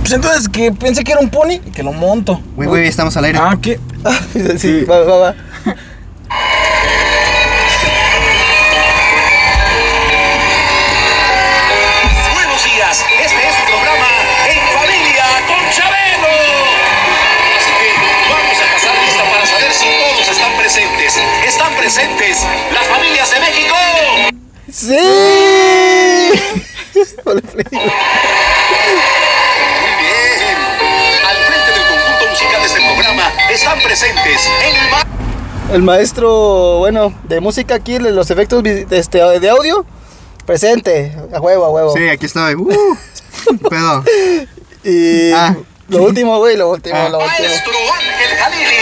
pues entonces que pensé que era un pony y que lo monto. Güey, güey, estamos al aire. Ah, ¿qué? sí, va, va, va. Buenos días, este es su programa En Familia con Chabelo. Así que vamos a pasar lista para saber si todos están presentes. ¿Están presentes las familias de México? ¡Sí! Muy bien. Al frente del conjunto musical de este programa están presentes el ma- El maestro, bueno, de música aquí, de los efectos vi- de, este, de audio, presente, a huevo, a huevo. Sí, aquí estoy. Uh, pedo. Y Ah. lo último, güey, lo último, lo último. maestro Ángel Jalili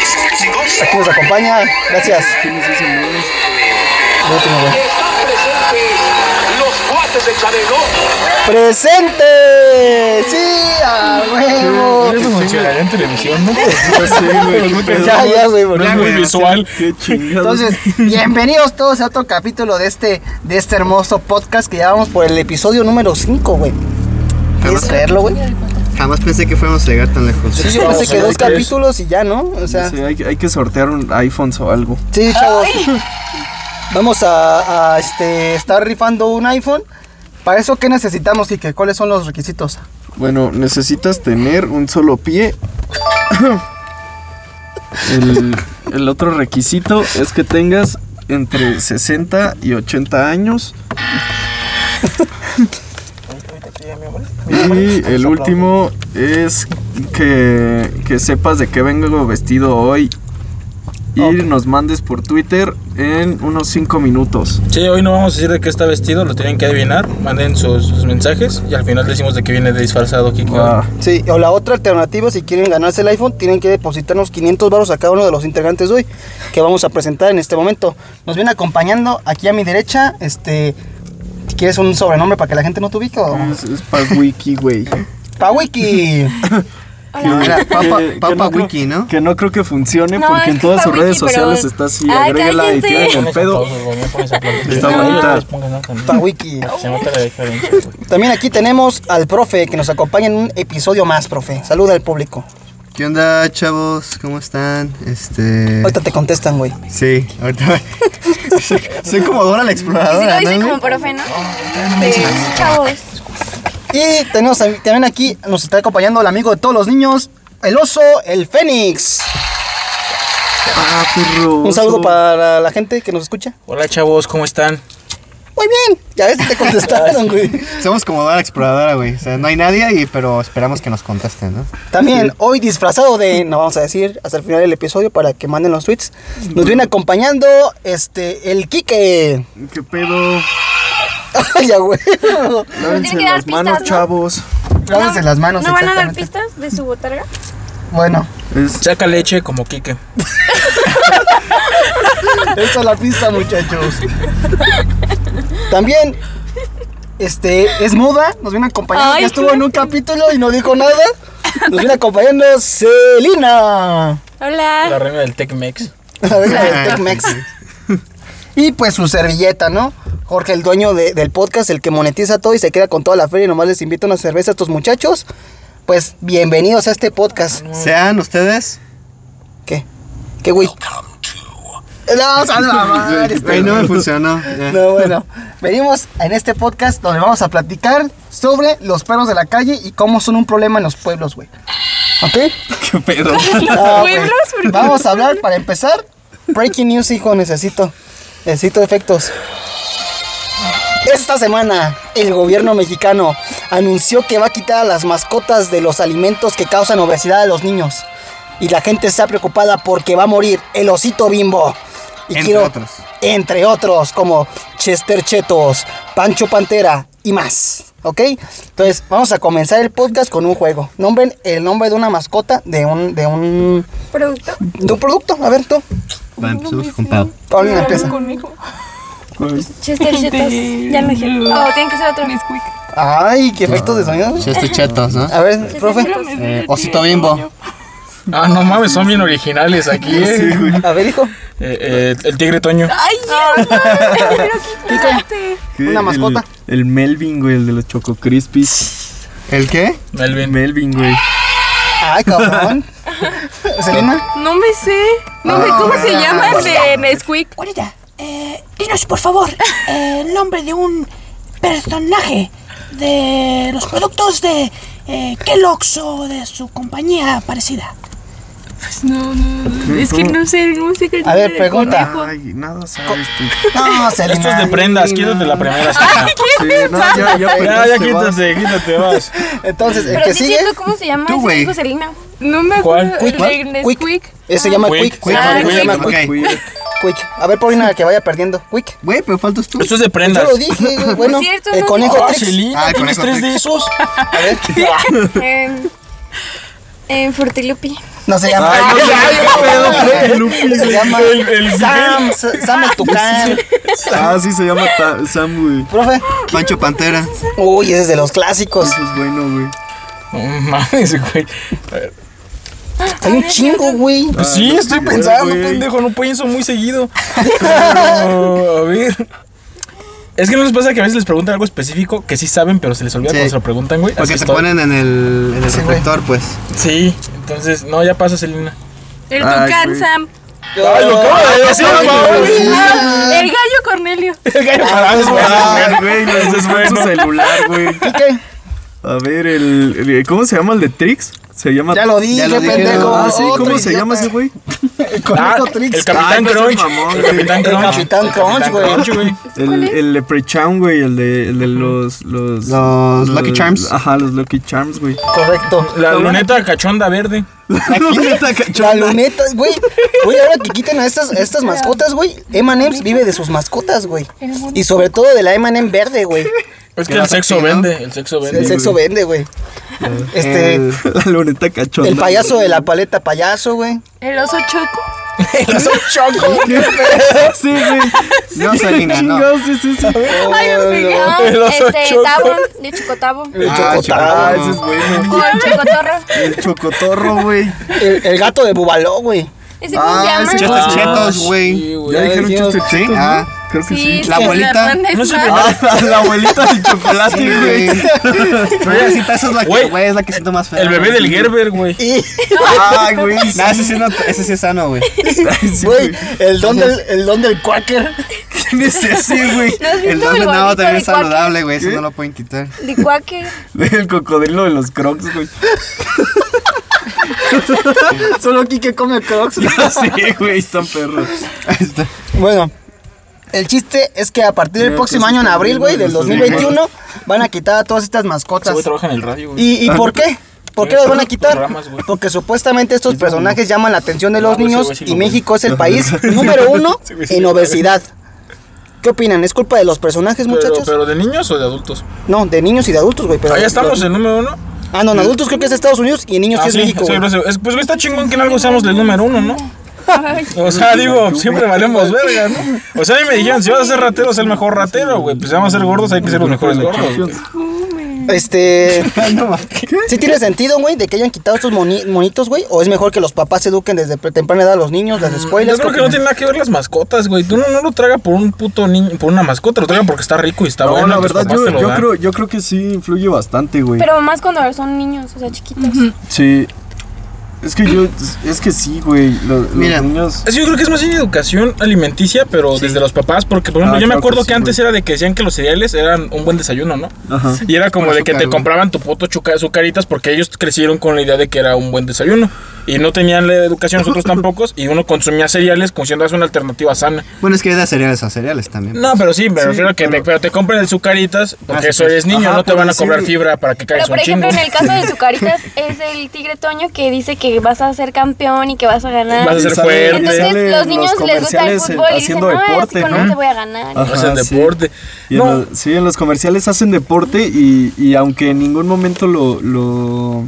y sus músicos. Aquí nos acompaña, gracias. Lo último, güey. Están presentes los cuates de Chabelo. ¡Presente! ¡Sí, a huevo! Eso funcionaría en televisión, ¿no? Pues, Ya, ya, güey, por no es favor. muy visual. Entonces, bienvenidos todos a otro capítulo de este, de este hermoso podcast que ya vamos por el episodio número 5, güey. ¿Quieres creerlo, güey? Jamás pensé que fuéramos a llegar tan lejos. Sí, yo pensé que dos capítulos y ya, ¿no? O sea, Sí, hay, hay que sortear un iPhone o algo. sí, chavos. Vamos a, a, este, estar rifando un iPhone. ¿Para eso qué necesitamos, Kike? ¿Cuáles son los requisitos? Bueno, necesitas tener un solo pie. El, el otro requisito es que tengas entre 60 y 80 años. Y el último es que, que sepas de qué vengo vestido hoy. Y nos mandes por Twitter en unos 5 minutos. Sí, hoy no vamos a decir de qué está vestido, lo tienen que adivinar. Manden sus, sus mensajes y al final decimos de qué viene disfrazado Kiko. Ah, Sí, o la otra alternativa, si quieren ganarse el iPhone, tienen que depositarnos 500 baros a cada uno de los integrantes de hoy, que vamos a presentar en este momento. Nos viene acompañando aquí a mi derecha, este... ¿Quieres un sobrenombre para que la gente no te ubique? o? Ah, Mm. es, es para Wiki, güey. ¡Pawiki! No, era Papa, Que- que Papa no creo- Wiki, ¿no? Que no creo que funcione No, porque es en que todas está sus redes wiki, pero- sociales está así, Ay, agrégala y cállense. tienen el Pones a pedo. todos, güey, pones a platicar. Está No, bonita. les pongas nada también. ¡Pawiki! Se nota la diferencia. güey. También aquí tenemos al profe que nos acompaña en un episodio más, profe. Saluda al público. ¿Qué onda, chavos? ¿Cómo están? Este. Ahorita te contestan, güey. Sí, ahorita. soy, soy como Dora la Y si lo exploradora, dice ¿no? como profe, ¿no? Sí, chavos. Y tenemos tam- también aquí, nos está acompañando el amigo de todos los niños, el oso, el fénix. Ah, perro. Un saludo para la gente que nos escucha. Hola chavos, ¿cómo están? Muy bien, ya ves, te contestaron, güey. Somos como Dora la exploradora, güey. O sea, no hay nadie, y, pero esperamos que nos contesten, ¿no? También hoy disfrazado de, no vamos a decir, hasta el final del episodio para que manden los tweets. Nos viene acompañando este, el Quique. ¿Qué pedo? Ay, ya, güey. Lávense tiene que dar las manos, pistas, ¿no? chavos. Lávense No, las manos. ¿No van a dar exactamente. pistas de su botarga? Bueno, Es- Saca leche como Kike. esa es la pista, muchachos. También, este, es muda. Nos viene acompañando. Ay, ya estuvo qué- en un capítulo y no dijo nada. Nos viene acompañando Celina. La Hola. reina del Tecmex. La verga del Tecmex. Y pues su servilleta, ¿no? Jorge, el dueño de- del podcast, el que monetiza todo y se queda con toda la feria y nomás les invita una cerveza a estos muchachos. Pues bienvenidos a este podcast. Sean ustedes. ¿Qué? ¿Qué, güey? No, o sea, no, madre, este Güey, no me güey. funcionó. Ya. No, bueno. Venimos en este podcast donde vamos a platicar sobre los perros de la calle y cómo son un problema en los pueblos, güey. ¿Ok? ¿Qué pedo? Ah, güey. Pueblos, porque- Vamos a hablar para empezar. Breaking news, hijo, necesito. Necesito efectos. Esta semana, el gobierno mexicano anunció que va a quitar a las mascotas de los alimentos que causan obesidad a los niños. Y la gente está preocupada porque va a morir el osito bimbo. Y Entre otros. Entre otros, como Chester Chetos, Pancho Pantera y más. ¿Ok? Entonces, vamos a comenzar el podcast con un juego. Nombren el nombre de una mascota de un, de un ¿Producto? ¿Tu producto? A ver, tú. Va, empezamos con Pau. Paulina empieza. Chester Chetos. Ya lo dije. Oh, tiene que ser otro. Biscuit. Ay, qué efectos de sonido. Chester Chetos, ¿no? A ver, profe. Eh, Osito Bimbo. Ah, no mames, son bien originales aquí. eh. A ver, hijo. Eh, eh, el tigre Toño. Ay, ya. Pero qué Una mascota. El, el Melvin, güey, el de los Choco Crispies. ¿El qué? Melvin. Melvin, güey. Ay, cabrón. Selena. No me sé. No me, ¿Cómo se llama el de Nesquik? Ahorita, eh, dinos por favor eh, el nombre de un personaje de los productos de eh, Kellogg's o de su compañía parecida. No, no, es que no sé, no sé qué A ver, pregunta. Ay, nada sabes tú. No, Selena. Esto es de prendas, quítate la primera. Selena. Sí, Este, no, ya, ya, Ya, ya perdiste, vas. quítate, quítate, vas. Entonces, el Pero que sí sigue. siento cómo se llama Tú, ese güey. hijo Selena. No me ¿Cuál? acuerdo. Quick, El de Nesquik. Ese se llama Quick. Quick. Quick. Ah, se llama Quick. Quick. Güey, Quick. A ver, Paulina, que vaya perdiendo. Quick. Güey, pero faltas tú. Esto es de Yo prendas. lo dije, güey. Bueno, Por cierto, el no- conejo Ah, Trix. Selena, Ah, el ¿tienes conejo tres de Trix. esos? A ver. En, en Em, Fortilupi. No se llama. se llama El- el- Sam, S- Sam el Tucán. Ah, sí, se llama Ta- Sam, güey. Profe. Pancho Pantera. Uy, ese es de los clásicos. Eso es bueno, güey. No mames, güey. A ver. Hay un chingo, güey. Pues sí, estoy güey. pensando, pendejo, no pienso muy seguido. Pero, a ver. Es que no les pasa que a veces les preguntan algo específico que sí saben, pero se les olvida Sí. cuando se lo preguntan, güey. Porque Así te estoy. ponen en el, en el Sí, güey. reflector, pues. Sí, entonces, no, ya pasa, Selena. El Ay, Tucán güey. Pues Sam. Ay, lo acabo de decir, Ah, el gallo Cornelio. El gallo parado es Ah, güey, lo Eso es encontré en su bueno. celular, güey. Quique, A ver, el, el- ¿Cómo se llama el de Trix? Se llama. ya lo dije, Ya lo dije, pendejo. Ah, sí, Otro ¿cómo se idiota. llama ese güey? El Ah, conejo el Trix. Capitán Ay, no seas Crunch. mamón, El güey. Capitán El Crunch. Capitán Crunch, güey. El, el Leprechaun, güey, el de, el de los, los. Los Lucky Charms. Ajá, los Lucky Charms, güey. Correcto. La luneta cachonda verde. La luneta, güey. Güey, ahora que quiten a estas, a estas mascotas, güey. Emanems vive de sus mascotas, güey. Y sobre todo de la Emanem verde, güey. Es que el sexo vende, el sexo El vende. sexo vende, güey. Este. El- La luneta cachonda. El payaso de la paleta payaso, güey. El oso choco. Eso choco. Sí, güey. No, Selena, no. Chingados, sí, sí, sí. Ay, me pegué. Oh, El oso este, choco. Tabo, de Chocotabo. O Ah, Ah, chocotorro. ese es bueno. el Chocotorro. El chocotorro, güey. El, el gato de Bubaló, güey. ¿Ese cómo se Ah, llama? ese Ah, Chester Chetos, sí, güey. Ya dijeron dijimos- chistes Sí, chetos, ah. ¿no? Creo que sí. Sí, La sí, abuelita. Hernández No se Fran. pelea. Ah, la abuelita del Sí, chocolate, güey. güey. Pero así esa es la que, Güey. güey, es la que siento más fea. El bebé del Gerber, güey. Y, Ay, güey. No, ese sí, no, ese sí es sano, güey. güey, el don del, el don del quaker. ¿Quién es ese, güey? ¿No has visto El don de el Nava gorrito también de es saludable, güey. Eso no lo pueden quitar. De Quaker. El cocodrilo de los crocs, güey. Solo Kike come crocs. Sí, güey, están perros. Ahí está. Bueno, el chiste es que a partir del Creo próximo que sí año, en está abril, bien, güey, güey, del eso sí, 2021, van a quitar a todas estas mascotas. Ese güey trabaja en el radio, güey. ¿Y, y por qué? ¿Por qué los van a quitar? Programas, güey. Porque supuestamente estos personajes llaman la atención de los No, ese niños güey sí lo y ve. México es el país número uno Ese güey sí en lo ve. obesidad. ¿Qué opinan? ¿Es culpa de los personajes, Pero, muchachos? pero de niños o de adultos. No, de niños y de adultos, güey. Pero Allá estamos en número uno. Ah, no, en adultos creo que es Estados Unidos y en niños Ah, sí es sí, México, sí, güey. pero es- pues güey, está chingón que en algo seamos del número uno, ¿no? O sea, digo, siempre valemos verga, ¿no? O sea, a mí me dijeron, si vas a ser ratero, sé el mejor ratero, güey. Pues si vamos a ser gordos, hay que ser los mejores gordos. güey. Ah, Este. ¿Sí tiene sentido, güey, de que hayan quitado estos moni- monitos, güey? ¿O es mejor que los papás eduquen desde pre- temprana edad a los niños, las Mm, Yo escuelas? creo que no tiene nada que ver las mascotas, güey. Tú no, no lo traga por un puto niño, por una mascota, lo traga porque está rico y está No, bueno. la tus pues verdad, papás yo, te lo yo dan. creo, yo creo que sí influye bastante, güey. Pero más cuando son niños, o sea, chiquitos. Sí. Es que yo, es que sí, güey. Los, los Mira. niños. Es que yo creo que es más en educación alimenticia, pero desde los papás, porque por ejemplo, Ah, yo me claro acuerdo que que, sí, antes güey. era de que decían que los cereales eran un buen desayuno, ¿no? Ajá. Y era como Con de que azúcar, te güey. compraban tu poto chuca- azucaritas porque ellos crecieron con la idea de que era un buen desayuno. Y no tenían la educación, nosotros tampoco, y uno consumía cereales como siendo eso una alternativa sana. Bueno, es que hay de cereales a cereales también. No, pero sí, me refiero a que te, pero te compren el azucaritas porque Ah, sí, eso pues. eres niño, Ajá, no te por van a decir- cobrar fibra para que Pero caigas por un chingo. ejemplo, en el caso de Zucaritas es el tigre Toño que dice que vas a ser campeón y que vas a ganar. Vas a ser Salen- fuerte. Entonces salen los niños les gusta el comerciales, eh, fútbol y dicen, haciendo no, deporte, así con ¿no? eso te voy a ganar. Ajá, Es el sí. deporte. Y en No. los- sí, en los comerciales hacen deporte y, y aunque en ningún momento lo, lo-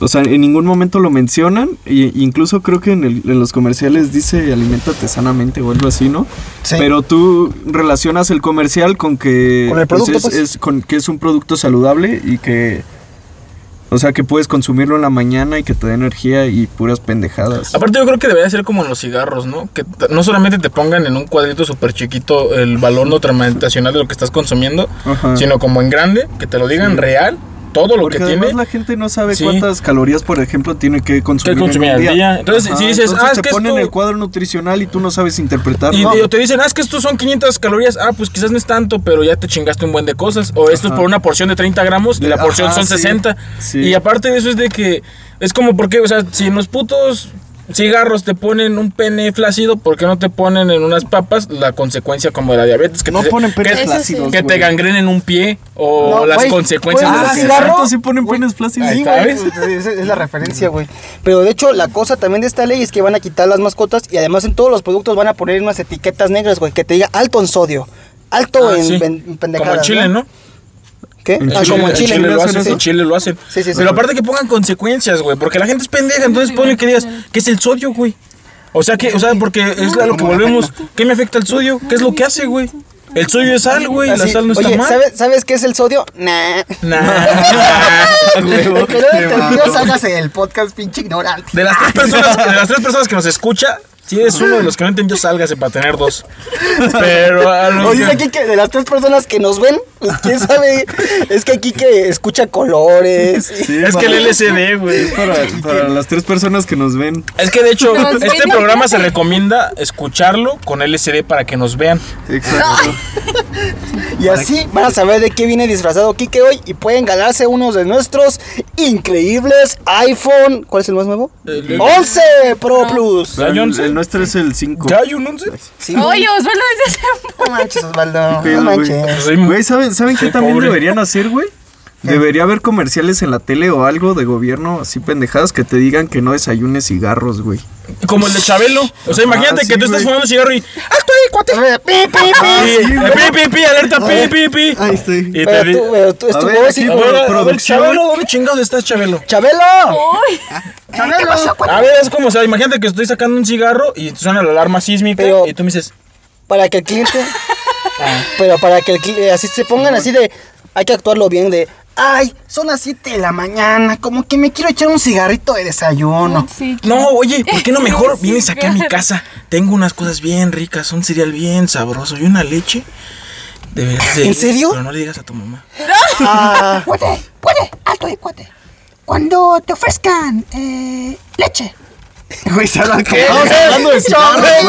O sea, en ningún momento lo mencionan. Y, incluso creo que en, el- en los comerciales dice alimentate sanamente o algo así, ¿no? Sí. Pero tú relacionas el comercial con que... Con el producto, es, pues. es con que es un producto saludable y que... O sea, que puedes consumirlo en la mañana y que te da energía y puras pendejadas. Aparte yo creo que debería ser como en los cigarros, ¿no? Que t- no solamente te pongan en un cuadrito súper chiquito el valor nutricional de lo que estás consumiendo, Ajá. sino como en grande, que te lo digan real todo lo Porque que además tiene. la gente no sabe Sí. cuántas calorías, por ejemplo, tiene que consumir, en consumir un al día. Entonces, si dices, entonces ah, es te que ponen esto- el cuadro nutricional y tú no pues sabes Y interpretarlo. y te dicen, ah, es que estos son 500 calorías. Ah, pues quizás no es tanto, pero ya te chingaste un buen de cosas. O esto es Ajá. por una porción de 30 gramos y la Ajá, porción son sí, 60. sí. Y aparte de eso es de que, es como porque, o sea, si en los putos cigarros te ponen un pene flácido, ¿por qué no te ponen en unas papas la consecuencia como de la diabetes? Que no te, ponen penes Eso sí. flácidos. que te güey. gangrenen un pie o No, las güey, consecuencias de Ah, güey, la los sí, cigarros, exacto, sí ponen penes flácidos. Sí, está, güey, ¿ves? pues, esa es la referencia, güey. Pero de hecho, la cosa también de esta ley es que van a quitar las mascotas y además en todos los productos van a poner unas etiquetas negras, güey, que te diga alto en sodio, alto Ah, en, sí. en- en Como pendejadas. en Chile, ¿no? ¿Qué? En Ah, Ah, Chile- como en en Chile. Chile lo hacen hacen, eso? en Chile lo hacen. Sí, sí, sí. Pero aparte que pongan consecuencias, güey, porque la gente es pendeja, entonces ponle que digas, ¿qué es el sodio, güey? O sea, que, o sea, porque es a lo que volvemos, ¿qué me afecta el sodio? ¿Qué es lo que hace, güey? El sodio es sal, güey, la Así, sal no está Oye, mal. ¿sabes, ¿sabes qué es el sodio? Nah. Nah. El que no lo entendió, sálgase del podcast, pinche ignorante. De las tres personas, de las tres personas que nos escucha, si eres uno de los que no entendió, sálgase para tener dos. Pero ah, a lo O dice que- aquí que de las tres personas que nos ven, pues quién sabe, es que aquí que escucha colores. y- es que el LCD, güey. Para, para las tres personas que nos ven. Es que de hecho, Nos ven este bien programa se tarde. recomienda escucharlo con LCD para que nos vean. Ah, Exacto. Y así van a saber de qué viene disfrazado Kike hoy y pueden ganarse unos de nuestros increíbles iPhone. ¿Cuál es el más nuevo? 11 Pro Plus. ¿Ya hay El, once? el nuestro es el 5. ¿Ya hay un 11? Sí, Oye, Osvaldo, desde hace no manches, Osvaldo. pedo, No güey. manches. Güey, ¿saben, ¿saben qué también pobre. deberían hacer, güey? Debería haber comerciales en la tele o algo de gobierno, así pendejadas, que te digan que no desayunes cigarros, güey. Como el de Chabelo. O sea, imagínate Ah, sí, que tú estás güey. fumando un cigarro y. ¡Acto ahí, cuate! A ver, pi, pi, pi. Y- eh, ¡Pi, pi, pi! ¡Alerta, pi, pi, pi! Ahí estoy. Y te Pero di- tú, pero tú, es A tu ver, voz aquí, y- A ver, a ver, producción. Chabelo, ¿dónde chingados estás, Chabelo? ¡Chabelo! hoy. ¡Chabelo! A ver, es como, o sea, imagínate que estoy sacando un cigarro y suena la alarma sísmica Pero- y tú me dices. Para que el cliente. Ah, Pero para que el cliente. Así se pongan así de. Hay que actuarlo bien de. Ay, son las 7 de la mañana. Como que me quiero echar un cigarrito de desayuno. Sí. No, oye, ¿por qué no mejor Sí, vienes aquí a mi claro. casa? Tengo unas cosas bien ricas, un cereal bien sabroso y una leche. Deberías de ¿En ir, serio? Pero no le digas a tu mamá. Ah, Cuate, cuate, alto ahí, cuate. Cuando te ofrezcan eh, leche, Güey, se hablan como- Estamos hablando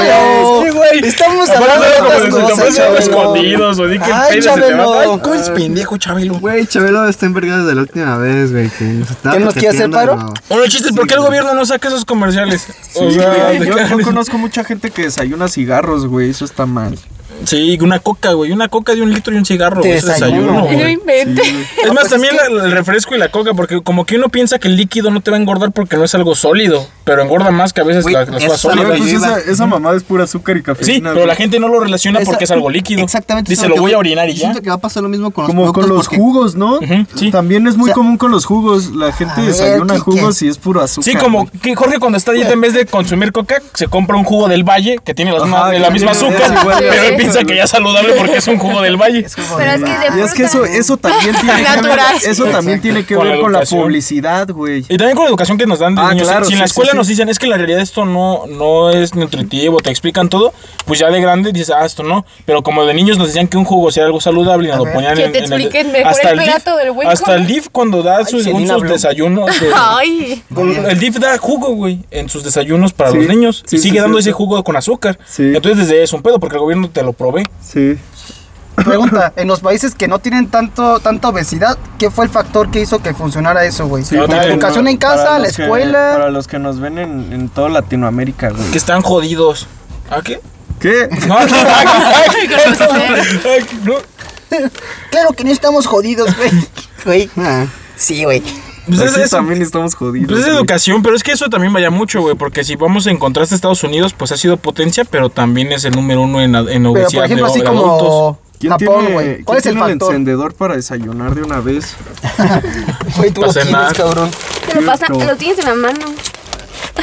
de güey. Sí, güey. Estamos Aparte, hablando como de si otras te cosas, fuesen Chabelo. escondidos, o di que Ay, pedo se te Chabelo. va. Ay, ¿cómo eres pendejo, Chabelo? Güey, Chabelo está envergado de la última vez, güey. Que nos estaba ¿Qué nos quiere hacer cateando paro? la- Bueno, el chiste es, ¿por qué el gobierno no saca esos comerciales? O Sí, sea, güey, Ah, de yo, yo carnes. conozco mucha gente que desayuna cigarros, güey. Eso está mal. Sí, una coca, güey. Una coca de un litro y un cigarro. Te güey, eso es desayuno, desayuno, No güey. inventes. Es más, también la- el refresco y la coca, porque como que uno piensa que el líquido no te va a engordar porque no es algo sólido, pero engorda más que a veces Güey, la- las eso cosas es algo sólidas. Güey, pues esa, esa- mamada es pura azúcar y Sí, cafeína. pero la gente no lo relaciona Esa- porque es algo líquido. Exactamente. Dice, eso lo que voy a orinar y Yo ya. Siento que va a pasar lo mismo con los Como con productos los porque- jugos, ¿no? Ujú, sí. Ah, También es muy O sea- común con los jugos. La gente A ver, desayuna Quique. jugos y es puro azúcar. Sí, como güey. que Jorge cuando está a dieta, en vez de consumir coca, se compra un jugo del valle que tiene la, Ajá, misma- la que tiene misma ideas azúcar, iguales. pero él Sí. piensa que ya es saludable porque es un jugo del valle. Pero es que es de Y es que eso, fruta. eso también tiene que ver, Natural. eso también tiene que Con la ver con la educación. publicidad, güey. Y también con la educación que nos dan de Ah, niños. claro, si en la sí, sí, escuela sí. nos dicen es que la realidad esto no, no es nutritivo, te explican todo, pues ya de grande dices, ah, esto no. Pero como de niños nos decían que un jugo sea algo saludable y nos lo ponían Que en, te en expliquen mejor el DIF, plato del güey, Hasta ¿cómo? el DIF cuando da sus, un- Selena sus Blum. desayunos. de- Ay. con- el DIF da jugo, güey, en sus desayunos para Sí, los niños. sí, y sigue sí, dando sí, ese sí. jugo con azúcar. Sí. Entonces desde es un pedo porque el gobierno te lo provee. Sí. Pregunta, en los países que no tienen tanto, tanta obesidad, ¿qué fue el factor que hizo que funcionara eso, güey? Sí, la porque- educación en casa, Para la los que- escuela. para los que nos ven en, en toda Latinoamérica, güey. Que están jodidos. ¿A qué? ¿Qué? Pues No, no, no. Claro que no estamos jodidos, güey. Güey. Ah, Sí, güey. Pues es- Aquí es- también estamos jodidos. Pues es güey. educación, pero es que eso también vaya mucho, güey, porque si vamos en contraste a Estados Unidos, pues ha sido potencia, pero también es el número uno en, en Pero obesidad por ejemplo, de, así de adultos. como ¿Quién Japón, tiene- güey. quién ¿Cuál es el tiene factor? encendedor para desayunar de una vez? Güey, tú lo Para tienes, cenar. cabrón. Te lo, pasa, Cierto. lo tienes en la mano.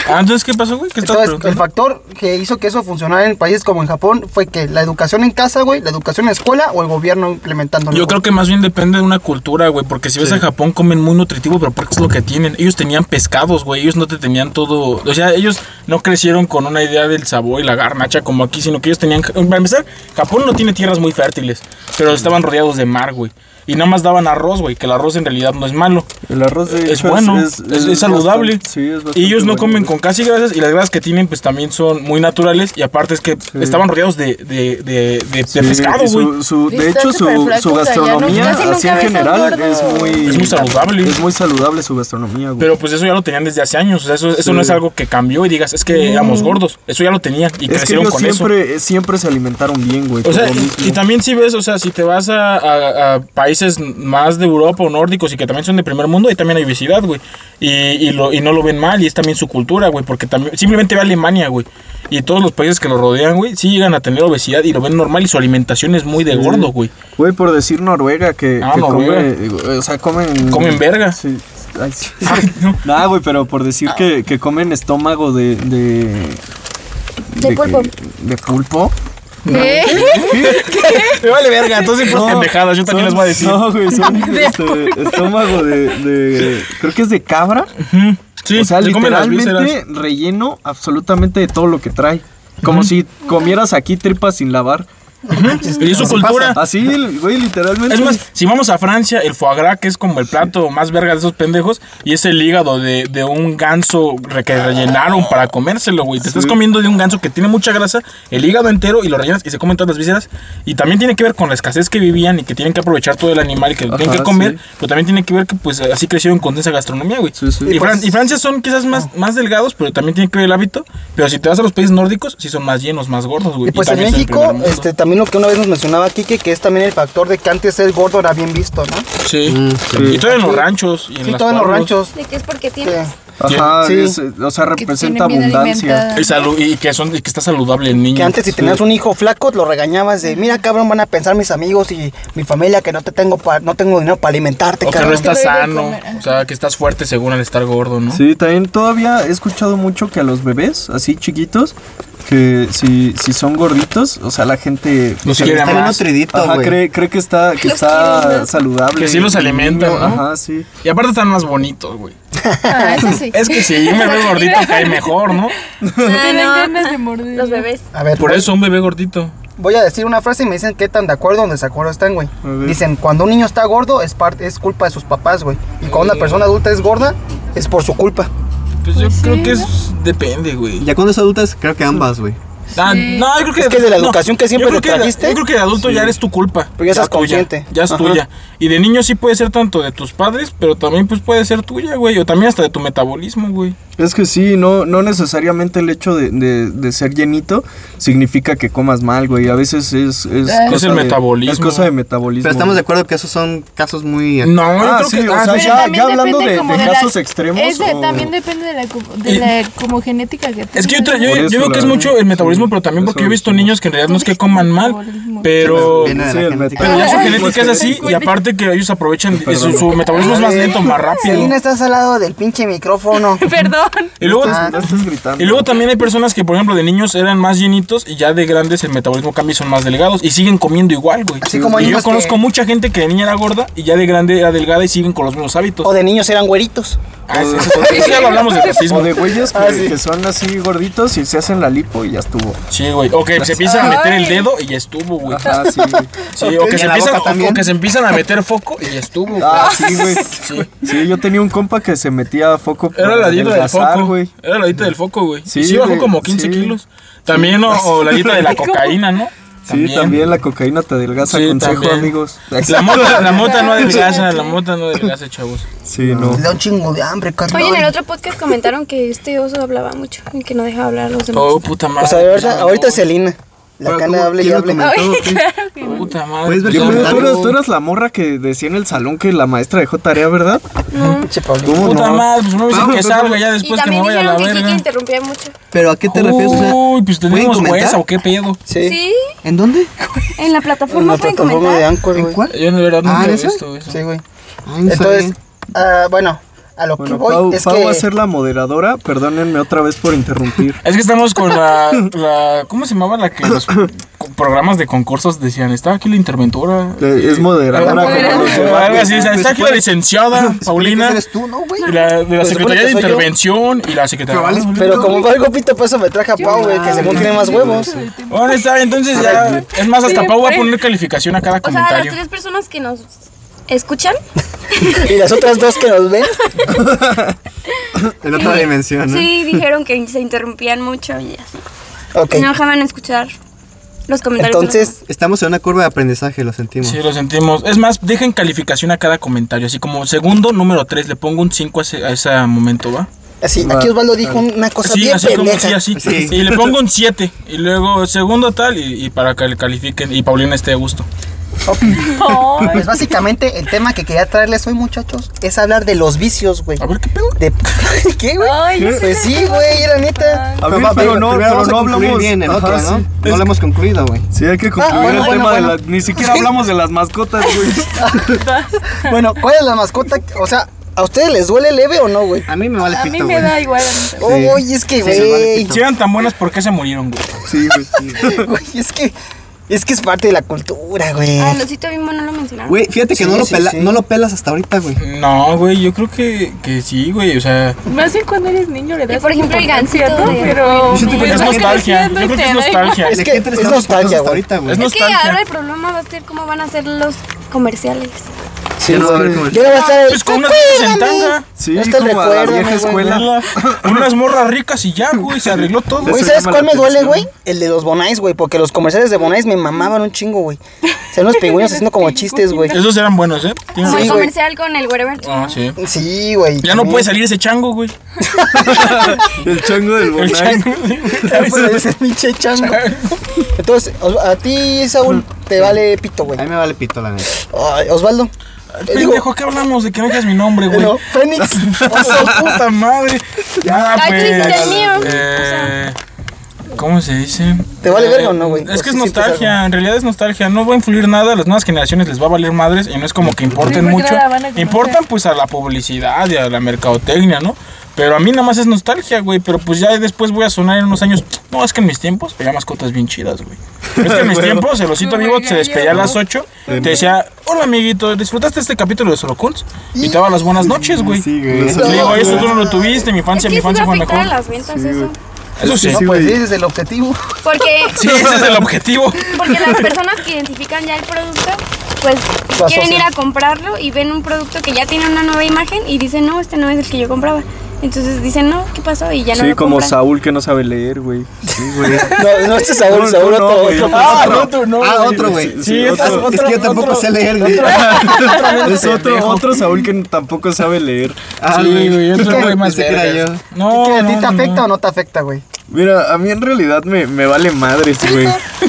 Ah, entonces, ¿qué pasó, güey? ¿Qué estás Entonces, el preguntando? factor que hizo que eso funcionara en países como en Japón fue que la educación en casa, güey, la educación en la escuela o el gobierno implementándolo. Yo creo que más bien depende de una cultura, güey, porque si ves a Japón comen muy nutritivo, pero porque es lo que tienen. Ellos tenían pescados, güey, ellos no te tenían todo, o sea, ellos no crecieron con una idea del sabor y la garnacha como aquí, sino que ellos tenían, para empezar, Japón no tiene tierras muy fértiles, pero estaban rodeados de mar, güey. y nada más daban arroz, güey, que el arroz en realidad no es malo. El arroz de Es hecho, bueno, es, es saludable. bastante- sí, es bastante Ellos no bueno. comen con casi grasas y las grasas que tienen pues también son muy naturales y aparte es que estaban rodeados de, de, de, de- de Sí, pescado, y su- güey. su- de Están hecho, su, superflacos, su o sea, ya no- gastronomía, casi nunca así en ves a un general, gordo. es muy, Es muy saludable. Es muy saludable su gastronomía, güey. Pero pues eso ya lo tenían desde hace años, o sea, eso, eso no es algo que cambió y digas, es que éramos gordos, eso ya lo tenían y es que crecieron ellos con eso. siempre, eh, siempre se alimentaron bien, güey. O por sea, lo y- mismo. y también si ves, o sea, si te vas a, a- a países más de Europa o nórdicos y que también son de primer mundo, ahí también hay obesidad, güey. Y, y lo, y no lo ven mal, y es también su cultura, güey, porque también, simplemente ve a Alemania, güey. Y todos los países que lo rodean, güey, sí llegan a tener obesidad y lo ven normal y su alimentación es muy de gordo, güey. Güey, por decir Noruega, que, Ah, que Noruega. come. eh, O sea, comen. Comen verga. Sí. Ay, sí. Ay, no. Nah, güey, pero por decir que, que comen estómago de. De, De que- pulpo. de pulpo. ¿Qué? ¿Eh? Me vale verga, entonces pues pendejadas, yo también las son- voy a decir. No, güey, son este, estómago de, de- Creo que es de cabra. Sí, o sea, se comen las vísceras. literalmente relleno absolutamente de todo lo que trae. Como si comieras aquí tripas sin lavar. Y es su cultura. Así, güey, literalmente. Es más, si vamos a Francia, el foie gras, que es como el plato más verga de esos pendejos, y es el hígado de, de un ganso re- que rellenaron para comérselo, güey. Te estás comiendo de un ganso que tiene mucha grasa, el hígado entero, y lo rellenas y se comen todas las vísceras. Y también tiene que ver con la escasez que vivían y que tienen que aprovechar todo el animal y que lo tienen Ajá, que comer, sí. pero también tiene que ver que pues así crecieron con esa gastronomía, güey. Sí, sí. Y, Y Fran- pues- y Francia son quizás más, más delgados, pero también tiene que ver el hábito. Pero si te vas a los países nórdicos, sí son más llenos, más gordos, güey. Y pues en también son del México, primer mundo. este, también lo que una vez nos mencionaba Kike, que es también el factor de que antes ser gordo era bien visto, ¿no? Sí. Mm, Y todo en los ranchos. Y en Sí, las todo en los cuadras. ranchos. ¿De qué es porque que- tienes? Ajá, Sí. es- o sea, Que representa tienen bien abundancia. alimentada. Y, salu- y que, son, y que está saludable el niño. Que antes si tenías un hijo flaco lo regañabas de, mira cabrón, van a pensar mis amigos y mi familia que no te tengo pa- no tengo dinero para alimentarte, O que no cabrón. estás Te doy de sano. comer, ajá. O sea, que estás fuerte según al estar gordo, ¿no? Sí, también todavía he escuchado mucho que a los bebés, así chiquitos, que si, si son gorditos, o sea, la gente... Los cree- quiere Está bien más. nutridito, Ajá, güey. cree, cree que está, que Los quiere está más. saludable. Que sí los el alimentan, niño, ¿no? Ajá, sí. Y aparte están más bonitos, güey. Ah, eso sí. Es que si un bebé gordito cae mejor, ¿no? Tienen Ah, no. ganas de morder. Los bebés. A ver, Por voy- eso un bebé gordito. voy a decir una frase y me dicen qué tan de acuerdo o en desacuerdo están, güey. A ver. Dicen, cuando un niño está gordo es parte es culpa de sus papás, güey. Y cuando una persona adulta es gorda es por su culpa. Pues yo creo que es, depende, güey. Ya cuando es adulta, es- creo que ambas, güey. Ah, no, yo creo que, Es que de la no, educación que siempre yo creo le que de- trajiste. yo creo que de adulto ya eres tu culpa. Pero ya estás tuya, consciente. Ya es Ajá. tuya. Y de niño sí puede ser tanto de tus padres, pero también pues puede ser tuya, güey. O también hasta de tu metabolismo, güey. Es que sí, no, no necesariamente el hecho de, de- de ser llenito significa que comas mal, güey. A veces es... Es, Ah. Es el de- metabolismo. Es cosa de metabolismo. Pero estamos de güey. acuerdo que esos son casos muy. No, yo Ah, creo sí, que. o ah, sea, sí, ya- también ya hablando depende de- como de la- casos extremos, es de- o- También depende de la, cu- de Y- la como genética que Es que yo, tra- tengas. yo, Por yo eso, veo que es la- mucho el metabolismo, pero también eso porque yo he visto dijimos. niños que en realidad no es que Dijiste coman mal, metabolismo. pero, Viene de sí, la el genética. pero ya su Ah, genética es así y aparte que ellos aprovechan, y su, su metabolismo es más lento, más rápido. Selena, estás al lado del pinche micrófono. Perdón. Y luego, No estás gritando. y luego también hay personas que, por ejemplo, de niños eran más llenitos y ya de grandes el metabolismo cambia y son más delgados y siguen comiendo igual, güey. Así como hay y yo niños que- conozco mucha gente que de niña era gorda y ya de grande era delgada y siguen con los mismos hábitos. O de niños eran güeritos. Ah, eso- eso- eso ya lo hablamos del racismo. O de güeyes Ah, que, que son así gorditos y se hacen la lipo y ya estuvo. Sí, güey. O que se empiezan a meter el dedo y ya estuvo, güey. Ajá, Ah, sí, güey. Sí, o, que Y se en la empiezan, boca o- o también. que se empiezan a meter foco y ya estuvo. Ah, sí, güey. Sí, yo tenía un compa que se metía a foco. Era para la dieta del adelgazar, foco. güey. Era la dieta del foco, güey. Sí, Sí, sí bajó güey, como 15 sí. kilos. También, o, o la dieta de la cocaína, ¿no? Sí, también la cocaína te adelgaza. Sí, Consejo, también. amigos. La mota, la mota no adelgaza, la mota no adelgaza, chavos. Sí, no. Le da un chingo de hambre, cabrón. Oye, en el otro podcast comentaron que este oso hablaba mucho y que no dejaba hablar a los demás. Oh, puta madre. O sea, de verdad, Ya, ahorita no, es Selena. La Pero, cana ¿cómo- hable y quién lo hable. comentó, o qué? Puta madre. Puedes ver Yo- Tú, comentarios. tú eras, tú eras la morra que decía en el salón que la maestra dejó tarea, ¿verdad? Pinche Pablito. Puta madre, pues no me dicen que salga ya Y después que me también vaya a la dijeron que Kiki verga. interrumpía mucho. Pero a qué Uh, te refieres? O sea, Uy, pues ¿pueden tenemos comentar? huesa o qué pedo. Sí. Sí, ¿En dónde? en la En plataforma la pueden plataforma de comentar. Anchor, güey. cuál? Yo de verdad Ah, nunca he ¿en esa? visto eso. Sí, güey. Ay, no sabía. Entonces, ah, bueno, a lo Bueno, que voy Pau, es Pau que... va a ser la moderadora. Perdónenme otra vez por interrumpir. Es que estamos con la, la- ¿Cómo se llamaba la que los co- programas de concursos decían? Estaba aquí la interventora. Eh, Es moderadora. como los demás. Algo así, o sea, está aquí Pues, la licenciada Paulina. ¿Eres tú, no, güey? Pues, Y la, de la Se supone Secretaría que de soy yo. Intervención y la Secretaría. Pero vale, Pero como fue el grupito, por eso me traje a Pau, güey, que según tiene más huevos. Bueno, está, entonces ya. Es más, hasta Pau va a poner calificación a cada pues. O sea, a las comentario. tres personas que nos ¿Escuchan? Y las otras dos que nos ven, En otra dimensión, ¿no? Sí, dijeron que se interrumpían mucho y así. ok. No dejaban escuchar los comentarios. de los Eh, Entonces, Estamos en una curva de aprendizaje, lo sentimos. Sí, lo sentimos. Es más, dejen calificación a cada comentario. Así como segundo, número 3, le pongo un 5 a ese, a ese momento, ¿va? así, aquí Osvaldo dijo una cosa Sí, bien así como pendeja. sí, así. Sí. Y le pongo un 7. Y luego segundo tal, y, y para que le califiquen. Y Paulina esté a gusto. demás. Pues básicamente el tema que quería traerles hoy, muchachos, es hablar de los vicios, güey. A ver qué pedo. De... ¿Qué, güey? Ay, no sé Pues sí, qué güey, la neta. A ver, va, pero no, primero pero vamos a no concluir hablamos. bien el otro, Ajá, ¿no? sí. No lo hemos concluido, güey. Sí, hay que concluir bueno, el bueno, tema bueno. de la. Ni siquiera hablamos de las mascotas, güey. Bueno, ¿cuál es la mascota? O sea, ¿a ustedes les duele leve o no, güey? A mí me vale A mí pito, me güey. da igual. Oye, es que, Sí, les vale güey. pito. Si eran tan buenas, ¿por qué se murieron, güey? Sí, güey. Güey, es que. Es que es parte de la cultura, güey. Ah, el osito bimbo no lo mencionaron. Güey, fíjate que Sí, no, lo sí, pela- sí. no lo pelas hasta ahorita, güey. No, güey, yo creo que, que sí, güey. O sea, Más bien cuando eres niño le das por ejemplo, el importancia, gancito ¿no? de- Pero siento que pues, es vas nostalgia. Yo creciendo y creo que es te da igual. nostalgia. Es ¿De que qué te es estamos nostalgia, hasta güey. ahorita, güey? Es Es que ahora nostalgia. el problema va a ser cómo van a ser los comerciales. Sí, Ya no va a haber güey. comercial. Yo le voy a estar el- Pues con unas viejas en tanga. Sí, Este es como a la recuerdo, vieja mi güey. escuela. Unas morras ricas y ya, güey. Se arregló todo. Güey, Eso ¿sabes llama cuál la me duele, atención. güey? El de los Bonais, güey, porque los comerciales de Bonais me mamaban un chingo, güey. O sea, unos pingüinos haciendo como chistes, güey. Esos eran buenos, ¿eh? Tienen Como el Sí, güey. comercial con el wherever Ah, tomorrow. sí. Sí, güey. Ya no puede salir ese chango, güey. El chango del El bonai. chango. Ya no puede ser pinche chango. Entonces, Os- a ti, Saúl, te vale pito, güey. A mí me vale pito, la neta. Ay, Osvaldo. Pendejo, ¿qué hablamos? De que no digas mi nombre, güey. Bueno, Fénix. ¡Su puta madre! Ya, Ay, pues. triste el mío. Eh, ¿Cómo se dice? ¿Te vale Eh, verga o no, güey? Es que ¿O es sí sientes nostalgia, en realidad es nostalgia. No va a influir nada, a las nuevas generaciones les va a valer madres y no es como que importen Sí, porque mucho. no la van a conocer. Importan pues a la publicidad y a la mercadotecnia, ¿no? Pero a mí nada más es nostalgia, güey. Pero pues ya después voy a sonar en unos años. No, es que en mis tiempos había mascotas bien chidas, güey. Es que en mis tiempos el osito Como vivo el se despedía a gallo. las 8. Te decía, hola amiguito, ¿disfrutaste este capítulo de Sorocuns? Y te daba las buenas noches, güey. Sí, güey. Y Pues Le digo, No, eso tú no lo tuviste, mi Es infancia, mi que sí va infancia a fue afectar a mejor. las ventas eso. Eso sí. No, pues ese es el objetivo. Porque, Sí, ese es el objetivo. porque las personas que identifican ya el producto, pues Lo quieren asocian. ir a comprarlo y ven un producto que ya tiene una nueva imagen y dicen, no, este no es el que yo compraba. Entonces dicen, no, ¿qué pasó? Y ya no Sí, lo como compran. Saúl que no sabe leer, güey. Sí, güey. No, no, este es Saúl, No, Saúl no, otro. güey, otro. no, Ah, otro. no, tú no. Ah, otro, güey. Sí, Es- otro. Es que yo tampoco sé leer, güey. Ah, Es otro, otro Saúl que tampoco sabe leer. Ah, Sí, güey, otro Ni güey más siquiera vergas. yo. No, ¿Qué, ¿A ti no, te no, afecta no. o no te afecta, güey? Mira, a mí en realidad me, me vale madres, güey.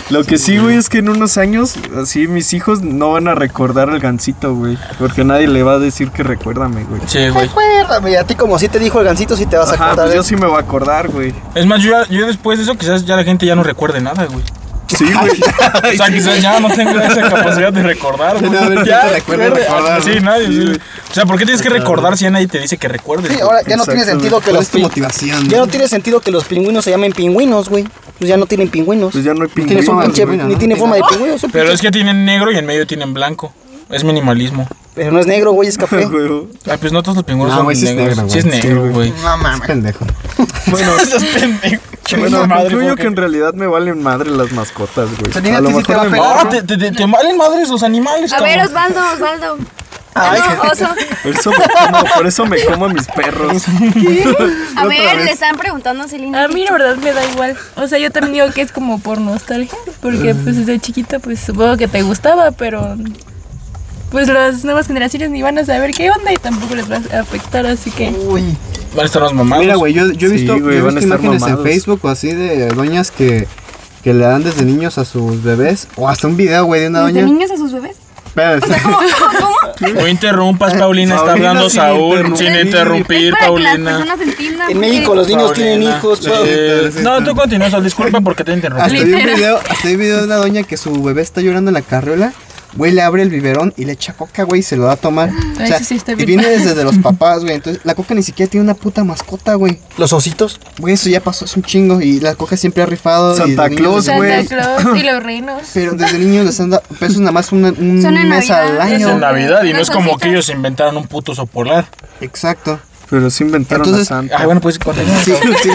Lo que sí, güey, es que en unos años, así mis hijos no van a recordar al gancito, güey. Porque nadie le va a decir que recuérdame, güey. Sí, güey. Recuérdame, a ti como sí te dijo el gancito, sí te vas a Ajá, acordar. pues de yo sí me voy a acordar, güey. Es más, yo, ya- yo después de eso quizás ya la gente ya no recuerde nada, güey. Sí, güey. O sea, quizás ya no tenga esa capacidad de recordar, güey. Ya, a ver, Ya, ¿quién te recuerda verde, recordar, Sí, no? nadie. sí, güey. O sea, ¿por qué tienes que recordar si ya nadie te dice que recuerdes? Sí, güey? ahora ya no tiene Exacto, sentido que ¿Cuál Pues los es tu pin- motivación? Ya no tiene sentido que los pingüinos se llamen pingüinos, güey. Pues ya no tienen pingüinos. Pues ya no hay tiene pingüinos. forma de Pinche- pingüino, ni ¿no? tiene forma de pingüino. son Pero pinche- es que tienen negro y en medio tienen blanco. Es minimalismo. Pero no es negro, güey, es café. güey. Bueno, Ay, pues no todos los pingüinos No, son güey, sí es negros. negro, sí es güey. negro, güey. No Es mames. pendejo. Estás pendejo. bueno Madre, concluyo como que en realidad me valen madre las mascotas, güey. Pero diga, A lo ¿a ti sí te va mejor a me pegar? Ahora Ah, te, te, te, te valen madres los animales, A ver, cabrón. Osvaldo, Osvaldo. Ah, Ay, no, oso. Por eso me como, por eso me como a mis perros. A ver, le están preguntando a Celina. A mí la verdad me da igual. O sea, yo también digo que es como por nostalgia, porque pues desde chiquita pues supongo que te gustaba, pero pues las nuevas generaciones ni van a saber qué onda y tampoco les va a afectar, así que Uy. Van a estar los mamados. Mira, güey, yo, yo he Ah, pues, Sí, visto, güey, yo he van a visto estar imágenes mamados. en Facebook o así de doñas que, que le dan desde niños a sus bebés. O hasta un video, güey, de una ¿De doña. niños a sus bebés? Espérate. ¿Cómo? ¿Cómo? cómo? No interrumpas, Paulina, está Paulina, hablando sin Saúl sin interrumpir. Es interrumpir, para que las Paulina. personas entiendan. En porque- México los niños tienen Paulina. hijos, Sí. güey. No, tú continúas, Saúl, disculpa porque te interrumpí. Hasta vi, un video, hasta vi un video de una doña que su bebé está llorando en la carriola. Güey, le abre el biberón y le echa coca, güey, y se lo da a tomar. O Ay, sea, sí, sí, está y bien. viene desde los papás, güey. Entonces, la coca ni siquiera tiene una puta mascota, güey. Los ositos. Güey, eso ya pasó, es un chingo. Y la coca siempre ha rifado. y los Santa niños Claus, desde- güey. Santa Claus y los reinos. Pero desde niños les han dado pesos nada más una, un Son en mes Navidad, al Es es año. en Navidad y no es como Cositas. que ellos inventaron un puto sopolar. Exacto. Pero se inventaron Entonces- a Santa. Ah, bueno, pues continúa. Sí, sí.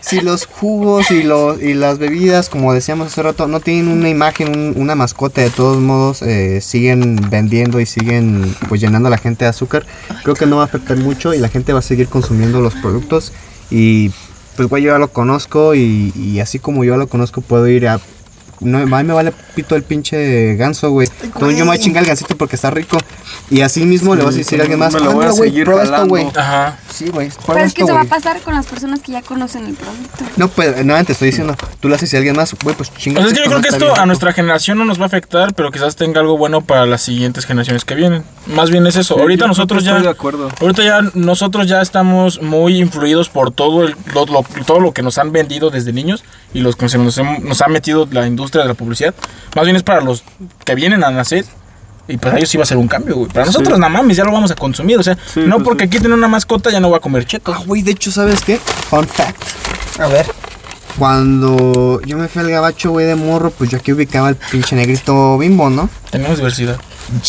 si los jugos y, los, y las bebidas, como decíamos hace rato, no tienen una imagen, un- una mascota, de todos modos eh, siguen vendiendo y siguen pues llenando a la gente de azúcar, creo que no va a afectar mucho y la gente va a seguir consumiendo los productos y pues güey, yo ya lo conozco y, y así como yo lo conozco puedo ir a... No, a mí me vale pito el pinche ganso, güey. Entonces yo me voy a chingar el gansito porque está rico. Y así mismo le vas a decir a alguien más, Me lo voy a "Ándale, güey, seguir prueba esto, jalando". güey. Ajá. Sí, güey, Pero prueba es que esto, eso va a güey. pasar con las personas que ya conocen el producto. No, pues, no, te estoy diciendo, tú lo haces y alguien más, güey, pues O chinga. sea, es que yo creo que esto a nuestra generación no nos va a afectar, pero quizás tenga algo bueno para las siguientes generaciones que vienen. Más bien es eso. Sí, ahorita yo nosotros estoy ya. de acuerdo. Ahorita ya nosotros ya estamos muy influidos por todo el, lo, lo- todo lo que nos han vendido desde niños y los que se nos, hem- nos ha metido la industria de la publicidad. Más bien es para los que vienen a nacer. Y para ellos sí va a ser un cambio, güey. Para nosotros, nada mames, ya lo vamos a consumir. O sea, Sí, no pues porque sí. aquí tiene una mascota, ya no va a comer chetos. Ah, güey, de hecho, ¿sabes qué? Fun fact. A ver. Cuando yo me fui al gabacho, güey, de morro, pues yo aquí ubicaba al pinche negrito bimbo, ¿no? Tenemos diversidad.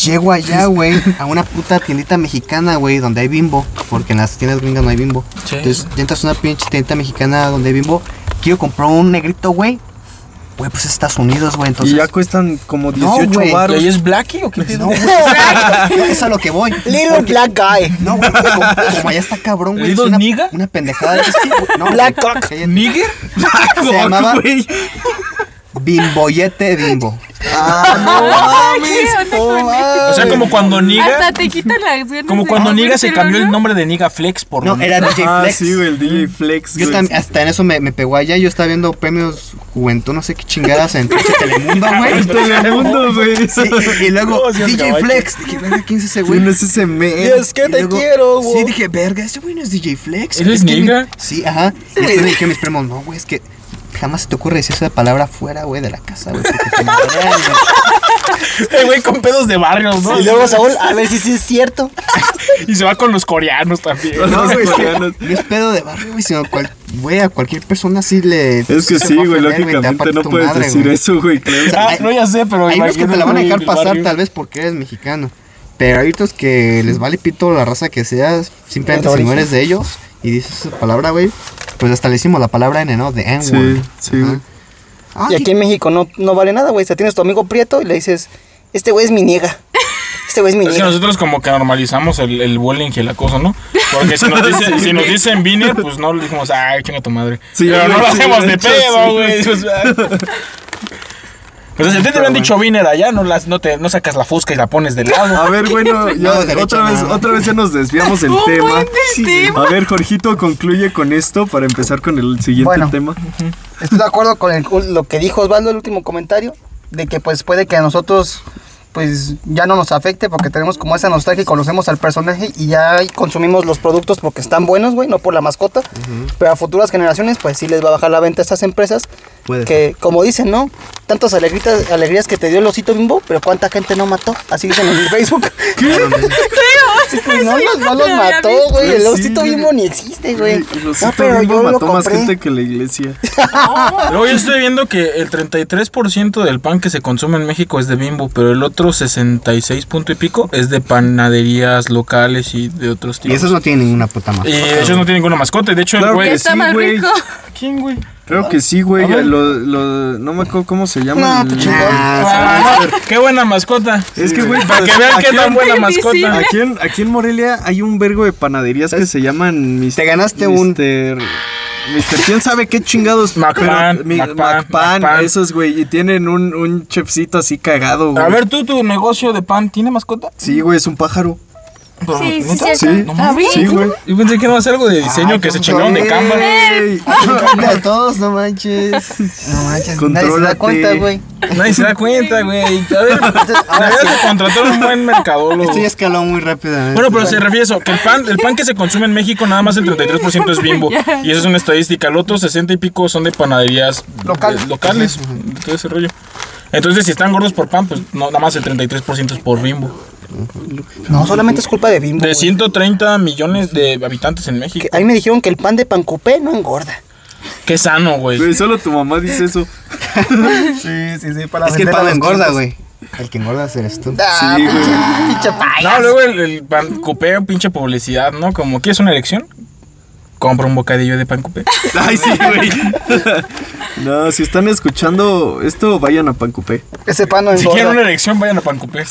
Llego allá, güey, a una puta tiendita mexicana, güey, donde hay bimbo. Porque en las tiendas gringas no hay bimbo. Sí. Entonces, entras a una pinche tiendita mexicana donde hay bimbo. Quiero comprar un negrito, güey. Güey, pues Estados Unidos, güey, entonces. y ya cuestan como No, 18 güey, ¿Y baros. ahí es Blackie o qué? No, güey, exacto, es a lo que voy. Little Black Guy. No, güey, como, como allá está cabrón, güey. es ¿Little una, nigga? Una pendejada. Es que, güey, no, Black güey, cock. cállate. ¿Nigger? Se llamaba Güey, Bimboyete Bimbo. ¡Ah, qué onda con eso! Ah, O sea, como cuando Niga. Hasta te quitan las ganas Como de cuando Niga se comértelo, cambió el ¿no? nombre de Niga Flex por. No, era DJ Ah, Flex. sí, güey, el DJ Flex. Yo güey. tam- hasta en eso me, me pegó allá. Yo estaba viendo premios Juventud, no sé qué chingadas en pinche Telemundo, güey. El Telemundo, güey. Sí, y luego ¿Cómo se llama DJ el caballo? Flex. Dije, verga, ¿quién es ese güey? ¿Quién es ese men? Y es que Y te luego- quiero, güey. Sí, dije, verga, ese güey no es DJ Flex. ¿Eres Es que mi- nigga? Sí, ajá. Y después le dije a mis primos, no, güey, es que jamás se te ocurre decir esa palabra fuera, güey, de la casa, güey. porque te madrean, güey. El Este güey con pedos de barrios, ¿no? Y luego Saúl, a ver si sí es cierto. Y se va con los coreanos también. No, güey, es que- No es pedo de barrio, güey, sino cual, güey, a cualquier persona sí le. Es se que sí, va a ofender, te güey, va a lógicamente partir no tu puedes madre, decir güey. eso, güey, claro. Ah, no, ya sé, pero Hay unos que te la van a imagínate, dejar güey, pasar, del barrio. tal vez porque eres mexicano. Pero hay otros que les vale pito la raza que seas, simplemente si no eres de ellos y dices esa palabra, güey, pues hasta le hicimos la palabra N, ¿no? De N-word. Sí, sí, güey. Ah, Y aquí en México no, no vale nada, güey. Si tienes tu amigo Prieto y le dices, este güey es mi niega. Este güey es mi Es que niega. nosotros como que normalizamos el, el bullying y el acoso, ¿no? Porque si nos, dice- si nos dicen vine, pues no le dijimos, ay, chinga tu madre. Sí, Pero no lo güey, sí, hacemos de de hecho, pedo, sí. güey. O sea, pues si a ti te hubieran dicho viner allá, no, las, no, te, no sacas la fusca y la pones de lado. A ver, bueno, ya No, derecha, otra vez, nada. otra vez ya nos desviamos del Un tema. buen del Sí. tema. A ver, Jorgito, concluye con esto para empezar con el siguiente Bueno. tema. Estoy de acuerdo con el- con lo que dijo Osvaldo en el último comentario, de que pues puede que a nosotros pues ya no nos afecte porque tenemos como esa nostalgia y conocemos al personaje y ya consumimos los productos porque están buenos, güey, no por la mascota. Pero a futuras generaciones pues sí les va a bajar la venta a estas empresas Puede que como dicen, ¿no? Tantas alegritas, alegrías que te dio el osito bimbo, pero cuánta gente no mató, así dicen en el Facebook. Sí, pues, no, los, no los lo había mató, visto. güey, el Sí, osito güey. bimbo ni existe, güey. El osito No, pero Bimbo yo lo mató más compré. gente que la iglesia. Luego yo estoy viendo que el 33% del pan que se consume en México es de bimbo, pero el otro 66 punto y pico es de panaderías locales y de otros Y tipos. esos no tienen ninguna puta Y madre. ellos no tienen ninguna mascota. y De hecho, el Claro güey. Que está Sí, más güey. rico. ¿Quién, güey? Creo que sí, güey. lo- lo- no me acuerdo cómo se llama. No, el- tu chingón. Ah, qué buena mascota. Es que, güey, pues, Para que vean qué tan buena mascota. Aquí en, aquí en Morelia hay un vergo de panaderías que se llaman mis- Te ganaste un- Mister- Mister, quién sabe qué chingados. Macpan, pero mi- Macpan, Macpan, Macpan. esos, güey. Y tienen un, un chefcito así cagado, güey. A ver, tú, tu negocio de pan, ¿tiene mascota? Sí, güey, es un pájaro. Sí, sí, ¿Neta? cierto. Sí. No mames. Sí, güey. Yo pensé que iba a ser algo de diseño Ay, que se no chingaron de mames. Canva. Ey, A todos, no manches. No manches, nadie se da Contrólate. cuenta, güey. Nadie se da cuenta, güey. A ver, ah, Ah, la verdad se contrató un buen mercadólogo. Esto ya escaló muy ¿eh? rápidamente. Bueno, pero se refiere a eso, que el pan, el pan que se consume en México nada más el 33% es bimbo. Y eso es una estadística. El otro 60 y pico son de panaderías Local. eh, locales. de todo ese rollo. Entonces, si están gordos por pan, pues no, nada más el 33% es por bimbo. No, solamente es culpa de bimbo. De güey. 130 millones de habitantes en México. Que A mí me dijeron que el pan de pancupé no engorda. Qué sano, güey. Güey, solo tu mamá dice eso. Sí, sí, sí, para Es que el pan engorda, güey. El que engordas eres tú. Ah, Sí, pinche, pinche payaso. No, luego el, el pan cupé, pinche publicidad, ¿no? Como, ¿quieres una elección? Compra un bocadillo de pan cupé. Ay, sí, güey. no, si están escuchando esto, vayan a Pancupé. Ese pan no Si quieren una engorda. elección, vayan a pan cupé.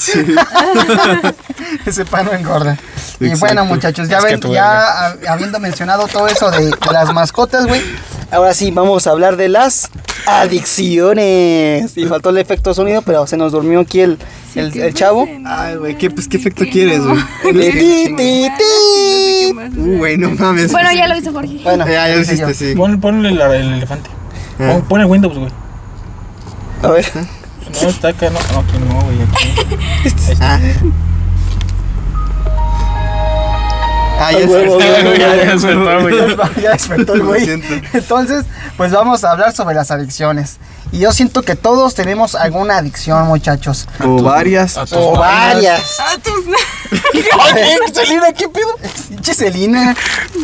Ese pan no engorda. Y Exacto. bueno, muchachos, ya Es que ven, tú ya hab- habiendo mencionado todo eso de, de las mascotas, güey. Ahora sí, vamos a hablar de las adicciones. Y faltó el efecto sonido, pero se nos durmió aquí el, el, el chavo. Ah, Ay, güey, ¿qué, pues, ¿qué efecto quieres, güey? Este, El ti, ti, ti. Uh, güey, no mames. Bueno, ya lo hizo Jorge. Bueno, ya, ya lo hice yo. hiciste, sí. Pon, ponle la- el elefante. Ah. Pon, ponle Windows, güey. A ver. No, está acá, no. No, aquí no, güey. Aquí. Ah. Ah, ya Ay, huevo, sé. huevo, Ya, huevo. ya despertó, güey. Ya despertó el Lo güey. siento. Entonces, pues vamos a hablar sobre las adicciones. Y yo siento que todos tenemos alguna adicción, muchachos. O varias. Ah. A tus O vainas. varias. Ay, Selena, ¿qué pedo? Pinche Celina,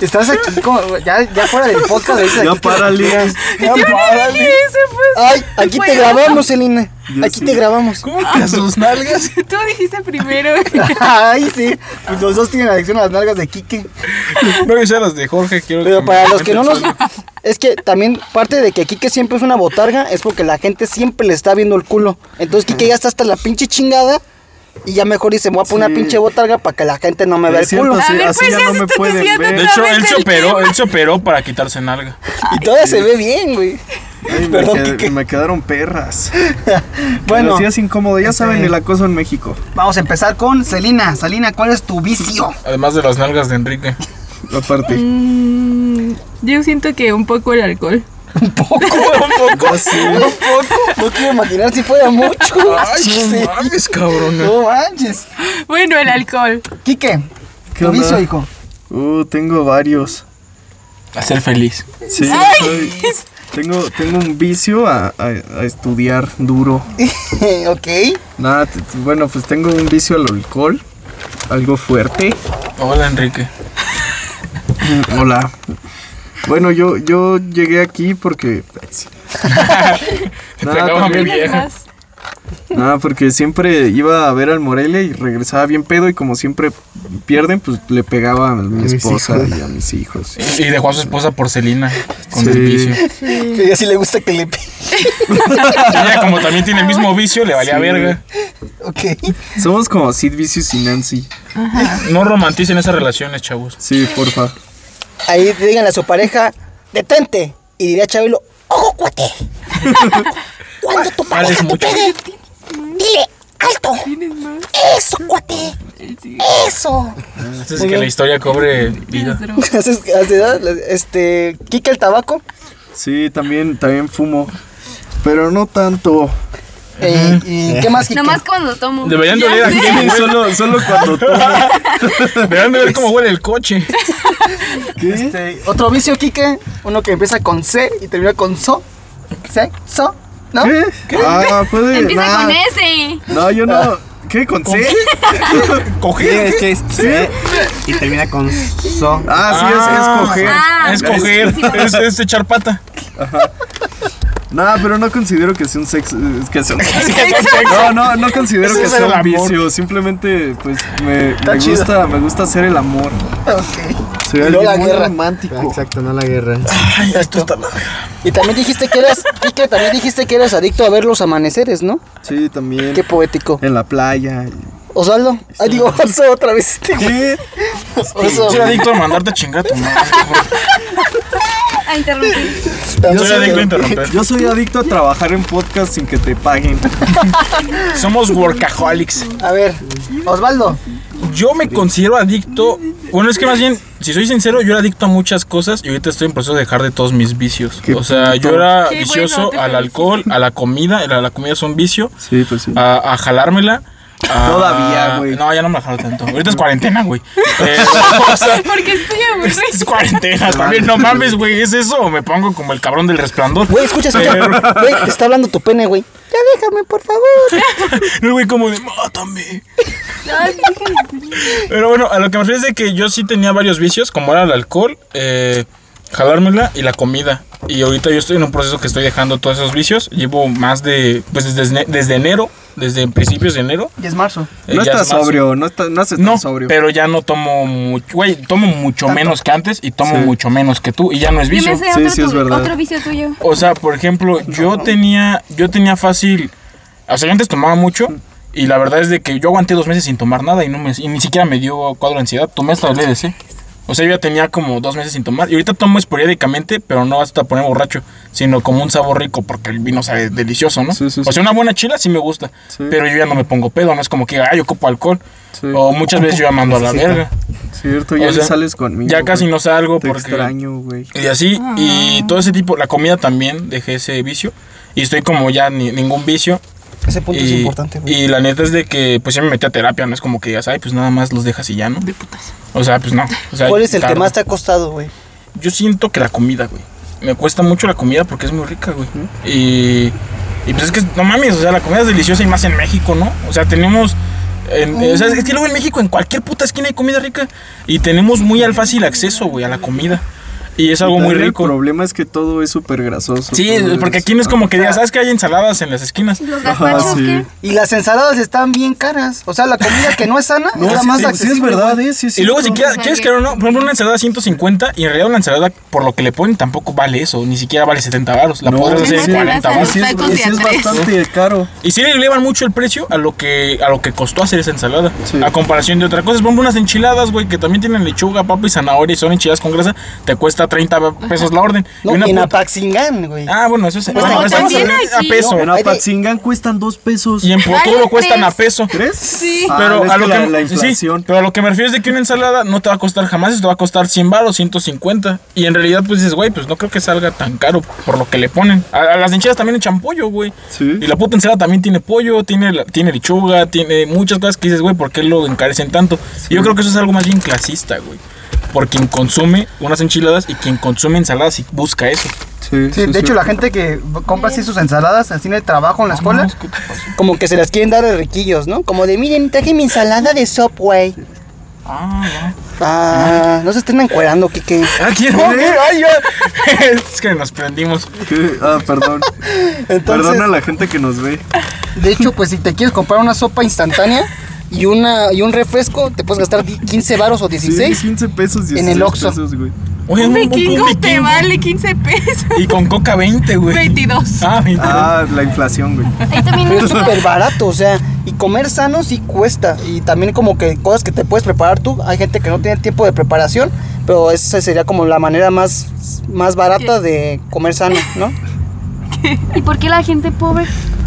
estás aquí como- ya, ya fuera del podcast. le dices Ya aquí que- párale. Ya párale. Ese fue. Ay, aquí te Bueno. grabamos, Celina. Ya Aquí sé. te grabamos. ¿Cómo que a sus nalgas? Tú dijiste primero. Ay, sí. Pues los dos tienen adicción a las nalgas de Quique. No, yo sé las de Jorge, quiero Pero me para los que no cuenten nos. solo. Es que también parte de que Kike siempre es una botarga es porque la gente siempre le está viendo el culo. Entonces Kike ya está hasta la pinche chingada y ya mejor dice: Voy a poner una Sí. pinche botarga para que la gente no me vea el Es cierto, culo. así, A ver, así pues, ya ya no se me está pueden desviando. ver. De hecho, él se operó, él se operó para quitarse nalga. Y todavía se ve bien, güey. Ay, me, Perdón, qued- Quique. me quedaron perras. Bueno, Bueno, así es incómodo. Ya saben el acoso en México. vamos a empezar con Celina. Celina, ¿cuál es tu vicio? Además de las nalgas de Enrique. Aparte. Mm, yo siento que un poco el alcohol. Un poco. No quiero imaginar si fuera mucho. Ay, Sí. no mames, cabrón. No manches. Bueno, el alcohol. Quique, ¿Qué tu onda? vicio, hijo. Uh, tengo varios. A ser feliz. Sí. soy- Tengo, tengo un vicio a, a- a estudiar duro. ok. Nada, t- t- bueno, pues tengo un vicio al alcohol. Algo fuerte. Hola, Enrique. Hola. Bueno, yo, yo llegué aquí porque. Ay, sí. Te Nada, pegaba mi también- vieja. Nada, porque siempre iba a ver al Morelia y regresaba bien pedo y como siempre pierden, pues le pegaba a mi mis esposa hijos. y a mis hijos. Y dejó a su esposa por Selena con Sí. el vicio. Que ella sí le gusta que le pe- Ella, como también tiene el mismo vicio, le valía Sí. verga. Ok. Somos como Sid Vicious y Nancy. No romanticen esas relaciones, chavos. Sí, porfa. Ahí díganle a su pareja, detente. Y diría Chabelo, ojo cuate. Cuando tu pareja Vales te mucho. pegue, dile alto. Eso, cuate. Eso. Antes de que la historia cobre vida. Haces- haces- ¿verdad? este, quica el tabaco. Sí, también, también fumo. Pero no tanto. Eh, ¿Y qué más, Kike? Nomás cuando tomo. Deberían de oler a quién huele. Solo, solo cuando tomo. Deberían de ver cómo huele el coche. Este, Otro vicio, Kike. Uno que empieza con C y termina con So. ¿C? ¿So? ¿No? ¿Qué? Ah, puede. Empieza nah. con E. ese. No, yo no. ¿Qué? ¿Con C? Sí, Coger. es que es ¿Sí? y termina con so. Ah, sí, es, es coger. Ah, Es coger. Es, es echar pata. No, pero no considero que sea un sexo. es Que sea un No, no, no considero Ese que es sea el un amor. vicio. Simplemente, pues, me, me chido. gusta, me gusta hacer el amor. Ok. Soy Y luego alguien la muy guerra. romántico. Exacto, no la guerra. Y también dijiste que eras, Kike, también dijiste que eras adicto a ver los amaneceres, ¿no? Sí, también. Qué poético. En la playa. Osvaldo. Ay, digo, Oso, otra vez. este güey. ¿Qué? Oso. Soy adicto a mandarte a chingar a tu madre. A interrumpir. Yo soy adicto a interrumpir. Yo soy adicto a trabajar en podcast sin que te paguen. Somos workaholics. A ver, Osvaldo. Yo me considero adicto. Bueno, es que más bien, si soy sincero, yo era adicto a muchas cosas y ahorita estoy en proceso de dejar de todos mis vicios. Qué O sea, puto. yo era Qué bueno, vicioso te al felicito. alcohol, a la comida. La, la comida es un vicio. Sí, pues sí. A, a jalármela. a- Todavía, güey. No, ya no me la jalo tanto. Ahorita es cuarentena, güey. Eh, o sea, Porque estoy es, aburrido. es cuarentena también. No mames, güey. ¿Es eso o me pongo como el cabrón del resplandor? Güey, escucha, escucha. Güey, te está hablando tu pene, güey. Ya déjame, por favor. El güey como de, mátame. Pero bueno, a lo que me refiero es de que yo sí tenía varios vicios, como era el alcohol, eh, jalármela y la comida. Y ahorita yo estoy en un proceso que estoy dejando todos esos vicios. Llevo más de, pues desde, desde enero, desde principios de enero. Y es marzo. eh, No ya estás es marzo. sobrio, no, está, no haces tan No, sobrio. pero ya no tomo mucho, güey, tomo mucho menos que antes y tomo mucho menos que tú y ya no es Yo vicio. me sé Sí, otro, sí, es tu- verdad. otro vicio tuyo. O sea, por ejemplo, yo tenía, yo tenía fácil, o sea, yo antes tomaba mucho y la verdad es de que yo aguanté dos meses sin tomar nada y no me, y ni siquiera me dio cuadro de ansiedad. Tomé hasta el EDC. O sea, yo ya tenía como dos meses sin tomar y ahorita tomo esporádicamente, pero no hasta poner borracho, sino como un sabor rico porque el vino sabe delicioso, ¿no? Sí, sí, O sea, una buena chila sí me gusta, Sí. pero yo ya no me pongo pedo, no es como que, ay, ocupo alcohol. Sí. O muchas veces yo ya mando a la verga. Cierto, O ya sea, no sales conmigo. ya casi güey. no salgo Te porque extraño, güey. y así, y Ah. todo ese tipo, la comida también, dejé ese vicio. Y estoy como ya ni, ningún vicio. Ese punto y, es importante, güey. y la neta es de que pues ya me metí a terapia, no es como que digas, ay, pues nada más los dejas y ya, ¿no? O sea, pues no. o sea, ¿Cuál es el que tarda. más te ha costado, güey? Yo siento que la comida, güey. Me cuesta mucho la comida porque es muy rica, güey. Y, y pues es que, no mames, o sea, la comida es deliciosa y más en México, ¿no? O sea, tenemos... en- o sea, es que luego en México, en cualquier puta esquina hay comida rica. Y tenemos muy al fácil acceso, güey, a la comida. Y es algo muy También rico. El problema es que todo es súper grasoso. Sí, todo porque aquí no es como que digas, ¿sabes que hay ensaladas en las esquinas? Los gazpachos, sí. ¿qué? Y las ensaladas están bien caras. O sea, la comida que no es sana No, es la sí, más sí, sí, accesible. es verdad, eh, sí, sí. Y luego si quieres, sea, quieres que- que no, por ejemplo una ensalada 150 y en realidad una ensalada por lo que le ponen tampoco vale eso, ni siquiera vale 70 baros, la No, podrás hacer sí, en 40 sí, baros. sí, es, Tacos de sí, es a tres. bastante caro. Y sí le elevan mucho el precio a lo que a lo que costó hacer esa ensalada. Sí. A comparación de otra cosa. Por ejemplo, unas enchiladas, güey, que también tienen lechuga, papa y zanahoria y son enchiladas con grasa. Te cuesta 30 pesos la orden. Y No, una en puta- Apaxingán, güey. Ah, bueno, eso es... Cuesta- no, estamos también hablando aquí. a peso. En No, hay de- Apatzingán cuestan dos pesos. Y en Poturo Cállate. cuestan a peso. ¿Crees? Sí. Ah, pero es a lo que, la, la sí, inflación. pero a lo que me refiero es de que una ensalada no te va a costar jamás, eso te va a costar 100 baros, 150. Y en realidad pues dices, güey, pues no creo que salga tan caro por lo que le ponen. A, a las enchiladas también echan pollo, güey. Sí. Y la puta ensalada también tiene pollo, tiene, la- tiene lechuga, tiene muchas cosas que dices, güey, ¿por qué lo encarecen tanto? Y Yo creo que eso es algo más bien clasista, güey. Por quien consume unas enchiladas y quien consume ensaladas y busca eso. Sí, Sí, sí, de sí. hecho la gente que compra así sus ensaladas así en el trabajo, en la escuela, Como que se las quieren dar a riquillos, ¿no? Como de, miren, traje mi ensalada de Subway. Ah, Ah, no se estén encuerando, Kike. Ah, ya. Aquí no, ay, ya. es que nos prendimos. ¿Qué? Ah, perdón. Perdona a Entonces, la gente que nos ve. de hecho pues si te quieres comprar una sopa instantánea, y, una, y un refresco, te puedes gastar 15 varos o Sí, 16. 15 pesos. En 16 el Oxxo. pesos, güey. Oye, Un un- un- un vikingo te vikingo. vale 15 pesos. Y con coca 20, güey. 22. Ah, 22. Ah, la inflación, güey. Ahí también Pero es uno- súper barato, o sea, y comer sano sí cuesta. Y también como que cosas que te puedes preparar tú. Hay gente que no tiene tiempo de preparación, pero esa sería como la manera más, más barata de comer sano, ¿no? ¿Y por qué la gente pobre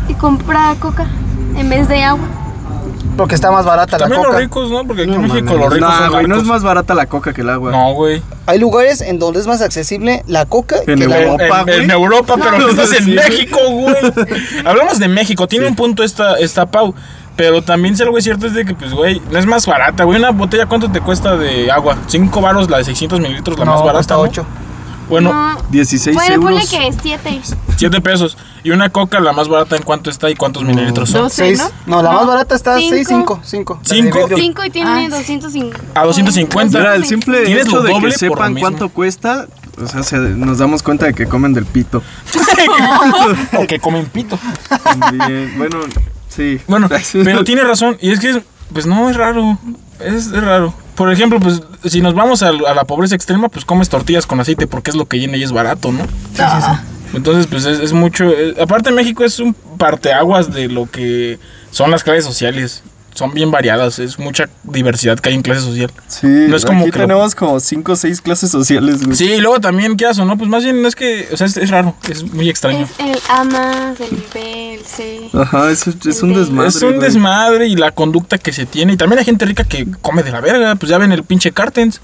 y compra coca en vez de agua? porque está más barata la También coca. los ricos, ¿no? Porque aquí en México los ricos Nah, son güey, no es narcos. más barata la coca que el agua. No, güey. Hay lugares en donde es más accesible la coca que En la Europa. agua. En, en- en güey. Europa, pero No, estás en sí. México, güey. Hablamos de México. Tiene un punto esta, esta Pau. Pero también si algo es cierto es de que, pues, güey, no es más barata, güey. Una botella, ¿cuánto te cuesta de agua? 5 baros, la de 600 mililitros, la más No, barata. cuesta ¿no? ocho. Bueno, no. 16 Bueno, ponle euros. que es siete. 7 pesos. Y una coca, la más barata, ¿en cuánto está y cuántos mililitros son? 12, ¿no? No, la No, más barata está cinco. 6, 5, 5. Cinco. Cinco y Ah, tiene 250. Ah, A 250. Mira, el simple Tienes hecho lo de doble que por lo sepan mismo. cuánto cuesta, o sea, se- nos damos cuenta de que comen del pito. o que comen pito. También, bueno, sí. Bueno, pero tiene razón. Y es que, es- pues no, es raro. Es, es raro. Por ejemplo, pues si nos vamos al- a, la pobreza extrema, pues comes tortillas con aceite porque es lo que llena y es barato, ¿no? Entonces, pues es, es mucho. eh, aparte, México es un parteaguas de lo que son las clases sociales. Son bien variadas, es mucha diversidad que hay en clase social. Sí, no es como aquí que lo- tenemos como 5 o 6 clases sociales, güey. Sí, y luego también, ¿qué haces, no? Pues más bien es que, o sea, es, es raro, es muy extraño. Es el A más, el B, el C. Ajá, es, es un desmadre. Es un güey. desmadre y la conducta que se tiene. Y también hay gente rica que come de la verga, pues ya ven el pinche Cartens.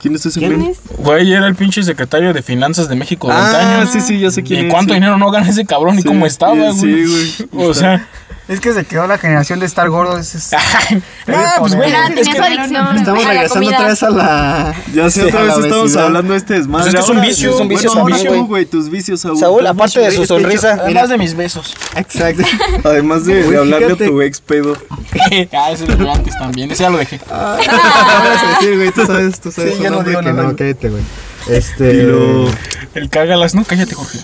¿Quién es ese ¿Quién güey? es? Güey, era el pinche secretario de finanzas de México durante Ah, años. sí, sí, ya sé quién ¿Y es, cuánto sí. dinero no gana ese cabrón y Sí, cómo estaba, güey? sí, sí, güey. O sea, Es que se quedó la generación de estar gordo. Es, es- ah, pues güey, Era, es tenía que, su adicción. Estamos a la regresando comida. otra vez a la. Ya sé, Sí, otra a vez la estamos obesidad. hablando de este desmadre. Pues es que es un Ahora, vicio, Es un güey, vicio, es un bueno, vicio. tú, güey, tus vicios, Saúl. Saúl, aparte de Es su que sonrisa, yo- mira, de mis besos. Exacto. Además de, de Güey, hablarle a fíjate. tu ex pedo. ah, ese lo veo antes también. Ese ya lo dejé. No vas a decir, güey, tú sabes, tú sabes. Sí, un ya no hombre digo que nada. no, cállate, güey. Este. Dilo. El cágalas, no, cállate, Jorge.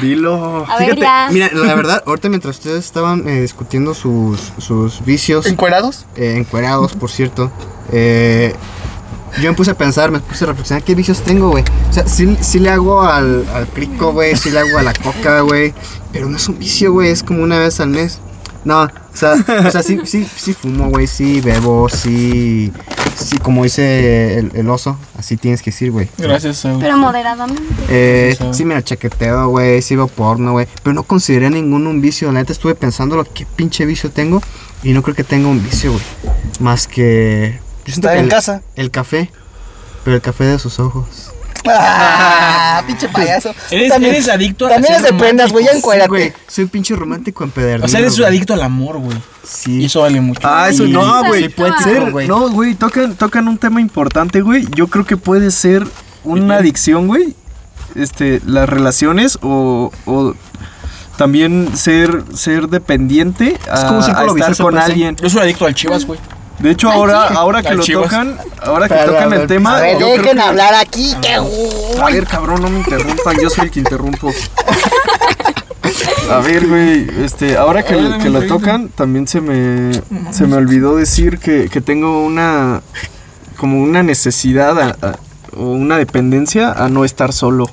Dilo. A ver, ya. Mira, la verdad, ahorita mientras ustedes estaban eh, discutiendo sus, sus vicios, ¿Encuerados? eh, encuerados, por cierto, eh, yo me puse a pensar, me puse a reflexionar qué vicios tengo, güey. O sea, sí, sí le hago al, al crico, güey, sí le hago a la coca, güey, pero no es un vicio, güey, es como una vez al mes. No, o sea, o sea sí, sí, sí fumo, güey, sí bebo, sí, sí, como dice el, el oso, así tienes que decir, güey. Gracias, Saúl. Pero moderadamente. Eh, Sí, sí. sí, mira, chaqueteo, güey, sí veo porno, güey. Pero no consideré ninguno un vicio. La neta estuve pensándolo, qué pinche vicio tengo. Y no creo que tenga un vicio, güey. Más que... Yo siento Estar que en el- casa. El café. Pero el café de sus ojos. Ah, pinche payaso. Eres- eres adicto a También ser es de prendas, güey, ya Sí, encuérate. güey, soy un pinche romántico empedernido. O sea, eres güey. adicto al amor, güey. Sí. Y eso vale mucho. Ah, eso Y- no, Sí, güey. sí, puede ser- ser, güey. No, güey, tocan, tocan un tema importante, güey. Yo creo que puede ser una adicción, güey. Este, las relaciones o, o también ser, ser dependiente a, como un a círculo estar vicioso, con pues, sí. alguien. Yo soy adicto al chivas, güey. De hecho, ahora, ahora que Al lo Chivas. tocan, ahora que Pero, tocan a el ver, tema. A ver, yo creo dejen que- hablar aquí, qué güey. A ver, cabrón, no me interrumpan, yo soy el que interrumpo. A ver, güey, este, ahora que, Órale, que lo mi tocan, también se me, se me olvidó decir que, que tengo una, como una necesidad a- a- o una dependencia a no estar solo.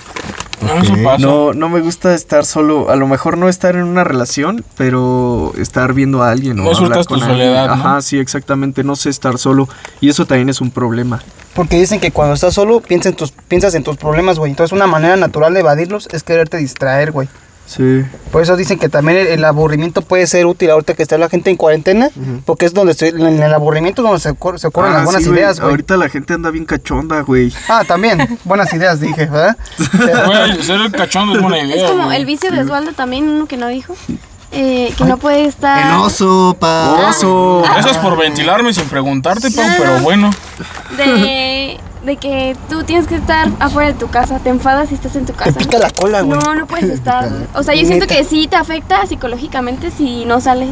No, eso pasa. No, no me gusta estar solo, a lo mejor no estar en una relación, pero estar viendo a alguien o No hablar surtas con tu alguien. soledad, ¿no? Ajá, sí, exactamente, no sé estar solo y eso también es un problema. Porque dicen que cuando estás solo piensa en tus, piensas en tus problemas, güey. Entonces una manera natural de evadirlos es quererte distraer, güey. Sí. Por eso dicen que también el, el aburrimiento puede ser útil ahorita que está la gente en cuarentena, porque es donde estoy, en el aburrimiento es donde se, ocur- se ocurren Ah, las buenas sí, güey, ideas, güey. Ahorita la gente anda bien cachonda, güey. Ah, también, buenas ideas dije, ¿verdad? Güey, ser el cachondo es buena idea. Es como güey. el vicio de Osvaldo también, uno que no dijo. eh, que no puede estar. Ah. El oso, pa. Oso. Eso Ah. es por ventilarme sin preguntarte, Pau, pero bueno. De, de que tú tienes que estar afuera de tu casa, te enfadas si estás en tu casa. Te pica la cola, güey. No, no puedes estar. O sea, yo siento que sí te afecta psicológicamente si no sales.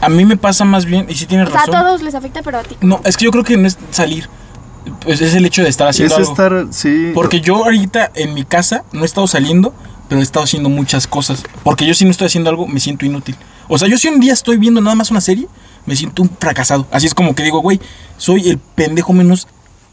A mí me pasa más bien, y sí tienes O sea, a razón. todos les afecta, pero a ti. No, es que yo creo que no es salir. Pues es el hecho de estar haciendo Es algo. estar, sí. Porque yo ahorita en mi casa no he estado saliendo, pero he estado haciendo muchas cosas. Porque yo si no estoy haciendo algo, me siento inútil. O sea, yo si un día estoy viendo nada más una serie, me siento un fracasado. Así es como que digo, güey, soy el pendejo menos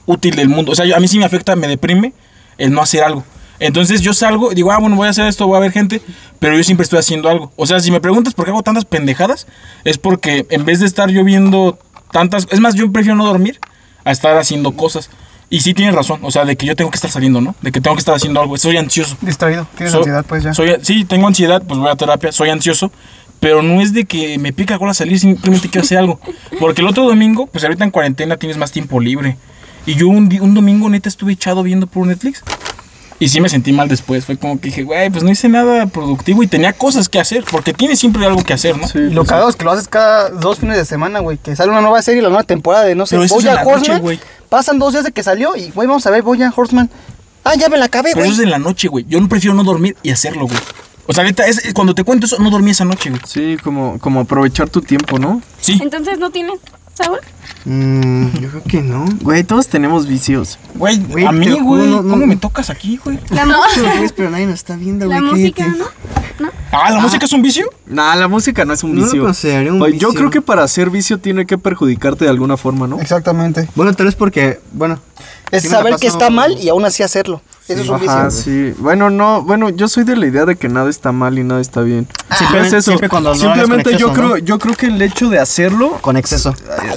útil del mundo. O sea, yo- a mí sí me afecta, me deprime el no hacer algo. Entonces yo salgo y digo, ah, bueno, voy a hacer esto, voy a ver gente, pero yo siempre estoy haciendo algo. O sea, si me preguntas por qué hago tantas pendejadas, es porque en vez de estar yo viendo tantas... Es más, yo prefiero no dormir a estar haciendo cosas. Y sí tienes razón, o sea, de que yo tengo que estar saliendo, ¿no? De que tengo que estar haciendo algo. Soy ansioso. Distraído. Tienes So- ansiedad, pues ya. soy- sí, tengo ansiedad, pues voy a terapia, soy ansioso. Pero no es de que me pica cola salir, simplemente quiero hacer algo. Porque el otro domingo, pues ahorita en cuarentena tienes más tiempo libre. Y yo un, di- un domingo neta estuve echado viendo por Netflix. Y sí me sentí mal después. Fue como que dije, güey, pues no hice nada productivo y tenía cosas que hacer. Porque tienes siempre algo que hacer, ¿no? Sí, Y lo sí. cagado es que lo haces cada dos fines de semana, güey. Que sale una nueva serie, la nueva temporada de, no sé, Pero eso es en Boya la noche, Horseman. güey. Pasan dos días de que salió y, güey, vamos a ver Boya Horseman. Ah, ya me la acabé, Pero güey. eso es en la noche, güey. Yo no prefiero no dormir y hacerlo, güey. O sea, neta, es, cuando te cuento eso, no dormí esa noche, güey. Sí, como, como aprovechar tu tiempo, ¿no? Sí. Entonces no tienes sabor. Mm, yo creo que no. Güey, todos tenemos vicios. Güey, Güey, a te mí, lo juro, güey. no- no- ¿Cómo me tocas aquí, güey? La, mu- Güey, Pero nadie nos está viendo, la güey. música, cállate. ¿no? Ah, ¿la música es un vicio? Nah, la música no es un No lo vicio. consideraría un Oye, Yo vicio. creo que para ser vicio tiene que perjudicarte de alguna forma, ¿no? Exactamente. Bueno, tal vez porque, bueno. Es sí me la saber que paso- está mal y aún así hacerlo. Eso es un vicio. Ajá, güey. sí. Bueno, no, bueno, yo soy de la idea de que nada está mal y nada está bien. Ah, Siempre- No es eso. siempre cuando lo hagas con Simplemente yo exceso, creo, ¿no? yo creo que el hecho de hacerlo, Con exceso.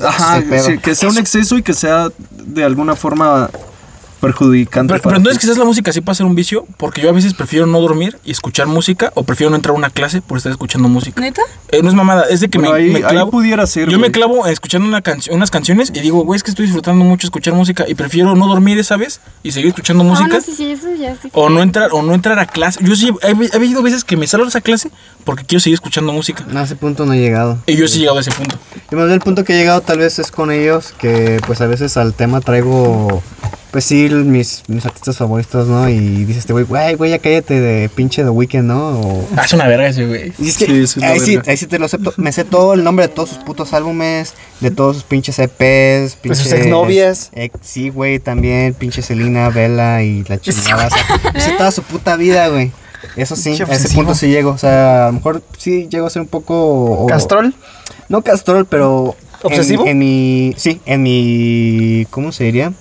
ajá, ese pedo. sí, que sea un exceso y que sea de alguna forma perjudicante. Pero, para pero entonces ti. quizás la música sí puede ser un vicio, porque yo a veces prefiero no dormir y escuchar música, o prefiero no entrar a una clase por estar escuchando música. ¿Neta? Eh, no es mamada, es de que Bueno, me, ahí- me ahí clavo. pudiera ser, Yo me güey. clavo escuchando una cancio- unas canciones y digo, güey, es que estoy disfrutando mucho escuchar música y prefiero no dormir esa vez y seguir escuchando Ah, música. no, sí, sí, eso ya sí. O no entrar, o no entrar a clase. Yo sí, he, he habido veces que me salgo de esa clase porque quiero seguir escuchando música. No, a ese punto no he llegado. Y yo sí he llegado a ese punto. Y más bien el punto que he llegado tal vez es con ellos que pues a veces al tema traigo Pues sí, l- mis, mis artistas favoritos, ¿no? Y dices este güey, güey, güey, ya cállate de pinche The Weeknd, ¿no? O- Hace Ah, una verga ese, güey. Y es que Sí, sí, es la ahí, sí, verga. ahí sí te lo acepto. Me sé todo el nombre de todos sus putos álbumes, de todos sus pinches EPs, pinches. sus exnovias. ex- sí, güey, también, pinche Selena, Vela y la chingada. o sea, me sé toda su puta vida, güey. Eso sí, Pinche a ese obsesivo. punto sí llego. O sea, a lo mejor sí llego a ser un poco. o- Castrol. No castrol, pero. en- ¿Obsesivo? En, mi. Sí, en mi. ¿Cómo se diría?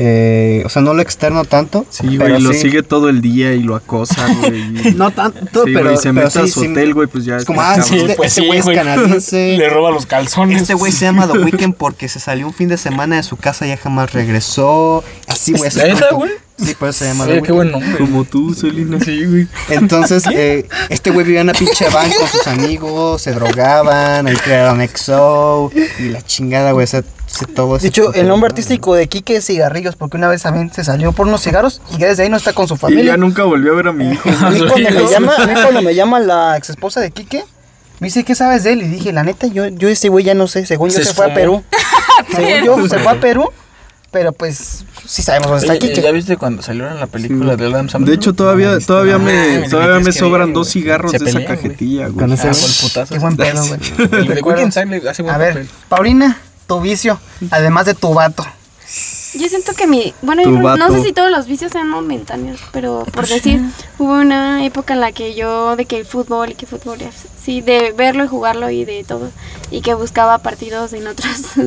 Eh, o sea, no lo externo tanto. Sí, pero güey, lo sí. sigue todo el día y lo acosa, güey. y- No tanto, Sí, pero. güey, se pero mete a sí, su sí- hotel, güey, pues ya Es está como, ah, cabrón. sí, este- este güey es canadiense. Le roba los calzones. Este güey se llama The Weeknd porque se salió un fin de semana de su casa y ya jamás regresó. Así, güey. así ¿Neta, tanto. güey? Sí, por eso se llama Oye, The qué Weeknd. buen nombre. Como tú, Selena. Sí, güey. Entonces, eh, este güey vivía en una pinche van con sus amigos, se drogaban, ahí crearon EXO y la chingada, güey. O sea, se- todo ese De hecho, puto- el nombre artístico de Quique es Cigarrillos, porque una vez también se salió por unos cigarros y ya desde ahí no está con su Y familia. ya nunca volvió a ver a mi hijo. A mí, Sí, cuando me ¿no? llama, a mí cuando me llama la ex esposa de Quique, me dice, ¿qué sabes de él? Y dije, la neta, yo, yo ese güey ya no sé. Según yo, Se se, fue a esfumó. Perú. Según yo, se fue a Perú. Pero pues, sí sabemos dónde está Oye, ¿Ya Quique. viste cuando salió en la película de Adam Sandler? De hecho, todavía, todavía Ah, me, güey, todavía es me que, sobran güey, dos cigarros se de esa pelean, güey. cajetilla, güey. Cuando Ah, se fue el putazo. Qué buen pedo, güey. El de Recuerdo. Weekend Sale hace buen A ver, papel. Paulina, tu vicio, además de tu vato. Yo siento que mi. Bueno, Tu yo creo- no vato. sé si todos los vicios sean momentáneos, pero por decir, hubo una época en la que yo, de que el fútbol y que fútbol, y sí, de verlo y jugarlo y de todo, y que buscaba partidos en otros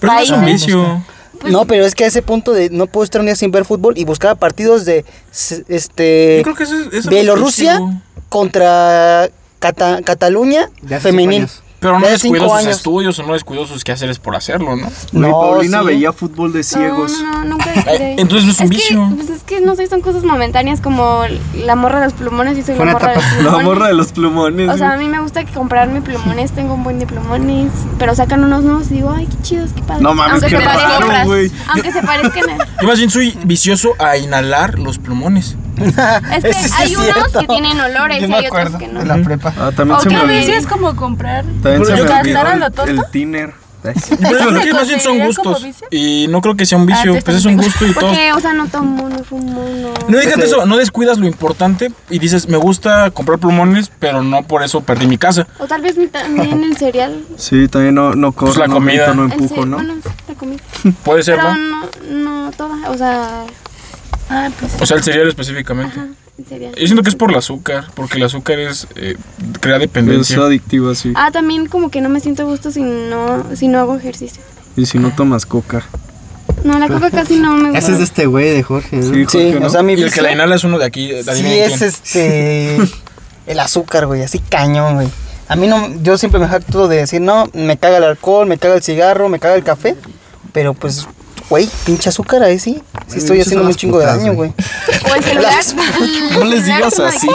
Pero no es un países. vicio. Pues- no, pero es que a ese punto de no puedo estar un día sin ver fútbol y buscaba partidos de s- este Yo creo que eso es. eso no es Bielorrusia vicio. contra Cata- Cataluña De hace femenil. cinco Pero no De descuidó cinco sus años. estudios, no descuidó sus quehaceres por hacerlo, ¿no? Güey, No, Paulina sí. veía fútbol de ciegos. No, no, no, nunca Eh, entonces no es un que- vicio. pues es que no sé, son cosas momentáneas como la morra de los plumones. Yo soy Fue una la morra de los etapa. La plumones. morra de los plumones. O sea, a güey. mí me gusta que comprarme plumones, tengo un buen de plumones, pero sacan unos nuevos y digo, ay, qué chidos, qué padre. No mames, aunque qué se parezcan- raro, güey. Aunque se parezcan a- Yo más bien soy vicioso a inhalar los plumones. Es que Ese sí hay es unos cierto. que tienen olores Yo y me hay acuerdo otros que no. de la prepa. Ah, también ¿O se qué me me Sí, olvidó. dices? es como comprar. También se Pero me yo- olvidó ¿Gastar a lo el, tonto? el tiner. Pero lo se que más bien son considera gustos. como vicio? Y no creo que sea un vicio, entonces pues es un también. gusto y todo. Porque, o sea, no tomo, no fumo, no. No déjate eso, no descuidas lo importante y dices, me gusta comprar plumones, pero no por eso perdí mi casa. O tal vez también el cereal. Sí, también no, no corro, la no comida. grito, no El empujo, cere- ¿no? Bueno, sí, la comida. Puede ser, Pero ¿no? no, no toda, o sea, Ah, pues O sea, el cereal específicamente. el cereal. Yo siento que es por el azúcar, porque el azúcar es eh, crea Es dependencia. adictivo así. Ah, también como que no me siento a gusto si no, si no hago ejercicio. Y si no tomas coca. No, la coca casi no me gusta. Ese es de este güey, de Jorge, ¿no? Sí, Sí, Jorge, ¿no? o sea, mi Y el que vicio la inhala es uno de aquí. de sí adivinen es quién. este el azúcar, güey, así cañón, güey. A mí no yo siempre me jacto de decir, "No, me caga el alcohol, me caga el cigarro, me caga el café", pero pues güey, pinche azúcar ahí sí. Sí estoy esas son haciendo un las chingo de putas, daño, güey. güey. O el celular. No les digas así.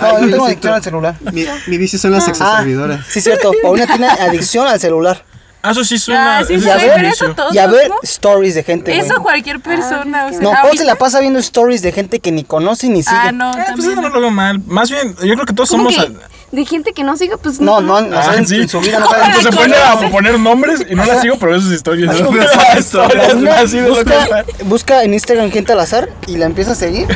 No, yo tengo adicción al celular. Mi, mi vicio son las ah. exservidoras. Sí, cierto. Paulina tiene adicción al celular. Ah, eso sí suena. Ah, sí, eso sí, es pero un eso vicio. Eh, todo- Y a ver ¿no? stories de gente, güey. Eso cualquier persona. o sea, Ah, No, Paul ahorita- se la pasa viendo stories de gente que ni conoce ni sigue. Ah, no, Ah, pues también. eso no lo veo mal. Más bien, yo creo que todos ¿Cómo somos. que a- de gente que no siga, pues No, no, no, Ah, saben, sí. en su vida no saben. Entonces se pone a proponer nombres y no las sigo, pero esas historias. Ay, como- Esas historias, Paulina así de lo que busca, está. busca en Instagram gente al azar y la empieza a seguir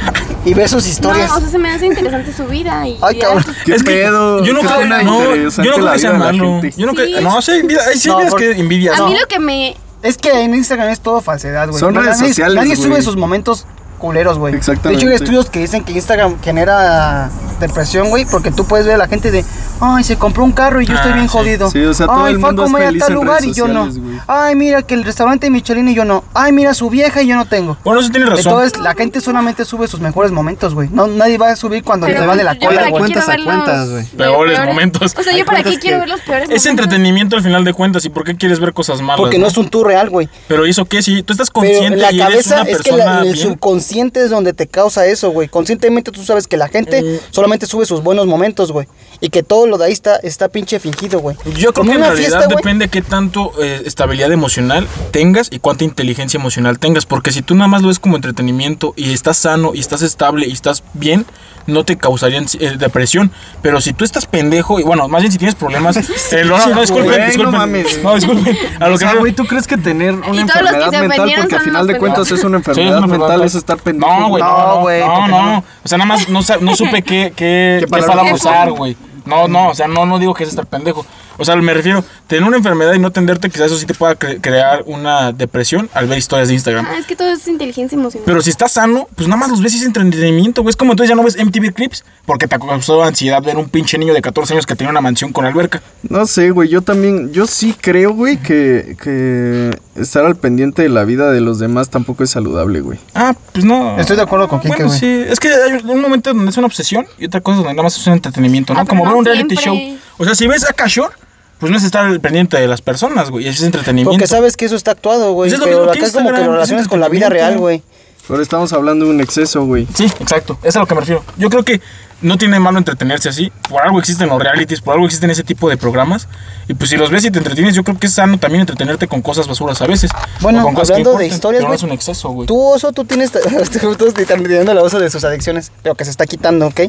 y ve sus No, historias. o sea, se me hace interesante su vida y, pues, Ay, y- cabrón. ¿Qué Es que pedo? Yo no ¿Qué creo, tan no, interesante yo no creo la que sea vida de la malo. gente? Yo no creo Sí. no, sí, hay vidas- hay sí hay No, vidas porque- que envidias. A mí No. lo que me Es que en Instagram es todo falsedad, güey. Son No, redes nadie- sociales, Nadie güey. sube sus momentos culeros, güey. Exactamente. De hecho, hay estudios que dicen que Instagram genera depresión, güey, porque tú puedes ver a la gente de, ay, se compró un carro y yo estoy Ah, bien sí. jodido. Sí, o sea, todo ay, el fue mundo a es comer a feliz tal en lugar redes y yo no. sociales, güey. Ay, mira que el restaurante Michelin y yo no. Ay, mira su vieja y yo no tengo. Bueno, eso tiene razón. Entonces, la gente solamente sube sus mejores momentos, güey. No, nadie va a subir cuando pero te va de la yo para cola, qué güey. Cuentas quiero a ver cuentas, los- güey. los Peores momentos. O sea, yo Hay para qué cuentas quiero que- ver los peores es momentos. entretenimiento al final de cuentas. ¿Y por qué quieres ver cosas malas? Porque no es un tour real, güey. Pero ¿y eso qué? Si tú estás Pero consciente en la y eres cabeza una es que la- persona el bien. subconsciente es donde te causa eso, güey. Conscientemente tú sabes que la gente solamente sube sus buenos momentos, güey. Y que todo lo de ahí está, está pinche fingido, güey. Pues Yo creo En que en una realidad fiesta, güey, depende qué tanto eh, estabilidad emocional tengas y cuánta inteligencia emocional tengas. Porque si tú nada más lo ves como entretenimiento y estás sano y estás estable y estás bien, no te causarían eh, depresión. Pero si tú estás pendejo, y bueno, más bien si tienes problemas. eh, no, no, no, disculpen, Güey, no disculpen. mames. No, disculpen. A lo O que sea, no- güey, ¿tú crees que tener todos una los que enfermedad se mental, ofendieron porque al son final los de cuentas es una Sí, enfermedad mental, es estar pendejo. No, güey, No, no, güey, no, no, ¿por qué no. no? O sea, nada más no, sa- no supe qué, qué, qué palabra palabra usar? usar, güey. No, no, o sea, no, no digo que es estar pendejo. O sea, me refiero, tener una enfermedad y no atenderte, quizás eso sí te pueda cre- crear una depresión al ver historias de Instagram. Ah, es que todo es inteligencia emocional. Pero si estás sano, pues nada más los ves y es entretenimiento, güey. Es como entonces ya no ves MTV Clips porque te causó ansiedad ver un pinche niño de 14 años que tenía una mansión con alberca. No sé, güey, yo también, yo sí creo, güey, que, que estar al pendiente de la vida de los demás tampoco es saludable, güey. Ah, pues no. Estoy de acuerdo con Kike, Bueno, güey. sí. Es que hay un momento donde es una obsesión y otra cosa donde nada más es un entretenimiento, ¿no? Ah, pero Como no ver un reality siempre. show. O sea, si ves a Cashore, pues no es estar al pendiente de las personas, güey. Es entretenimiento. Porque sabes que eso está actuado, güey. Pues es lo pero mismo que acá es como que Instagram, lo relacionas con la vida real, güey. Pero estamos hablando de un exceso, güey. Sí, exacto. Es a lo que me refiero. Yo creo que no tiene malo entretenerse así. Por algo existen los realities, por algo existen ese tipo de programas. Y pues si los ves y te entretienes, yo creo que es sano también entretenerte con cosas basuras a veces. Bueno, O con cosas que hablando de importan, historias, pero no güey. es un exceso, güey. Tú, oso, tú tienes. Todos están midiendo la osa de sus adicciones, pero que se está quitando, ¿ok?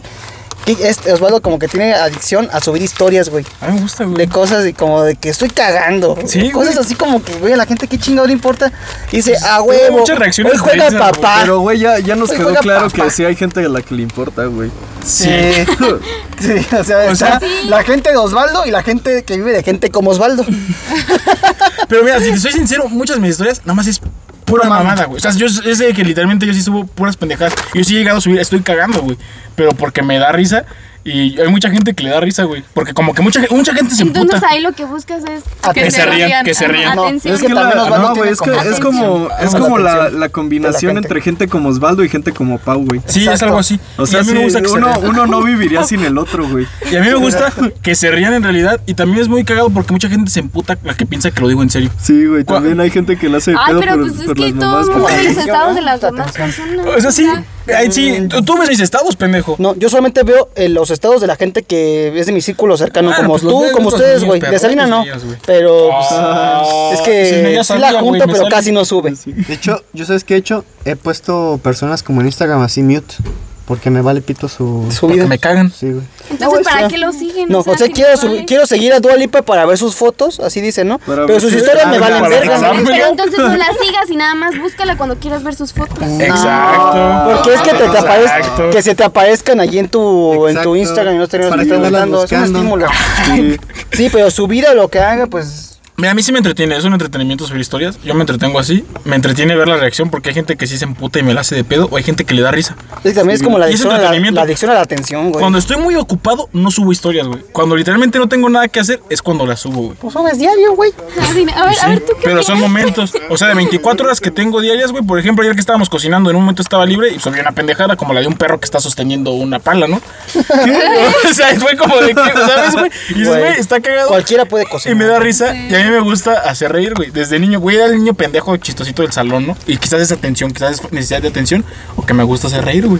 Y este Osvaldo como que tiene adicción a subir historias, güey. A mí me gusta, güey. De cosas y como de que estoy cagando. Sí, Cosas güey. así como que, güey, a la gente qué chingado le importa. Dice, ah, Tengo huevo. muchas reacciones Hoy juega de esas, papá. Pero, güey, ya, ya nos Oye, quedó juega claro papá. que sí hay gente a la que le importa, güey. eh, Sí. Sí, o sea, está la gente de Osvaldo y la gente que vive de gente como Osvaldo. Pero mira, si te soy sincero, muchas de mis historias nada más es pura mamada, güey. O sea, yo es de que literalmente yo sí subo puras pendejadas. Yo sí he llegado a subir, estoy cagando, güey. Pero porque me da risa. Y hay mucha gente que le da risa, güey. Porque como que mucha, mucha gente se emputa. Entonces ahí lo que buscas es Que se rían, que se Ajá, rían. No, atención. es que también la- Osvaldo no, güey, tiene es, que, como es como, atención. es Ah, como la la, atención la combinación gente. entre gente como Osvaldo y gente como Pau, güey. Sí, es Exacto. algo así. O sea, y a mí sí, me gusta que se uno, rían. uno no viviría sin el otro, güey. Y a mí me gusta que se rían en realidad. Y también es muy cagado porque mucha gente se emputa la que piensa que lo digo en serio. Sí, güey, ¿Cuál? también hay gente que la hace de Ay, pedo pero por, pues es por que las todo mamás. el que mundo tiene. Ay, los sí, estados de ¿verdad? las demás personas. O sea, sí. o sea, Ay, sí. Tú, tú ves mis estados, pendejo. No, yo solamente veo eh, los estados de la gente que es de mi círculo cercano, Ah, como pues los tú, veo, como los ustedes, míos, güey. pero De Salina otros no, míos, pues, güey. pero pues, Ah, es que sí, no, ya sí sabía, la güey, junto, me pero sale. casi no sube. De hecho, yo sabes que he hecho, he puesto personas como en Instagram así mute, porque me vale pito su... Su Porque vida. me cagan. Sí, güey. Entonces, No, ¿para o sea, qué lo siguen? No, sea, o sea, que quiero, les sub- vale. quiero seguir a Dua Lipa para ver sus fotos, así dice, ¿no? Para pero ver sus si- historias me Ah, valen para verga. fixarme. güey. Pero entonces no la sigas y nada más búscala cuando quieras ver sus fotos. Exacto. Porque es que te, te aparez- Exacto. que se te aparezcan allí en tu en tu Exacto. Instagram y no tenemos Para que que estar andarlas buscando, es un buscando. estímulo. Sí, pero su vida lo que haga, pues Mira, a mí sí me entretiene, es un entretenimiento sobre historias. Yo me entretengo así. Me entretiene ver la reacción porque hay gente que sí se emputa y me la hace de pedo o hay gente que le da risa. es que también es como la Y es adicción, a la, entretenimiento. la adicción a la atención, güey. Cuando estoy muy ocupado, no subo historias, güey. Cuando literalmente no tengo nada que hacer, es cuando las subo, güey. Pues subes diario, güey. Ah, dime, A ver, a ver, tú qué Pero son opinas? momentos. O sea, de 24 horas que tengo diarias, güey. Por ejemplo, ayer que estábamos cocinando, en un momento estaba libre y subí una pendejada como la de un perro que está sosteniendo una pala, ¿no? o sea, fue como de que, ¿sabes, güey? Y dices, Güey, güey, está cagado. Cualquiera puede Y cocinar. me da risa y a mí me gusta hacer reír, güey. Desde niño, güey, era el niño pendejo chistosito del salón, ¿no? Y quizás es atención, quizás es necesidad de atención o que me gusta hacer reír, güey.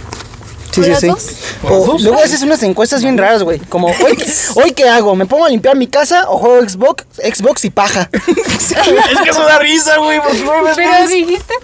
Sí, sí, ¿Las sí. dos? O- ¿Las dos? luego haces unas encuestas bien raras, güey. Como, ¿hoy, qué- ¿hoy qué hago? ¿Me pongo a limpiar mi casa o juego Xbox, Xbox y paja? es que eso da risa, güey. porque, güey, ves- Pero dijiste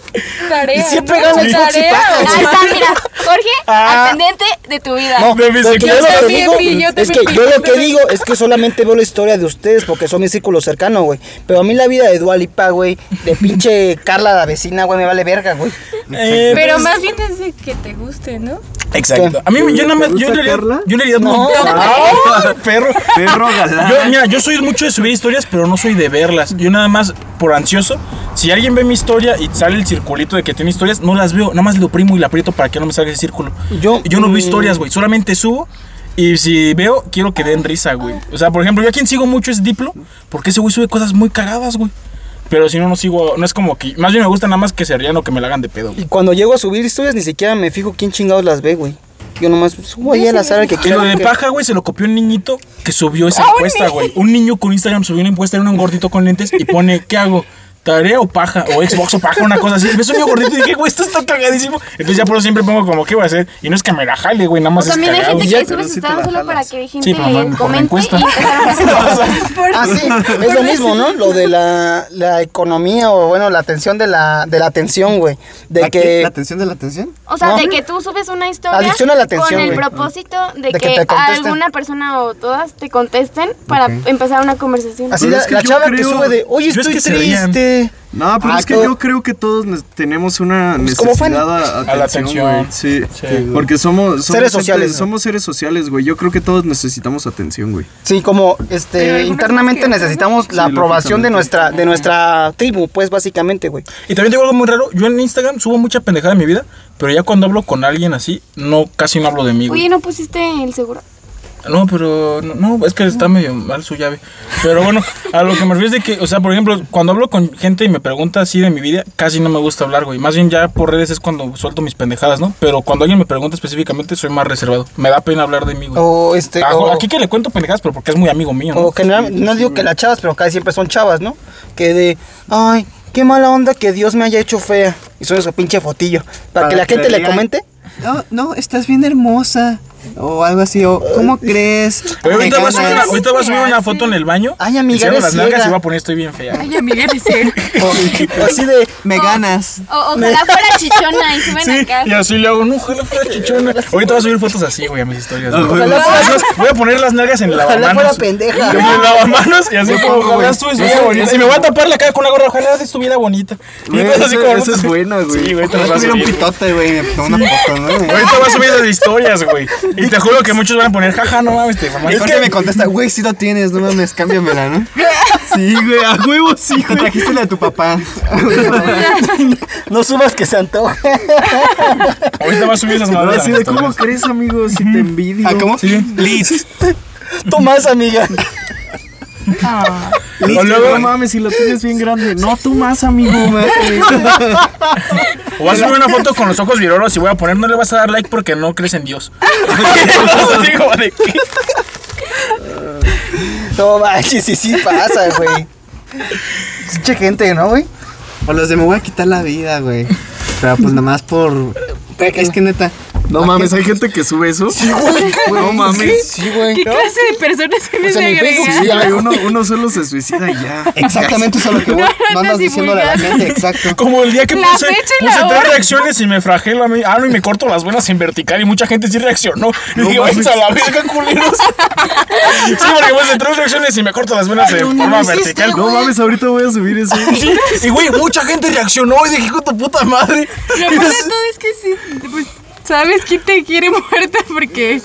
tarea. Siempre ¿no? gana el tarea. Ahí está, mira. Jorge, Ah, al pendiente de tu vida. No, De mis porque yo lo que encuestas. digo Yo también vi, yo es también que vi. yo lo que digo es que solamente veo la historia de ustedes porque son mi círculo cercano, güey. Pero a mí la vida de Dualipa, güey, de pinche Carla la vecina, güey, me vale verga, güey. Eh, Pero más bien es de que te guste, ¿no? Exacto. A mí, yo nada más. ¿Te Yo en gusta realidad. Carla? Yo en realidad no. Ah, perro. Perro galán. Yo, mira, yo soy mucho de subir historias, pero no soy de verlas. Yo nada más, por ansioso, si alguien ve mi historia y sale el circulito de que tiene historias, no las veo. Nada más le oprimo y la aprieto para que no me salga ese círculo. Yo- yo no veo historias, güey. Solamente subo. Y si veo, quiero que den risa, güey. O sea, por ejemplo, yo a quien sigo mucho es Diplo, porque ese güey sube cosas muy cagadas, güey. Pero si no, no sigo, no es como que... Más bien me gusta nada más que se rían o que me la hagan de pedo. güey. Y cuando llego a subir historias ni siquiera me fijo quién chingados las ve, güey. Yo nomás subo ahí al azar al que Que quiero. lo de que- paja, güey, se lo copió un niñito Ah, que subió esa encuesta, güey. Un niño con Instagram subió una encuesta, era un gordito con lentes y pone, ¿qué hago? tarea o paja, o Xbox o paja, una cosa así. Y ves un niño gordito y dije, güey, esto está tragadísimo. Entonces ya por eso siempre pongo como, ¿qué voy a hacer? Y no es que me la jale, güey, nada O más pues es también hay cagado. gente Ya, que sube pero sus sí te estados la solo jalas. para que gente Sí, pero no, por la comente y encuesta. empezar a hacer Por- Ah, por sí, decir- es lo mismo, ¿no? Lo de la, la economía o bueno, la atención de la, de la atención, güey. De ¿La que... qué? ¿La atención de la atención? O sea, No. de que tú subes una historia Adicción a la atención, con el güey. propósito de, De que que, te contesten. alguna persona o todas te contesten para Ok. empezar una conversación. Así Pero la, es que la yo chava que creo- sube de, oye, yo es estoy que se veían. triste. No, pero Ah, es que todo- yo creo que todos ne- tenemos una Pues, como fan. necesidad a, A la atención. güey. Sí, Sí. porque somos, somos Seres gente- sociales, ¿no? Somos seres sociales, güey. Yo creo que todos necesitamos atención, güey. Sí, como Pero este algunas internamente más que otras, ¿no? necesitamos la Sí, aprobación de lógicamente. nuestra de nuestra tribu, pues básicamente, güey. Y también digo algo muy raro, yo en Instagram subo mucha pendejada de mi vida, pero ya cuando hablo con alguien así, no, casi no hablo de mí, güey. Oye, ¿no pusiste el seguro? No, pero no, no, es que está medio mal su llave. Pero bueno, a lo que me refiero es de que, o sea, por ejemplo, cuando hablo con gente y me pregunta así de mi vida, casi no me gusta hablar, güey. Más bien ya por redes es cuando suelto mis pendejadas, ¿no? Pero cuando alguien me pregunta específicamente, soy más reservado. Me da pena hablar de mí, güey. O este Ajo, o, Ah, Aquí que le cuento pendejadas, pero porque es muy amigo mío, ¿no? o general- no digo que las chavas, pero casi siempre son chavas, ¿no? Que de, ay, qué mala onda que Dios me haya hecho fea. Y son su pinche fotillo para, Para que la que gente le digan- comente. No, no, estás bien hermosa. O algo así, o ¿cómo crees? Oye, ahorita Me vas a subir una, ganas. ahorita voy a subir una foto en el baño. Ay, amiga, me cierro eres las nalgas ciega. y voy a poner estoy bien fea. Ay, amiga, dice. O así de Me ganas. O, ojalá fuera chichona y suben Sí, acá. y así le hago, no, ojalá fuera chichona. Ahorita voy a subir fotos así, güey, a mis historias. güey. ojalá fuera- Voy a poner las nalgas en la ojalá fuera pendeja. Yo me lavo manos y así como ojalá estuviese bien bonita. Y me voy a tapar la cara con una gorra, ojalá estuviera bonita. Y Güey, todo así eso- como- eso es bueno, güey. Sí, güey, te vas Ojalá a tuviera un subir. pitote, güey, me tomó una foto, ¿no? Ahorita vas a subir las historias, güey. Y te juro que muchos van a poner, jaja, no mames, te mamá. Es que me contesta, güey, si lo tienes, no mames, cámbiamela, ¿no? Sí, güey, a huevo sí, Te trajiste la de tu papá. No subas que se antoje. Ahorita vas a subir esas Ahora mamadas. sí, de cómo crees, amigo, si te envidio. Ah, ¿Cómo? Leads. Tú más, amiga. O luego- no mames, si lo tienes bien grande. No, tú más, amigo. O vas a subir una foto con los ojos virolos y voy a poner, no le vas a dar like porque no crees en Dios. Entonces digo, ¿de qué? No manches, sí, sí pasa, güey. Pinche gente, ¿no, güey? O los de me voy a quitar la vida, güey. Pero pues nada más por. Es que neta. No mames, hay gente que sube eso. No mames. Sí, güey. ¿Qué clase de personas se me O sea, se mi Facebook agregan? Sí, güey, uno, uno solo se suicida y ya. Exactamente eso es a lo que voy. No andas andas diciéndole a la divulgando. gente, exacto. Como el día que La puse, fecha y la puse tres hora. reacciones y me fragelo a mí. Ah, no, y me corto las venas en vertical y mucha gente sí reaccionó. Y dije, mames. vayas a la verga, culeros. sí, porque puse tres reacciones y me corto las venas en forma este, vertical. No mames, ahorita voy a subir eso. Sí, y güey, mucha gente reaccionó y dije, hijo de tu puta madre. Lo peor de todo es que sí, pues, sabes quién te quiere muerta porque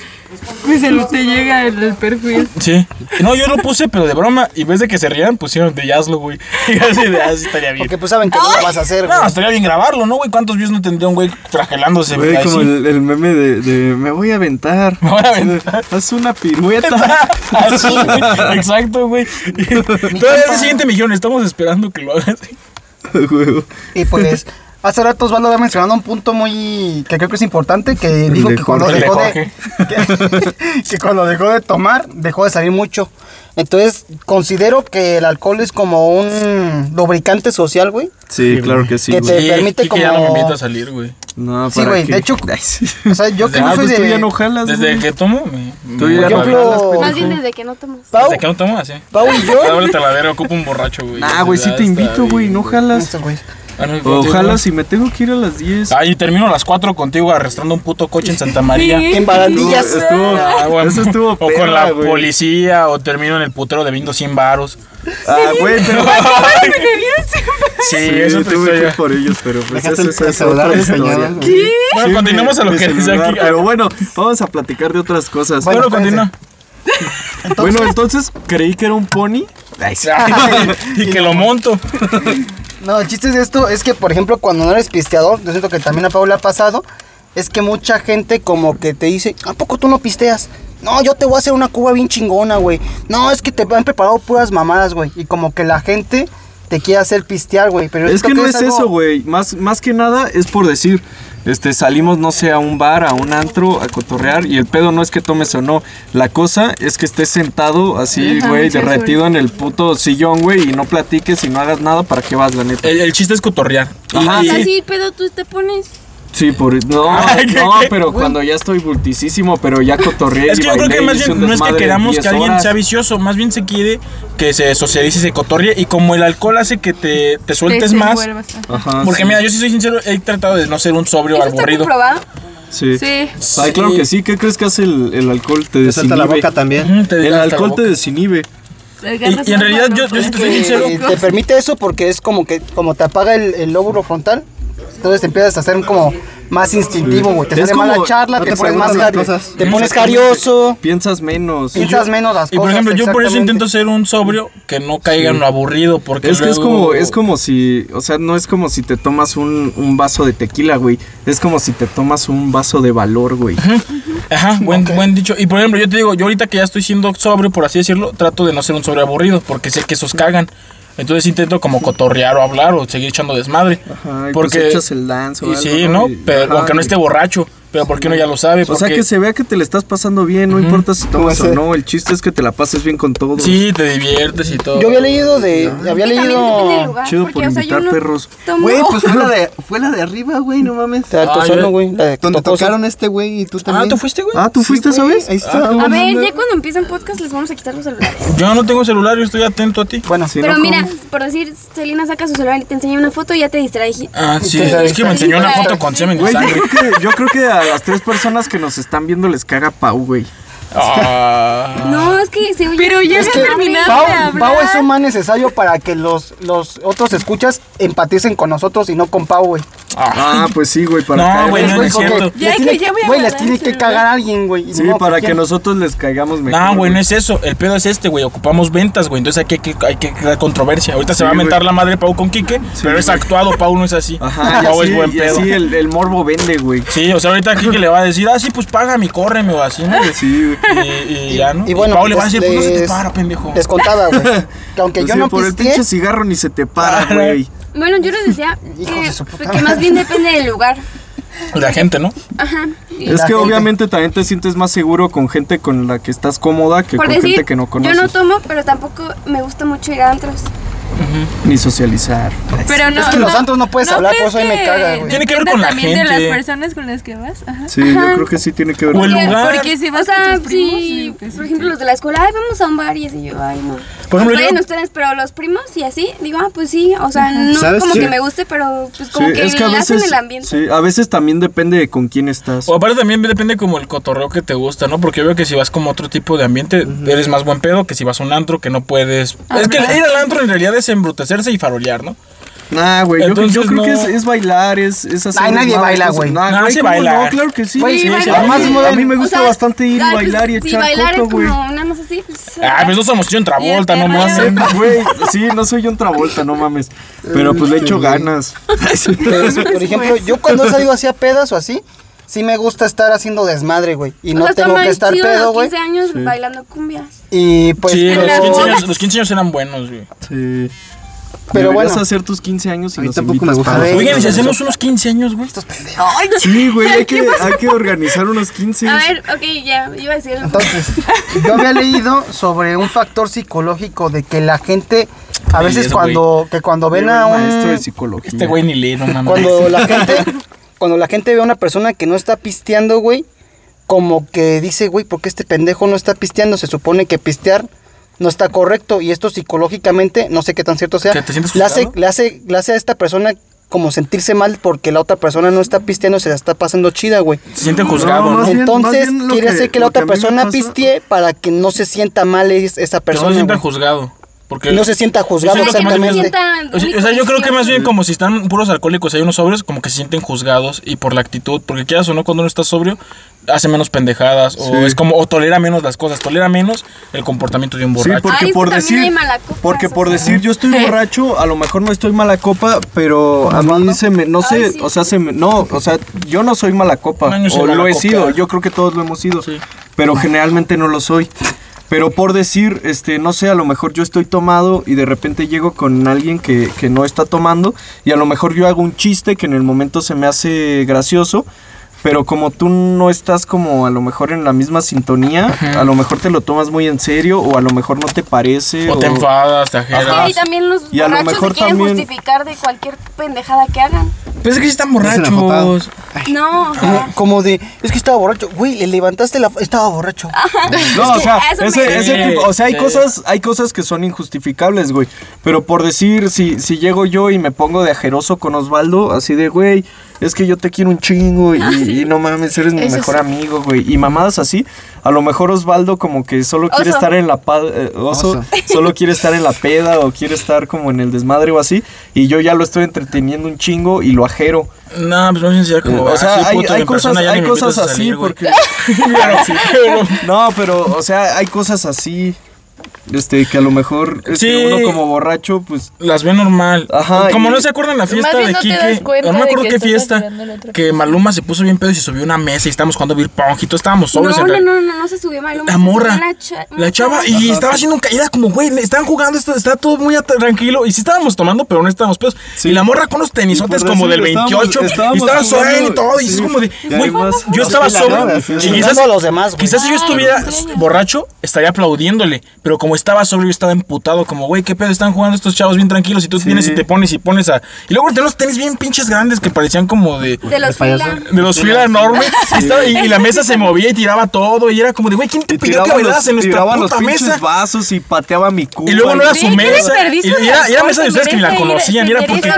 pues el te llega el, el perfil. Sí. No, yo lo puse, pero de broma. Y en vez de que se rían, pusieron de Yazlo, güey. Y así de, ah, sí estaría bien. Porque pues saben que no lo vas a hacer, güey. No, estaría bien grabarlo, ¿no, güey? ¿Cuántos views no tendría un güey fragelándose? Güey, así? como el, el meme de, de me voy a aventar. Me voy a aventar. Haz una pirueta. Así, güey. exacto, güey. Todavía el siguiente me dijeron, estamos esperando que lo hagas. Huevo. Y pues, hace rato Osvaldo había mencionado un punto muy. que creo que es importante, que dijo de que cuando, Jorge. dejó El de, que, que cuando dejó de tomar, dejó de salir mucho. Entonces, considero que el alcohol es como un lubricante social, güey. Sí, claro que sí. Que güey. te- permite y que ya no como- me invita a salir, güey. No, Sí, ¿para güey, qué? de hecho- Ay, sí. O sea, yo que Ah, no soy pues tú de. ya no jalas. Desde güey. que tomo, me. me Tú voy ya a no la ejemplo- verga. Más bien desde que no tomas. Oh. Pau, Desde que no tomo, así. Pau y yo. eh? Ahora te la verga, ocupo un borracho, güey. Ah, Ah, Oh. güey, sí te invito, güey, no jalas. Estos güeyes. Ojalá si me tengo que ir a las 10. Ay, y termino a las 4 contigo arrastrando un puto coche en Santa María. En barandillas. Estuvo- estuvo- Ah, güey. Eso estuvo O con la perra, güey. policía, o termino en el putero debiendo 100 varos. Ah, güey, pero. Ay, me debían siempre. Sí, Sí, eso te tuve que ir estoy. por ellos, pero pues Dejaste eso el es es celular otra enseñado, historia. güey. Bueno, Sí, continuemos a lo mi que dice celular, aquí. Pero bueno, vamos a platicar de otras cosas. Bueno, continúa. Bueno, entonces creí que era un pony. y que lo monto. No, el chiste de esto es que, por ejemplo, cuando no eres pisteador, yo siento que también a Paula ha pasado, es que mucha gente como que te dice, ¿a poco tú no pisteas? No, yo te voy a hacer una cuba bien chingona, güey. No, es que te han preparado puras mamadas, güey. Y como que la gente te quiere hacer pistear, güey. Pero yo Es siento que no es algo- eso, güey. Más, más que nada es por decir, este, salimos, no sé, a un bar, a un antro, a cotorrear. Y el pedo no es que tomes o no. La cosa es que estés sentado así, Ajá, güey, sí, derretido en el puto sillón, güey, y no platiques y no hagas nada para que vas, la neta. El, el chiste es cotorrear. Y- Ajá, y- sí. Así, pero tú te pones. Sí, por. No, Ay, ¿qué, no, qué? pero cuando ya estoy bulticísimo, pero ya cotorreé. Es que y yo creo bailé que y más hice bien un no es que desmadre queramos 10 que alguien horas. sea vicioso, más bien se quiere que se socialice y se cotorrie. Y como el alcohol hace que te, te sueltes Te más. desenvuelvas, ajá. Ajá. Porque sí, mira, yo sí soy sincero, he tratado de no ser un sobrio ¿Eso está aburrido. comprobado? Sí. Sí. Ay, claro Sí. que sí. ¿Qué crees que hace el, el alcohol? Te Te suelta desinhibe. la boca también. Ujú, te el desgasta la alcohol te boca. desinhibe. Agarras Y- y en una realidad mano, yo- yo sí te soy pues, sincero. Eh, te permite eso porque es como que como te apaga el, el lóbulo frontal, entonces te empiezas a hacer como más instintivo, güey. Te Es sale más la como- charla, no te, te pones más preguntan las jari- cosas. te pones carioso, Piensas menos. piensas menos las Y cosas. por ejemplo, yo por eso exactamente. intento ser un sobrio que no caiga en lo aburrido. Porque Es que es luego- como, es como si, o sea, no es como si te tomas un, un vaso de tequila, güey. Es como si te tomas un vaso de valor, güey. Ajá, buen, buen dicho. Y por ejemplo, yo te digo, yo ahorita que ya estoy siendo sobrio, por así decirlo, trato de no ser un sobrio aburrido, porque sé que esos cagan. Entonces intento como cotorrear o hablar o seguir echando desmadre. Ajá, y porque pues echas el dance o y algo, sí, ¿no? ¿no? Y- Pero, ajá, aunque no y- esté borracho, pero porque uno ya lo sabe. O sea, porque- que se vea que te le estás pasando bien, no importa si tomas o no. El chiste es que te la pases bien con todos. Sí, te diviertes y todo. Yo había leído de había También depende del leído lugar. Chido porque, por o sea, yo invitar no perros. tomo- Güey, pues fue la de, fue la de arriba, güey, no mames. de alto Ah, solo, yo- güey, la de Donde Tocoso. tocaron este güey y tú Ah, también. ¿tú fuiste, güey? Ah, ¿tú fuiste, Sí, güey, sabes? Ahí está. A ver, ya cuando empiezan podcast les vamos a quitar los celulares. Yo no tengo celular, yo estoy atento a ti. Bueno, Sí, Pero ¿no? mira, ¿Cómo? por decir, Celina saca su celular y te enseña una foto y ya te distraí. Ah, sí, Entonces, ahí es que me está. enseñó una Sí, foto claro. con semen y Güey, yo sangre. creo, que, yo creo que a las tres personas que nos están viendo les caga Pau, güey. Ah. No, es que se oye. Pero ya es había que- terminado Pau- de Pau, hablar. Pau es un más necesario para que los, los otros escuchas empaticen con nosotros y no con Pau, güey. Ah, pues sí, güey, para No, caer- güey, no Güey, es porque cierto. Ya les que- tiene- ya voy a Güey, les guardar tiene el que celular. cagar alguien, güey. y Sí, no, para que ¿quién? nosotros les caigamos mejor. No, güey, no es eso. El pedo es este, güey. Ocupamos ventas, güey. Entonces aquí hay que, hay que crear controversia. Ahorita se va a güey. mentar la madre Pau con Quique, pero es actuado. Pau no es así. Ajá, y Pau así, es buen y pedo. así el, el morbo vende, güey. Sí, o sea, ahorita Quique le va a decir, ah, sí, pues págame, y córreme o así, ¿no? Sí, güey. Y, y ya, ¿no? Y bueno, Pau le va a les- decir, pues no se te les- para, pendejo. Les contaba, güey, que aunque yo Pues Sí, no por el pisteé, pinche cigarro ni se te para, Para. Ah, güey. Bueno, yo les decía Hijos de que, su puta que más bien depende del lugar. La gente, ¿no? Ajá. Y- Es la que gente. obviamente también te sientes más seguro con gente con la que estás cómoda que por con decir, gente que no yo conoces. no tomo, pero tampoco me gusta mucho ir a antros. Ni socializar. Pero no, Es que los no- santos no puedes ¿no hablar, por crees eso ahí me que caga, güey. Tiene que ver con la también de gente. las personas con las que vas. Ajá. Sí, yo creo que sí tiene que ver. O con- el lugar. Porque si vas O sea, con tus primos, sí, digo que sí, por ejemplo, los de la escuela, ay, vamos a un bar y así yo, ay, no. Por ejemplo, Vayan yo- ustedes, pero los primos y así, digo, ah, pues sí, o sea, no ¿Sabes como qué? que me guste, pero pues como Sí, que, es que a le hacen veces, el ambiente. sí, a veces también depende de con quién estás. O aparte también depende como el cotorreo que te gusta, ¿no? Porque yo veo que si vas como a otro tipo de ambiente, eres más buen pedo que si vas a un antro que no puedes... es que ir al antro en realidad es embrutecerse y farolear, ¿no? Nah, güey, yo, Entonces, yo creo no. que es, es bailar, es, es hacer... Ay, nadie desmadre, baila, cosas- güey. Nah, Nah, sí ¿cómo baila. No, claro que sí. Güey, sí, a, sí, mí- bailar, a mí me O gusta sea, bastante ir ay, y pues, bailar y si echar bailar coto, es güey. como nada más así. pues, Ah, pero eso somos yo en Travolta, ¿eh? no perreo. mames. Güey, sí, no soy un Travolta, no mames. Pero pues le echo ganas. Pero, por ejemplo, yo cuando he salido así a pedas o así, sí me gusta estar haciendo desmadre, güey. Y o no sea, está tengo más que estar chido pedo, los güey. 15 años bailando cumbias. Y pues, sí, los pero, 15, años, los 15 años eran buenos, güey. Sí. pero Deberías bueno. hacer tus 15 años A y mí nos tampoco me invitas gusta. para- ver. Oigan, ¿y si hacemos unos 15 años, güey? este Sí, güey, hay que, hay que organizar unos 15. A ver, ok, ya, iba a decir. Entonces, yo había leído sobre un factor psicológico de que la gente, a Sí, veces es, cuando, que cuando ven a un... maestro de psicología. Este güey ni lee, no mames. Cuando la gente, cuando la gente ve a una persona que no está pisteando, güey, como que dice, güey, ¿por qué este pendejo no está pisteando? Se supone que pistear no está correcto y esto psicológicamente, no sé qué tan cierto sea, ¿Que te sientes le hace, juzgado? le hace, le hace a esta persona como sentirse mal porque la otra persona no está pisteando, se la está pasando chida, güey. Se siente juzgado, No, ¿no? más bien- Entonces más bien lo quiere que- hacer que la lo que otra a mí me persona pasa- pistee para que no se sienta mal es- esa Que no se persona. sienta güey. juzgado. Porque No se sienta juzgado Yo siento que más bien- exactamente. O sea, o sea, yo creo que más bien como si están puros alcohólicos y hay unos sobrios, como que se sienten juzgados y por la actitud, porque quieras o no, cuando uno está sobrio, hace menos pendejadas o es como, o tolera menos las cosas, tolera menos el comportamiento de un Sí, borracho. porque Ay, por también hay decir, malacopas, porque o por sea. decir yo estoy borracho, a lo mejor no estoy mala copa, pero a mí se me, no sé, Ay, sí. o sea, se me, no, o sea, yo no soy mala copa, No, yo soy o mala lo he copa. sido, yo creo que todos lo hemos sido, Sí. pero generalmente no lo soy. Pero por decir, este, no sé, a lo mejor yo estoy tomado y de repente llego con alguien que, que no está tomando y a lo mejor yo hago un chiste que en el momento se me hace gracioso, pero como tú no estás como a lo mejor en la misma sintonía, a lo mejor te lo tomas muy en serio o a lo mejor no te parece. O te enfadas, te ajeras. Ajá. y también los Y a lo borrachos se mejor quieren también- justificar de cualquier pendejada que hagan. Pues Pensé que sí están Dicen afotado. borrachos. No, o sea, Como de, es que estaba borracho. Güey, le levantaste la. Estaba borracho. Ah, No, o que sea, a eso me ese- refiero. ese tipo- o sea, hay Sí. cosas, hay cosas que son injustificables, güey. Pero por decir, si, si llego yo y me pongo de ajeroso con Osvaldo, así de, güey, es que yo te quiero un chingo y, Ah, y no mames, eres mi Eso mejor sí. amigo, güey. Y mamadas así, a lo mejor Osvaldo como que solo quiere Oso. estar en la pa- eh, oso, Oso. solo quiere estar en la peda o quiere estar como en el desmadre o así. Y yo ya lo estoy entreteniendo un chingo y lo ajero. No, pues vamos a enseñar como. o sea, así, hay, puto, hay en cosas, persona ya ni hay me cosas invitas a así salir, güey. porque... No, pero, o sea, hay cosas así. Este, que a lo mejor este, Sí. uno como borracho, pues. Las ve normal. Ajá, Como y- no se acuerdan la fiesta Más bien de no te das Kike. cuenta no me de acuerdo que qué estás fiesta. alterando la otra Que Maluma se puso bien pedo y se subió a una mesa y estábamos jugando beer pong y todos estábamos no, sobrios. en no, realidad. no, no, no se subió mal. La morra, la chava, y estaba haciendo caída como, güey, le estaban jugando, está, está todo muy at- tranquilo. Y sí estábamos tomando, pero no estábamos pedos. Sí. Y la morra con unos tenisotes Y por como del decir, pues, estábamos- 28, estábamos y estaba jugando, suave y todo. Y sí. es como de, Y güey, además- yo estaba la sobrio. nada, sí, y sí. quizás- Chingando a los demás, güey. Quizás si yo estuviera borracho, estaría aplaudiéndole. Pero como estaba sobrio, yo estaba emputado, como, güey, qué pedo, están jugando estos chavos bien tranquilos. Y tú vienes y te pones y pones a. Y luego te los tenis bien pinches grandes que parecían como de. De los payaso. fila. De los fila enorme. y, estaba- y- y la mesa se movía y tiraba todo. Y era como de, güey, ¿quién te Y pidió Pues que tiraba bailaras los, en nuestra tiraba los puta pinches mesa? vasos y pateaba mi cuba. Y luego no era güey. su mesa. Y y era, y era mesa de ustedes que ni la conocían. Y era porque.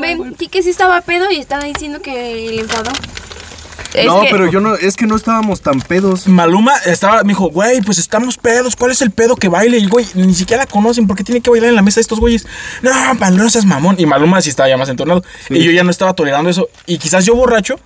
Ven, Kike sí estaba pedo y estaba diciendo que le enfadó. No, pero yo no, es que no estábamos tan pedos. Maluma estaba, me dijo, güey, pues estamos pedos, ¿cuál es el pedo que baile? Y güey, ni siquiera la conocen, ¿por qué tiene que bailar en la mesa de estos güeyes? No, Maluma, no seas mamón. Y Maluma sí estaba ya más entornado. Y yo ya no estaba tolerando eso. Y quizás yo borracho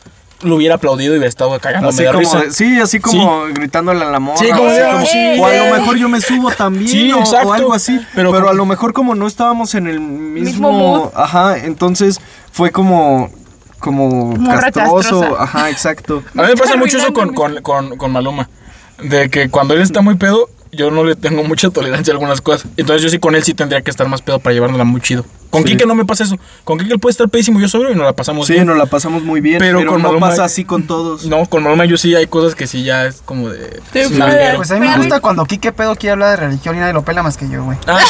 lo hubiera aplaudido y hubiera estado cagándome Así de como, risa. de- sí, así como gritándole a la morra. Sí, o, como así de, como- "Ah, sí". o a lo mejor yo me subo también Sí, o, o exacto. algo así. Pero Pero, como- a lo mejor como no estábamos en el mismo... Mismo mood. Ajá, entonces fue como... Como Morra castroso. castrosa. Ajá, exacto. A mí me pasa está mucho eso con, arruinando con, con, con Maluma. De que cuando él está muy pedo, yo no le tengo mucha tolerancia a algunas cosas. Entonces yo sí con él sí tendría que estar más pedo para llevárnosla muy chido. Con Sí. Kike no me pasa eso. Con Kike él puede estar pedísimo yo sobrio y nos la pasamos Sí, bien. Pues nos la pasamos muy bien, Pero pero, con no Maluma- pasa así con todos. No, con Maluma yo sí hay cosas que sí ya es como de... Te sí, enfadas. manguero. Pues a mí me gusta cuando Kike Pedo quiere hablar de religión y nadie lo pela más que yo, güey. Ah.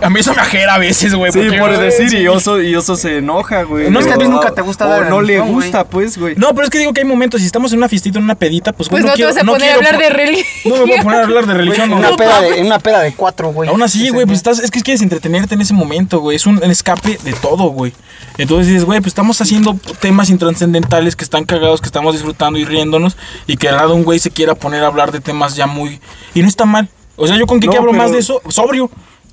a mí eso me ajera a veces, güey. Sí, porque, por güey, decir, y oso, y oso se enoja, güey. No, es que a ti O- nunca te gusta o la no le religión, güey. gusta, pues, güey. No, pero es que digo que hay momentos, si estamos en una fiestita, en una pedita, pues, güey, Pues no te quiero- vas a no poner a quiero hablar de po- religión. No me voy a poner a hablar de religión. En no. una, peda de, en una peda de cuatro, güey. Aún así, güey, pues estás, es que quieres entretenerte en ese momento, güey. Es un escape de todo, güey. Entonces dices, güey, pues estamos haciendo temas intranscendentales que están cagados, que estamos disfrutando y riéndonos. Y que al lado un güey se quiera poner a hablar de temas ya muy. Y no está mal. O sea, yo con Kike No, hablo más pero- de eso, sobrio.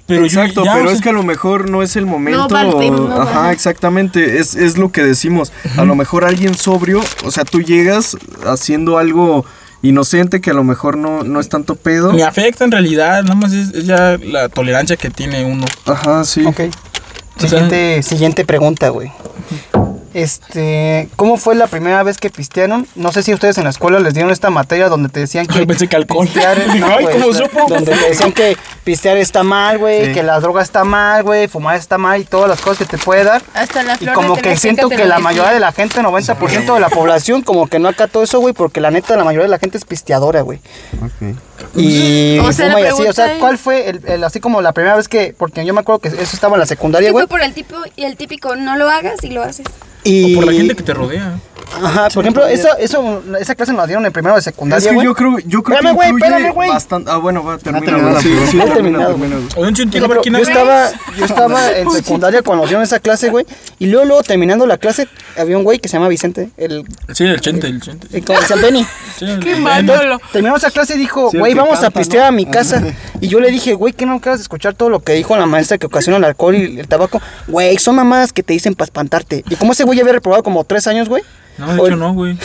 Pero yo- Exacto, ya, pero o sea, es que a lo mejor no es el momento. parte, no Ajá, va. exactamente. Es, es lo que decimos. A lo mejor alguien sobrio, o sea, tú llegas haciendo algo inocente que a lo mejor no, no es tanto pedo. Me afecta en realidad, nada más es, es ya la tolerancia que tiene uno. Ajá, sí. Ok. sea- Siguiente, siguiente pregunta, güey. Este, ¿cómo fue la primera vez que pistearon? No sé si ustedes en la escuela les dieron esta materia donde te decían que Yo pensé que alcohol. pistear es- Digo, no, ay, güey, ¿cómo o sea, supo? Donde te decían que pistear está mal, güey, Sí. que la droga está mal, güey, fumar está mal y todas las cosas que te puede dar. Hasta la Y flor como de que Tlaxcala siento te que lo la decía. mayoría de la gente, 90% de la población, como que no acató eso, güey, porque la neta, la mayoría de la gente es pisteadora, güey. Ok. Y O sea, la fuma y así. O sea, pregunta ¿cuál fue el, el- así como la primera vez que.? Porque yo me acuerdo que eso estaba en la secundaria, Que güey. fue por el tipo y el típico, no lo hagas y lo haces. Y. O por la gente que te rodea. Ajá, por ejemplo, eso, eso, esa clase nos la dieron en primero de secundaria. Es que güey. yo creo, yo creo Espérame, que güey, influye espérame, güey. bastante. Ah, bueno, va, termina. terminado la güey. Sí, pregunta. sí, No ha termina, terminado, termina, güey. O de un Por chintino, a ver ejemplo, quién yo habla. estaba, yo estaba en secundaria cuando nos dieron esa clase, güey. Y luego, luego, terminando la clase, había un güey que se llama Vicente, el, Sí, el chente, el chente. el, el San Benny. Sí, el- Qué el- malo. Terminamos la clase y dijo, Sí, el güey, que vamos a canta, pistear ¿no? a mi casa. Y yo le dije, güey, ¿qué no acabas de escuchar todo lo que dijo la maestra que ocasiona el alcohol y el tabaco? Güey, son mamadas que te dicen para espantarte. Y como ese güey ya había reprobado como tres años, güey. No, de hecho Oye, no, güey.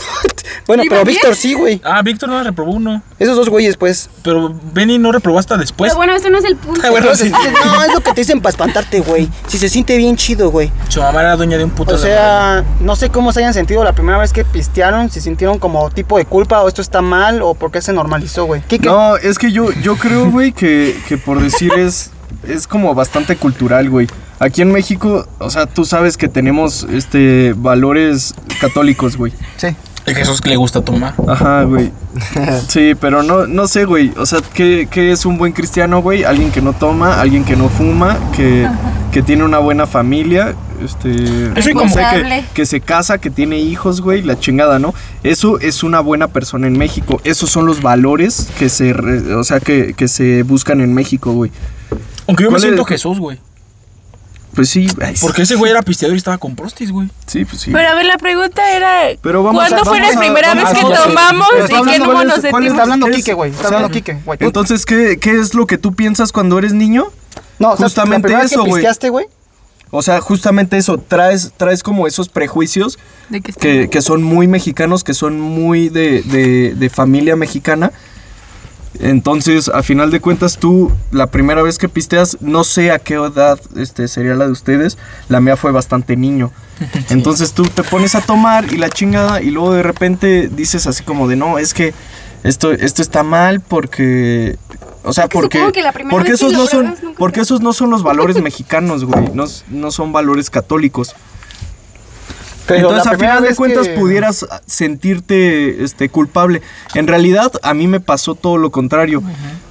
Bueno, ¿Iba pero bien? Víctor sí, güey. Ah, Víctor no reprobó uno. Esos dos güeyes, pues. Pero Benny no reprobó hasta después. Pero bueno, eso no es el punto. Ah, bueno, sí. Dices, no, es lo que te dicen para espantarte, güey. Si se siente bien chido, güey. Su mamá era dueña de un puto. O sea, no sé cómo se hayan sentido la primera vez que pistearon, si sintieron como tipo de culpa o esto está mal o por qué se normalizó, güey. Kike, No, es que yo, yo creo, güey, que, que por decir es, es como bastante cultural, güey. Aquí en México, o sea, tú sabes que tenemos este valores católicos, güey. sí. El Jesús que le gusta tomar. Ajá, güey. Sí, pero no, no sé, güey. O sea, ¿qué, qué es un buen cristiano, güey? Alguien que no toma, alguien que no fuma, que, que tiene una buena familia, este... Eso y no sé, Responsable. que, que se casa, que tiene hijos, güey, la chingada, ¿no? Eso es una buena persona en México. Esos son los valores que se, re- o sea, que, que se buscan en México, güey. Aunque yo me ¿Cuál siento es? Jesús, güey. Pues sí, ay, sí. Porque ese güey era pisteador y estaba con prostis, güey. Sí, pues sí. Pero a ver, la pregunta era: Pero vamos ¿cuándo a- fue vamos la a- primera vamos vez a- que vamos a- tomamos pero y hablando que cuál es- no nos cuál es- sentimos? Está hablando ¿Qué es? Kike, güey. Está O sea, hablando Kike, güey. Entonces, ¿qué, ¿qué es lo que tú piensas cuando eres niño? No, o sea, la justamente primera vez eso, que güey. pisteaste, güey. O sea, justamente eso, traes, traes como esos prejuicios De que está- que, que son muy mexicanos, que son muy de, de- de familia mexicana. Entonces, a final de cuentas, tú, la primera vez que pisteas, no sé a qué edad este, sería la de ustedes, la mía fue bastante niño. Entonces tú te pones a tomar y la chingada y luego de repente dices así como de, no, es que esto, esto está mal porque... O sea, porque, Porque supongo que la primera porque vez que esos lo no son, pruebas nunca porque te- esos no son los valores mexicanos, güey, no, no son valores católicos. Pero Entonces, la a primera final de vez cuentas, que- pudieras sentirte este, culpable. En realidad, a mí me pasó todo lo contrario.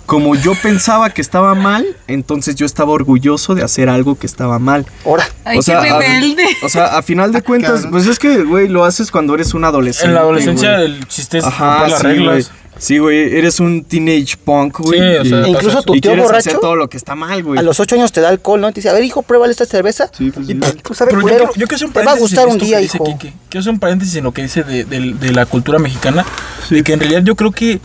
Como yo pensaba que estaba mal, entonces yo estaba orgulloso de hacer algo que estaba mal. Ahora. Ay, qué rebelde. A, o sea, a final de cuentas, Ah, Cabrón. pues es que, güey, lo haces cuando eres un adolescente. En la adolescencia güey. el chiste es Ajá, romper las sí, güey. reglas. Sí, güey, eres un teenage punk, güey. Sí, o sea, y- E incluso tu y tío quieres borracho hacer todo lo que está mal, güey. A los 8 años te da alcohol, ¿no? Y te dice, a ver, hijo, pruébale esta cerveza. Sí, pues, y sí. pues, sabe Pero yo culero. quiero, yo quiero hacer un Te va a paréntesis. gustar en un esto día, que dice hijo. Kike. Quiero hacer un paréntesis en lo que dice de, de- de la cultura mexicana. De que en realidad yo creo que,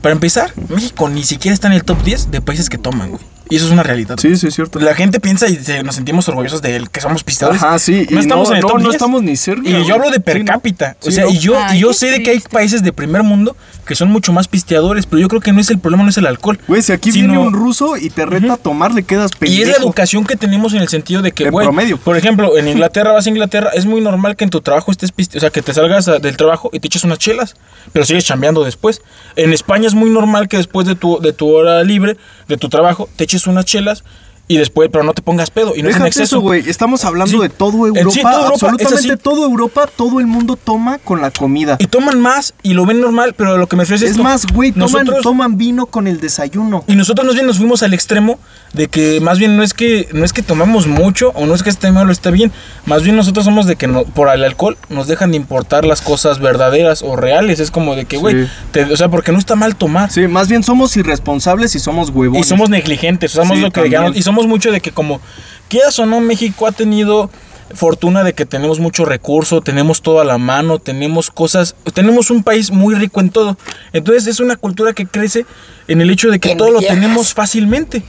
para empezar, México ni siquiera está en el top 10 de países que toman, güey. Y eso es una realidad. Sí, sí, es cierto. La gente piensa y se- nos sentimos orgullosos de él, que somos pisteadores. Ajá, sí, y No estamos no- en el no- top no 10. estamos ni cerca, Y güey. yo hablo de per Sí, no. cápita. O Sí, sea, no. y yo, y Ay, yo qué sé de que hay triste. países de primer mundo que son mucho más pisteadores, pero yo creo que no es el problema, no es el alcohol. Güey, si aquí sino- viene un ruso y te reta a tomar, le quedas pendejo. Y es la educación que tenemos en el sentido de que, De güey, promedio. por ejemplo, en Inglaterra vas a Inglaterra, es muy normal que en tu trabajo estés, piste- o sea, que te salgas a- del trabajo y te eches unas chelas, pero sigues chambeando después. En España es muy normal que después de tu, de tu hora libre, de tu trabajo, te eches unas chelas y después, pero no te pongas pedo y no es en Déjate exceso. eso, güey. Estamos hablando Sí. de todo Eh, sí, Europa. toda Europa, es absolutamente así. todo Europa, todo el mundo toma con la comida. Y toman más y lo ven normal, pero lo que me ofrece Es esto, más, güey, toman, nosotros- toman vino con el desayuno. Y nosotros más bien nos fuimos al extremo de que más bien no es que no es que tomamos mucho o no es que esté mal o esté bien, más bien nosotros somos de que no, por el alcohol nos dejan de importar las cosas verdaderas o reales, es como de que güey, Sí. te- o sea, porque no está mal tomar. Sí, más bien somos irresponsables y somos Y huevones. somos negligentes, somos Sí, lo que también. digamos, y somos mucho de que como quieras o no México ha tenido fortuna de que tenemos mucho recurso, tenemos todo a la mano, tenemos cosas, tenemos un país muy rico en todo. Entonces es una cultura que crece en el hecho de que En todo lo viejas. tenemos fácilmente.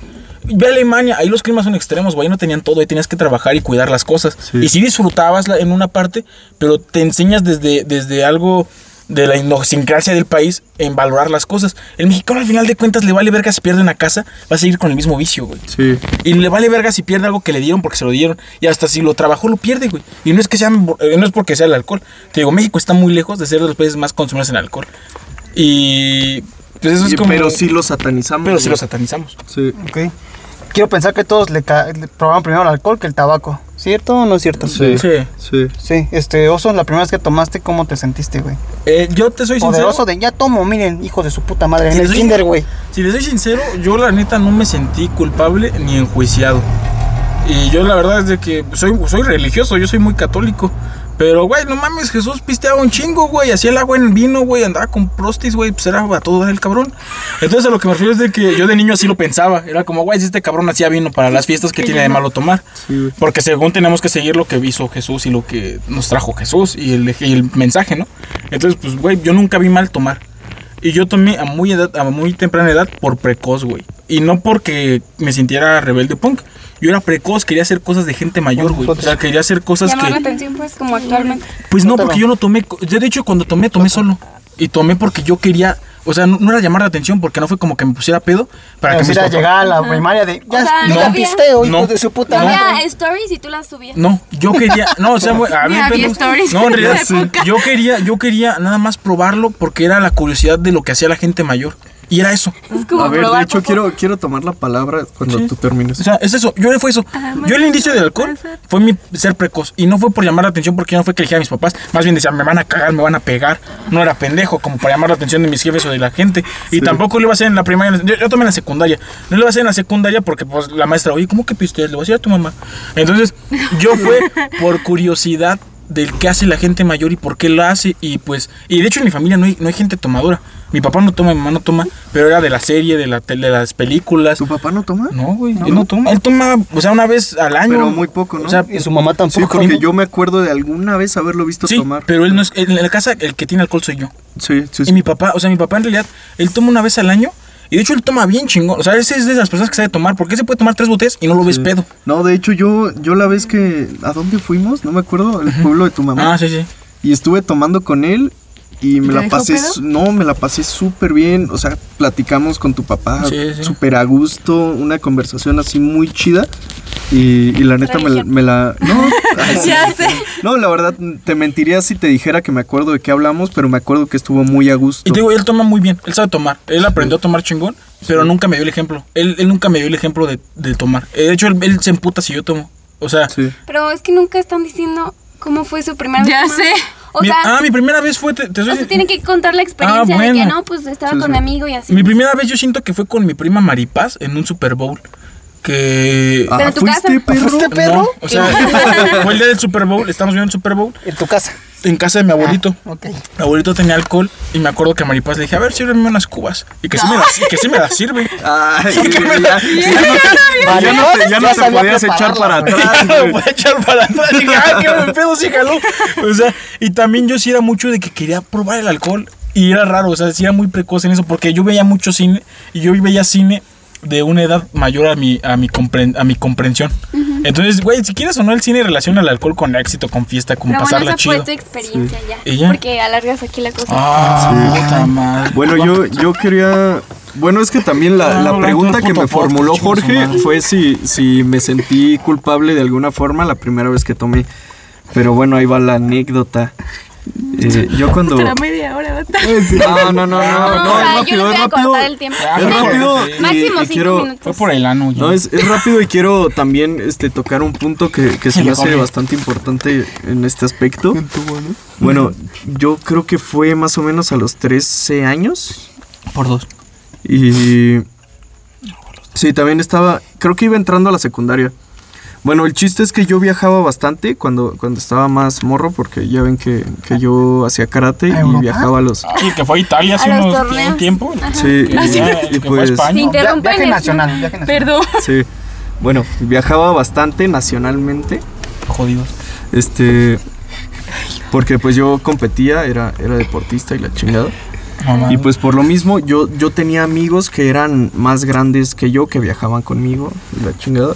Ve a Alemania, ahí los climas son extremos, güey, ahí no tenían todo, ahí tenías que trabajar y cuidar las cosas. Sí. Y sí disfrutabas la- en una parte, pero te enseñas desde, desde algo de la idiosincrasia del país en valorar las cosas. El mexicano al final de cuentas le vale verga si pierde una casa, va a seguir con el mismo vicio, güey. Sí. Y le vale verga si pierde algo que le dieron porque se lo dieron. Y hasta si lo trabajó, lo pierde, güey. Y no es que sea, eh, no es porque sea el alcohol. Te digo, México está muy lejos de ser de los países más consumidores en alcohol. Y pues eso es Y- como... Pero sí lo satanizamos. pero sí lo güey. satanizamos. Sí. Ok. Quiero pensar que todos le, ca- le probaban primero el alcohol que el tabaco. ¿Cierto o no es cierto? Sí. Sí. Sí. Sí, este, Oso, la primera vez que tomaste, ¿cómo te sentiste, güey? Eh, yo te soy sincero. Poderoso de ya tomo, miren, hijos de su puta madre, en Sí, el sí. kinder, güey. Si les soy sincero, yo la neta no me sentí culpable ni enjuiciado. Y yo la verdad es de que soy, soy religioso, yo soy muy católico. Pero, güey, no mames, Jesús pisteaba un chingo, güey. Hacía el agua en vino, güey. Andaba con prostis, güey. Pues era a todo dar el cabrón. Entonces, a lo que me refiero es de que yo de niño así lo pensaba. Era como, güey, si este cabrón hacía vino para las fiestas, ¿qué tiene de malo tomar? Porque según tenemos que seguir lo que hizo Jesús y lo que nos trajo Jesús y el, y el mensaje, ¿no? Entonces, pues, güey, yo nunca vi mal tomar. Y yo tomé a muy, edad, a muy temprana edad por precoz, güey. Y no porque me sintiera rebelde punk. yo era precoz, quería hacer cosas de gente mayor, güey. O sea, quería hacer cosas Llamar la que. atención, pues, como actualmente. Pues no, porque yo no tomé. co- yo, De hecho, cuando tomé, tomé solo. Y tomé porque yo quería. O sea, no, no era llamar la atención porque no fue como que me pusiera pedo Ah, para que Pero me si era llegar a la primaria de. Ya, O sea, yo no ya había- pisteo, no, hijo de su puta No madre. había stories y tú las subías. No, yo quería, no, o sea, güey, a ver, Ni había pero- stories no, en en realidad, esa época. yo quería, yo quería nada más probarlo porque era la curiosidad de lo que hacía la gente mayor y era eso. Es como A ver, de probar hecho, poco. quiero, quiero tomar la palabra cuando tú termines. O sea, es eso, yo le fue eso. más yo el bien indicio por del alcohol placer. fue mi ser precoz y no fue por llamar la atención porque yo no fue que le dije a mis papás, más bien decía, me van a cagar, me van a pegar. No era pendejo como para llamar la atención de mis jefes o de la gente y tampoco lo iba a hacer en la primaria, yo, yo tomé en la secundaria. No lo iba a hacer en la secundaria porque pues la maestra, "Oye, ¿cómo que pisteas? Le voy a decir a tu mamá." Entonces, yo fue por curiosidad del qué hace la gente mayor y por qué lo hace y pues y de hecho en mi familia no hay, no hay gente tomadora mi papá no toma mi mamá no toma pero era de la serie de, la, tele- de las películas ¿Tu papá no toma? no, güey, él no toma. Él toma, o sea, una vez al año. Pero muy poco, ¿no? O sea, Y su mamá Sí, tampoco. porque yo me acuerdo de alguna vez haberlo visto sí, tomar. pero él no es. En la casa, el que tiene alcohol soy yo. Sí, sí, Y mi papá, o sea, mi papá en realidad, él toma una vez al año. Y de hecho, él toma bien chingón. O sea, ese es de las personas que sabe tomar. Porque se puede tomar tres botellas y no lo ves pedo. No, de hecho, yo, yo la vez que. ¿A dónde fuimos? No me acuerdo. El pueblo de tu mamá. Ah, sí, sí. Y estuve tomando con él. Y me ¿Te la dejó pasé. pedo? su- No, me la pasé súper bien. O sea, platicamos con tu papá. Sí, sí. Súper a gusto. Una conversación así muy chida. Y, y la neta me, la- me la. No, ay, sí. Ya sé. no, la verdad, te mentiría si te dijera que me acuerdo de qué hablamos, pero me acuerdo que estuvo muy a gusto. Y te digo, él toma muy bien. Él sabe tomar. Él aprendió a tomar chingón. Pero nunca me dio el ejemplo. Él, él nunca me dio el ejemplo de, de tomar. Eh, De hecho, él, él se emputa si yo tomo. O sea, Sí. Pero es que nunca están diciendo cómo fue su primera Ya vez. tomando. sé. O mi- sea, ah, mi primera vez fue. Te, te soy- o sea, tienen que contar la experiencia de que bueno. no, pues estaba con mi amigo y así. Mi primera vez yo siento que fue con mi prima Maripaz en un Super Bowl. Que. Ah, Pero en tu ¿fuiste, casa- perro? ¿Fuiste perro? No, o sea, fue el día del Super Bowl, estamos viendo el Super Bowl En tu casa. en casa de mi abuelito. Ah, Ok. Mi abuelito tenía alcohol y me acuerdo que a Maripaz le dije, a ver, sírveme unas cubas. Y que sí me las, y que sí me las sirve. Ay, ya, Vale, ya no te, ya no ya te sabía podías echar prepararlas, para güey. atrás, No, güey. voy a echar para atrás. Dije, ah, qué buen pedo, sí, jaló. O sea, y también yo sí era mucho de que quería probar el alcohol. Y era raro, o sea, sí era muy precoz en eso, porque yo veía mucho cine y yo veía cine de una edad mayor a mi, a mi, compren- a mi comprensión. Entonces, güey, si quieres o no, el cine relaciona el alcohol con éxito, con fiesta, con Pero bueno, pasarla esa chido. fue tu experiencia ya. ¿Y ya? Porque alargas aquí la cosa. Ah, puta madre. Bueno, yo, yo quería. Bueno, es que también la, la Ah, todo pregunta el que me puto formuló podcast, Jorge chinga su madre. fue si, si me sentí culpable de alguna forma la primera vez que tomé. Pero bueno, ahí va la anécdota. Eh, yo cuando. Será media hora, bata. No, no, no, no, no, o sea, es yo rápido, les voy es a rápido. cortar el tiempo. Es rápido. y- Máximo y cinco quiero- minutos. Fue por el ano, ya. No, es, es rápido y quiero también este, tocar un punto que, que se Sí, me Jorge. hace bastante importante en este aspecto. Bueno, yo creo que fue más o menos a los 13 años. Por dos. Y. Sí, también estaba. Creo que iba entrando a la secundaria. Bueno, el chiste es que yo viajaba bastante cuando, cuando estaba más morro, porque ya ven que, que yo hacía karate y viajaba a los. Sí, que fue a Italia hace A los unos torneos. un tiempo. Sí, y- Ah, sí. y Que fue a pues. España. Se No, interrumpen. Viaje el- nacional, viaje nacional. Perdón. Sí. Bueno, viajaba bastante nacionalmente. Jodidos. Este. Porque pues yo competía, era, era deportista y la chingada. Mamá. Y pues por lo mismo, yo, yo tenía amigos que eran más grandes que yo, que viajaban conmigo, y la chingada.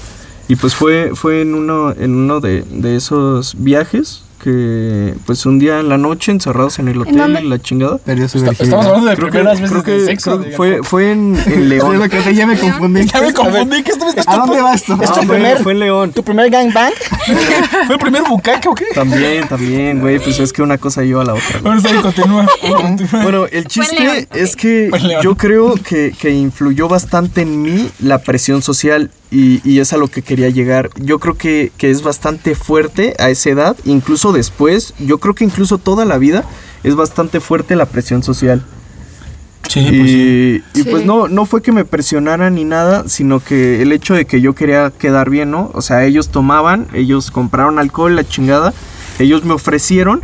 Y pues fue, fue en uno, en uno de, de esos viajes que pues un día en la noche encerrados en el hotel dónde? y la chingada. Perdió su Estamos virginidad. hablando de Creo que, primeras veces creo que- de sexo. creo que digamos. fue, fue en, en Sí, León. lo que sé, ya me confundí. Ya me confundí, ¿qué estuviste? ¿A dónde vas tú? Ah, fue- fue en León. ¿Tu primer gangbang? ¿Fue el primer bucaque o qué? También, también, güey, pues es que una cosa lleva a la otra. güey. Ahora sí, continúa. continúa. Bueno, el León, chiste es que Fue en León. yo creo que, que influyó bastante en mí la presión social y, y es a lo que quería llegar. Yo creo que, que es bastante fuerte a esa edad, incluso después, yo creo que incluso toda la vida es bastante fuerte la presión social. Sí, Y, y pues no, no fue que me presionara ni nada, sino que el hecho de que yo quería quedar bien, ¿no? O sea, ellos tomaban, ellos compraron alcohol, la chingada, ellos me ofrecieron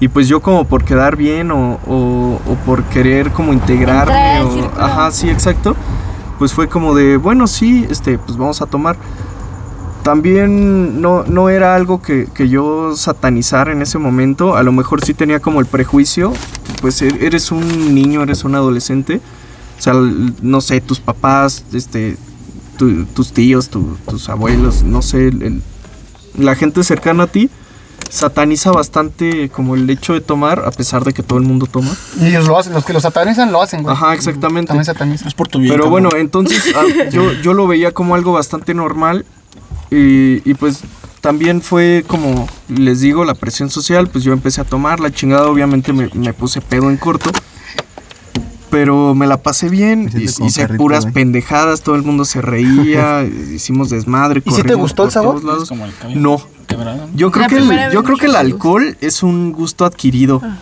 y pues yo como por quedar bien o, o- o por querer como Entrar integrarme. al o- círculo. ajá, sí, exacto. Pues fue como de, bueno, sí, este, pues vamos a tomar. También no, no era algo que, que yo satanizara en ese momento. A lo mejor sí tenía como el prejuicio. Pues e- eres un niño, eres un adolescente. O sea, l- no sé, tus papás, este, tu- tus tíos, tu- tus abuelos, no sé, el- el- la gente cercana a ti sataniza bastante como el hecho de tomar, a pesar de que todo el mundo toma. Y ellos lo hacen, los que lo satanizan lo hacen, güey. Ajá, exactamente. También satanizan. Es por tu bien. Pero bueno, entonces ah, yo, yo lo veía como algo bastante normal y, y, pues también fue como, les digo, la presión social, pues yo empecé a tomar la chingada, obviamente me, me puse pedo en corto. Pero me la pasé bien, Me siento hice como hice perrito, puras güey. pendejadas, todo el mundo se reía, hicimos desmadre. ¿Y si te corrimos gustó el por todos sabor? lados. Es como el cabello. no, Quebrado. yo creo La que primera el, yo vez creo que el me alcohol es un gusto adquirido. Ah.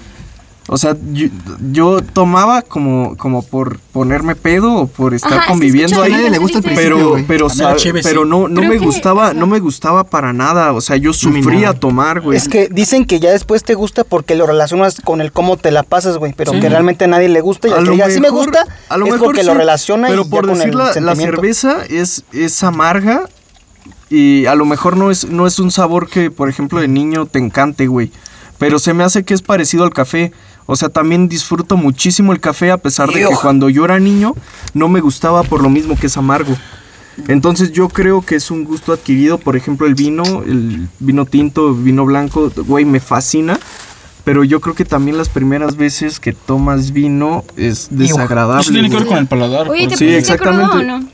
O sea, yo, yo tomaba como, como por ponerme pedo o por estar Ajá, es que conviviendo escucha, ahí. A nadie le gusta el Sí, sí, principio, Pero, güey. pero, A mí la sab- cheve, sí. pero no, no Creo me que- gustaba, no me gustaba para nada. O sea, yo sufría tomar, güey. Es que dicen que ya después te gusta porque lo relacionas con el cómo te la pasas, güey, pero Sí. que realmente a nadie le gusta y al que diga, sí me gusta, a lo es mejor porque lo sí, relaciona Pero y por ya con decir el la, la sentimiento. cerveza es, es amarga y a lo mejor no es, no es un sabor que, por ejemplo, de niño te encante, güey. Pero se me hace que es parecido al café. O sea, también disfruto muchísimo el café a pesar de que cuando yo era niño no me gustaba por lo mismo que es amargo. Entonces yo creo que es un gusto adquirido, por ejemplo, el vino, el vino tinto, vino blanco, güey, me fascina. Pero yo creo que también las primeras veces que tomas vino es desagradable. Eso tiene que ver güey. con el paladar. Oye, ¿te por- Sí, pusiste crudo o exactamente. no?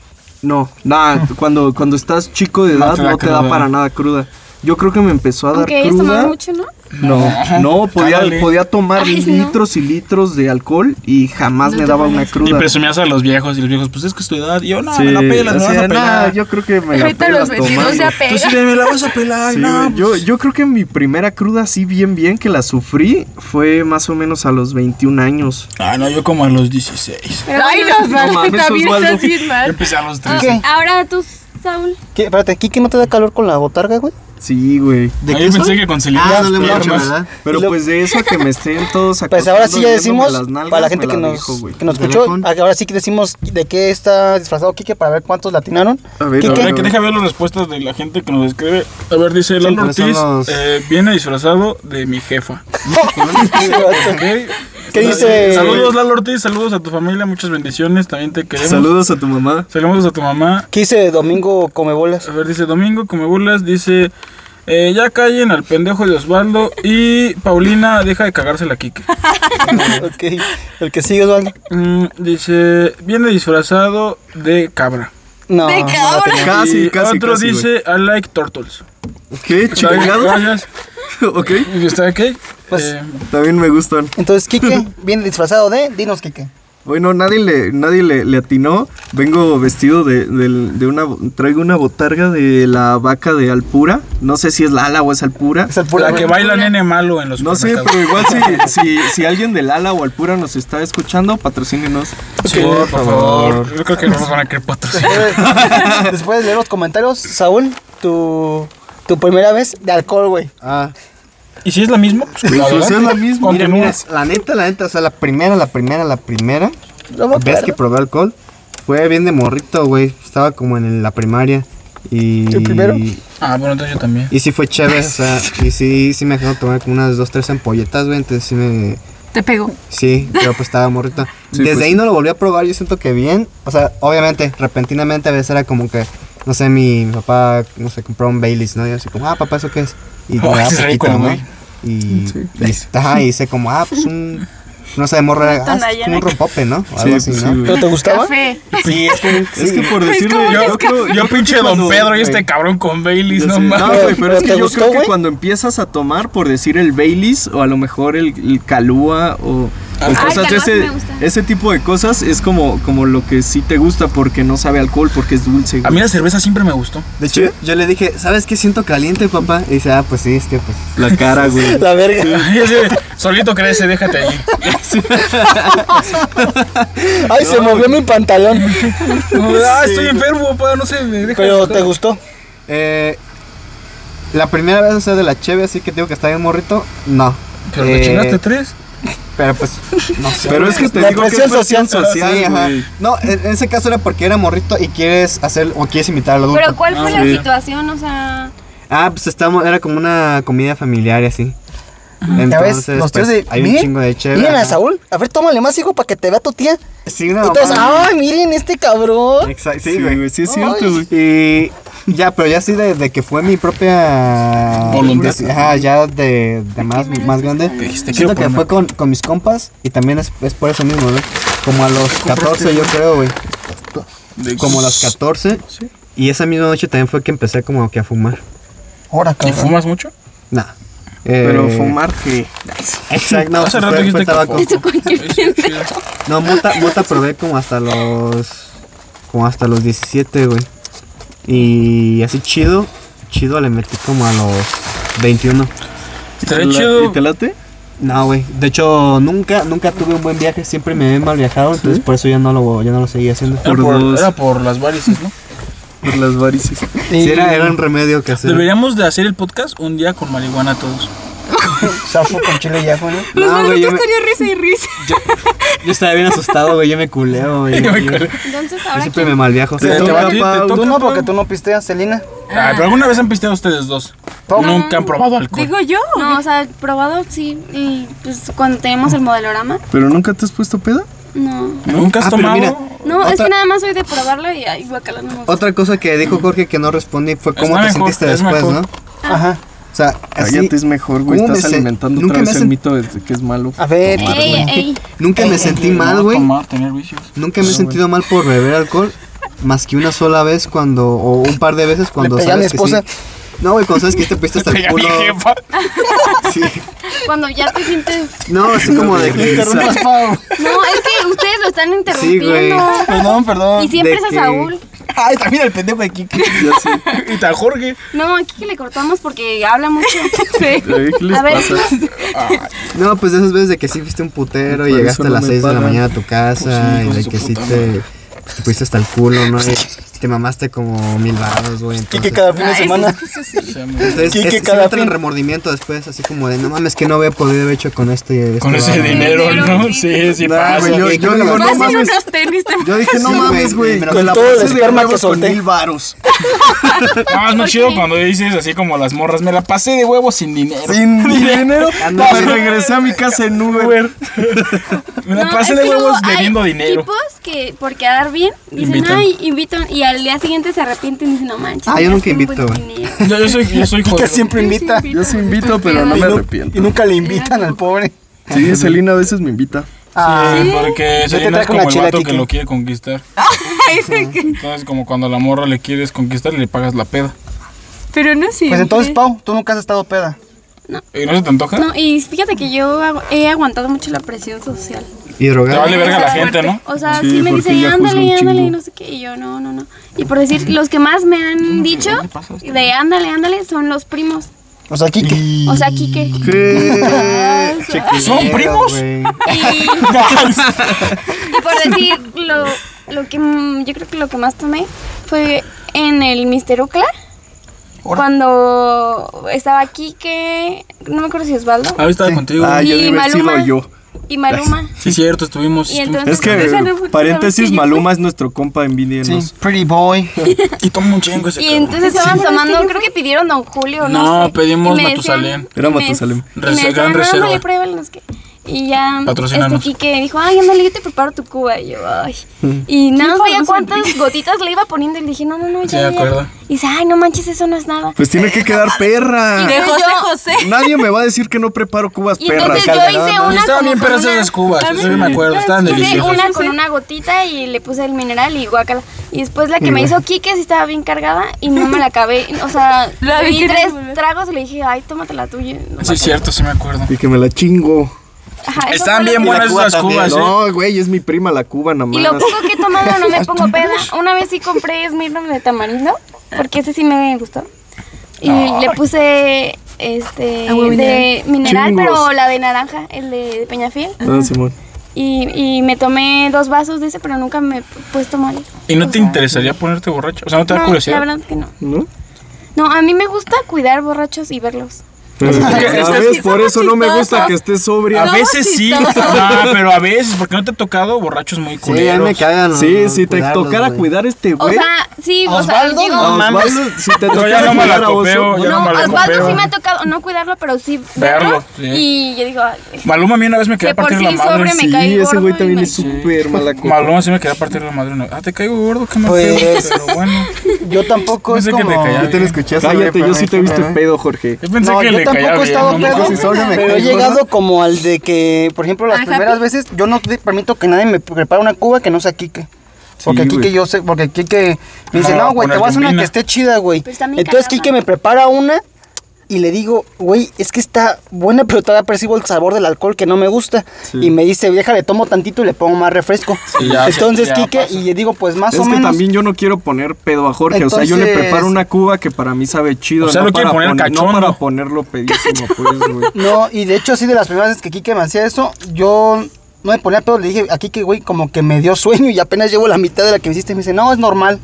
No, Ah. nada, cuando, cuando estás chico de edad te no da te da cruda. para nada cruda. Yo creo que me empezó a dar Aunque hayas cruda. tomado mucho, ¿no? No, no, podía, Cábale. podía tomar Ay, no. litros y litros de alcohol y jamás me daba una Y cruda. presumías a los viejos y los viejos, pues es que es tu edad. Y yo, no, Sí, me la pelas, o me la vas sea, a nada, pelar. yo creo que me la Ahorita pelas los vecinos se tomando. Tú sí, apegan. me la vas a pelar. Sí, no, güey, yo, pues. yo creo que mi primera cruda así bien bien que la sufrí fue más o menos a los 21 años. Ah, no, yo como a los 16. Pero Ay, bueno, no, Osvaldo, mames, también Osvaldo. estás bien Yo mal. empecé a los 13. ¿Qué? ahora tú, Saúl. ¿Qué? Espérate, ¿Kike no te da calor con la botarga, güey? Sí, güey. Ah, yo pensé que con Selena Ah, las no le mucho, piernas. ¿verdad? Pero Y lo- pues de eso a que me estén todos Pues ahora sí ya acostando decimos, viéndome las nalgas, para la gente me que nos, dejo, güey. que nos Me la escuchó, con- ahora sí que decimos de qué está disfrazado Kike para ver cuántos latinaron. A ver, A a Kike, ver, que deja ver las respuestas de la gente que nos escribe. A ver, dice Lalo pero son Ortiz, los- eh, viene disfrazado de mi jefa. ¿Qué, ¿Qué dice? Saludos Lalo Ortiz, saludos a tu familia, muchas bendiciones, también te queremos. Saludos a tu mamá. Saludos a tu mamá. ¿Qué dice Domingo Comebolas? A ver, dice Domingo, como burlas, dice... eh, ya callen al pendejo de Osvaldo y Paulina deja de cagársela a Kike. ok, el que sigue Osvaldo. Mm, dice, viene disfrazado de cabra. No, De no la cabra. tenía. Casi, Y casi, Otro casi, güey. dice, I like turtles. ¿Qué? ¿Chingado? Gracias. ok, ¿Y ¿Está ok? Eh, también me gustan. Entonces, Kike viene disfrazado de, dinos Kike. Bueno, nadie le, nadie le, le atinó. Vengo vestido de, del- de una... Traigo una botarga de la vaca de Alpura. No sé si es Lala o es Alpura. Es el pura. la que baila nene malo en los No sé, supermercados. pero igual si, si, si alguien del Ala o Alpura nos está escuchando, patrocínenos. Sí, por favor. Yo creo que no nos van a querer patrocinar. Después- Después de leer los comentarios, Saúl, tu, tu primera vez de alcohol, güey. Ah, ¿Y si es la misma? Pues, la pues verdad, es la misma. Mira, continúa. mira, la neta, la neta, o sea, la primera, la primera, la primera No me vez acuerdo. que probé alcohol fue bien de morrito, güey. Estaba como en la primaria. Y, ¿El primero? Ah, bueno, entonces yo también. Y sí fue chévere, o sea, y sí, sí me dejaron tomar como unas dos, tres ampolletas, güey, entonces sí me... Te pegó. Sí, pero pues estaba morrito. Sí, Desde pues, ahí no lo volví a probar, yo siento que bien. O sea, obviamente, repentinamente a veces era como que, no sé, mi, mi papá, no sé, compró un Baileys, ¿no? Y así como, ah, papá, ¿eso qué es? Y me Oh, daba ese es poquito, rico, ¿no? güey. Y, y, ajá, y hice como, ah, pues un, no sé, de morro, era, ah, es como un rompope, ¿no? O algo así, sí, ¿no? güey. ¿Pero te gustaba? Café. Sí, es que, Es que por decirle, yo, yo creo- yo Yo pinche Don cuando- Pedro y güey. este cabrón con Baileys, Ya no sé. No, mames. güey, pero ¿Pero es que te yo gustó, creo que güey? cuando empiezas a tomar, por decir el Baileys o a lo mejor el, el Calúa o, o cosas de Kahlua sí ese, me gusta. ese tipo de cosas, es como, como lo que sí te gusta porque no sabe a alcohol, porque es dulce. A güey. mí la cerveza siempre me gustó. de hecho, yo le dije, ¿sabes qué siento caliente, papá? Y dice, ah, pues sí, es que pues... La cara, güey. La verga. Y así de, Solito crece, déjate ahí. Ay, se movió mi pantalón. Ah, estoy enfermo, papá, no sé. me deja- Pero te gustó. Eh, la primera vez, o sea, de la cheve, así que digo que está bien morrito, no. Pero te Eh, chingaste tres. Pero pues, no sé. Pero es que te La digo que es presión presión social. social, Sí, ajá. güey. No, en, en ese caso era porque era morrito y quieres hacer o quieres imitar al adulto. Pero ¿cuál fue Ah, la sí. situación? O sea, Ah, pues estábamos, era como una comida familiar y así. Ya Entonces, ves, los pues, tíos de. hay un miren, chingo de chévere. Miren a ajá. Saúl. A ver, tómale más, hijo, para que te vea tu tía. Sí, una Y todos, mamá. ¡ay, miren este cabrón! Exacto, sí, Sí, güey. güey, sí es cierto, güey. Y ya, pero ya sí, de, de que fue mi propia Voluntad. deci- ajá, ya de, de más, más grande. Dijiste, quiero Siento que ponerme- fue con, con mis compas y también es, es por eso mismo, güey. Como a los 14, yo creo, güey. de- Como a los 14. Y esa misma noche también fue que empecé como que a fumar. Ahora, ¿Y cabrón. fumas mucho? Nada. Pero Eh, fumar que. Exacto, no, Hace rato fue- fue dijiste que tabaco. fumaba. Eso cualquier pendejo. No, mota, mota probé como hasta los. Como hasta los 17, güey. Y así chido. Chido le metí como a los 21. Estaría La- chido. ¿Y te late? No, güey. De hecho, nunca, nunca tuve un buen viaje. Siempre me he mal viajado. Entonces, por eso ya no lo, ya no lo seguí haciendo. Era por por, dos. era por las varices, ¿no? Por las varices. Sí, era, era un remedio que hacer. Deberíamos de hacer el podcast un día con marihuana todos. Zafo con chile y ajo, ¿no? No, Los güey, yo malditos me- estaría risa y risa. Yo estaba bien asustado, güey. Yo me culeo, güey. Yo, yo Entonces ahora siempre me mal viajo. Te- te va a ti, te toca, Tú no, Pau. porque tú no pisteas, Celina. Ah, pero alguna vez han pisteado ustedes dos. Nunca han probado alcohol. Digo yo. No, o sea, probado sí, y, pues cuando tenemos el modelorama, ¿Pero nunca te has puesto pedo? no. Nunca has Ah, pero tomado. mira. No, es Otra- que nada más soy de probarlo y ay, guacala, no me gusta. Otra cosa que dijo Jorge que no respondí fue cómo Está te mejor, sentiste es después, mejor. ¿no? Ajá. O sea, así- Cállate, es mejor, güey. Ah, ¿cómo me Estás sen- alimentando nunca otra me vez el sen- mito de que es malo. A ver, Ey, ey, nunca me sentí mal, güey. Tomar, tener vicios. Nunca me he sentido mal por beber alcohol, más que una sola vez cuando, o un par de veces cuando pegué a mi sabes que sí. esposa. No, güey, cuando sabes que te piste hasta el Pega mi culo. jefa. Sí. cuando ya te sientes... No, así como de que. No, es que ustedes lo están Sí, güey. interrumpiendo. Perdón, perdón. y siempre de es a que- Saúl. Ay, también el pendejo de Kike. Y te a Jorge. No, aquí que le cortamos porque habla mucho. Sí. Ay, ¿Qué les A ver, pasa? No, pues de esas veces de que sí fuiste un putero y Por llegaste eso a no las me 6 de la pagan. mañana a tu casa Pues sí, hijos y de de su que sí puta te, pues, te fuiste hasta el culo, ¿no? Y te mamaste como mil baros, güey. Kike entonces- cada fin de semana. Entonces, Kike es, es cada otro fin. remordimiento después, así como de, no mames, que no había podido haber hecho con este... Con este ese varo". dinero, Dinero, ¿no? sí. Sí, sí, Nah, pasa. güey, yo- Oye, yo ¿qué digo, me no vas a Pasen mames. unos tenis. te- Yo dije, no Sí, güey, mames, güey. me lo- Con la todo el pose de esperma que huevos con solté. mil varos. Ah, es muy Ok. chido cuando dices así como las morras. Me la pasé de huevo sin dinero. Sin dinero. Ando, pues, güey. regresé a mi casa en Uber. Me la No, pasé es de que luego huevos hay debiendo dinero. tipos que por quedar bien dicen, Invitan. ay, invito. Y al día siguiente se arrepienten y dicen, no manches. Ah, yo me nunca gasté un invito, buen güey. dinero". Yo, yo soy, yo soy Kike joder. siempre invita. Yo Pues sí invito, pero no Y me nu- arrepiento. Y nunca le invitan al pobre. Ah, Sí, Celina a veces me invita. Sí, Ah, porque Yo te Selena es traigo como una el chela, vato que Kike. lo quiere conquistar. Ah, Entonces, como cuando a la morra le quieres conquistar, le pagas la peda. Pero no sé. Pues entonces, Pau, tú nunca has estado peda. ¿Y no se te antoja? No, y fíjate que yo agu- he aguantado mucho la presión social. Y Te drogado. vale verga la gente, ¿no? O sea, Sí, sí, me porque dicen, ella juzga ándale, un ándale, chingo. y no sé qué. Y yo, no, no, no. Y por decir, los que más me han dicho de ándale, ándale son los primos. O sea, Kike. O sea, Quique. ¿Son primos? güey. Y, y por decir, lo, lo que mm, yo creo que lo que más tomé fue en el Mister Ucla. Cuando estaba Quique, no me acuerdo si Osvaldo. Ah, estaba contigo. Ah, ya Y debe haber sido Maluma. yo. Y Maluma. Sí, cierto, estuvimos. Y estuvimos- entonces, Pues Es que, esa no fue la vez paréntesis, que yo Maluma es nuestro compa, envidienos. Sí, Pretty Boy. Y toma un chingo ese Y cabrón. entonces estaban tomando, creo que pidieron Don Julio. No, No, sé, pedimos y me Matusalén. Era y me- Matusalén. y me Res- decían, gran "No, reserva". ándale, pruébalo, no sé qué. Y ya este Patrocínanos. Quique dijo, ay, ándale, yo te preparo tu cuba. Y yo, ay. Mm. Y nada más veía cuántas gotitas le iba poniendo y le dije, no, no, no, ya. Sí, de ya". acuerdo. Y dice, ay, no manches, eso no es nada. Pues tiene que quedar perra. De José yo- José. Nadie me va a decir que no preparo cubas Y perras. entonces yo hice Y una Estaban como bien con perras una- esas cubas, eso sí me acuerdo, estaban Hice deliciosas. una con una gotita y le puse el mineral y guacala. Y después la que me hizo Kike sí estaba bien cargada y no me la acabé. O sea, La le vi di que no tres volver. tragos y le dije, ay, tómate la tuya. No, Sí, cierto, sí me acuerdo. Y que me la chingo. Ajá, eso Estaban fue lo bien que- buenas Cuba esas también, cubas, ¿eh? No, güey, es mi prima la cuba, nada Y lo más. poco que he tomado no me pongo peda. Una vez sí compré Smirnoff de tamarindo, porque ese sí me gustó. Y le puse este Agua de mineral, Chingos. pero la de naranja, el de, de Peñafiel. Ah, Simón. Y, y me tomé dos vasos de ese, pero nunca me he puesto mal. ¿Y no te interesaría ponerte borracho? O sea, ¿no te da No, la curiosidad? verdad que no. ¿No? No, a mí me gusta cuidar borrachos y verlos. A es que veces somos por eso no me chistosos. gusta que estés sobria. A Somos veces sí, chistosos. ah, pero a veces, porque no te ha tocado borrachos muy Sí, a mí culeros. me cagan. Sí, no, si te cuidarlos, tocara güey. cuidar este O güey. sea, sí, o sea, Osvaldo, digo, a no mames. Osvaldo, si te No, ya tocara no me cuidar la a copeo, Oso, ya no, no, me la Osvaldo copeo. sí me ha tocado, no cuidarlo, pero sí verlo. Verlo, sí. Y yo digo, ay, Maluma a mí una vez me quería Que por partir sí la madre. sobre me Sí, cae ese gordo güey y también me- es súper mala copa. Maluma sí me quería partir la madre. una vez. Ah, te caigo gordo, qué mal Pues- pedo, pero bueno. Yo tampoco es Pensé que te como... caía Yo te bien. lo escuché hace Cállate, güey, yo sí te he pero- visto ¿eh? pedo, Jorge. Yo pensé No, que yo le caía tampoco he bien, estado no pedo, mames. sí, sobre me pero he caigo, llegado como al de que, por ejemplo, las Ajá. primeras veces, yo no te permito que nadie me prepare una cuba que no sea Kike. Porque Sí, Kike güey. yo sé, porque Kike me dice, No, no, güey, te poner vas a una yumbina. que esté chida, güey. Pero está bien Entonces cagada. Kike me prepara una y le digo, güey, es que está buena, pero todavía percibo el sabor del alcohol que no me gusta. Y me dice, vieja, le tomo tantito y le pongo más refresco. Sí, ya, Entonces ya Kike, pasa. y le digo, pues más Es o que menos. también yo no quiero poner pedo a Jorge. o sea, yo le Entonces- preparo una cuba que para mí sabe chido. O sea, no lo quiere para poner No cachondo. para ponerlo pedísimo, pues, güey. No, y de hecho, sí, de las primeras veces que Kike me hacía eso, yo no me ponía pedo. Le dije a Kike, güey, como que me dio sueño y apenas llevo la mitad de la que me hiciste. Me dice, no, es normal.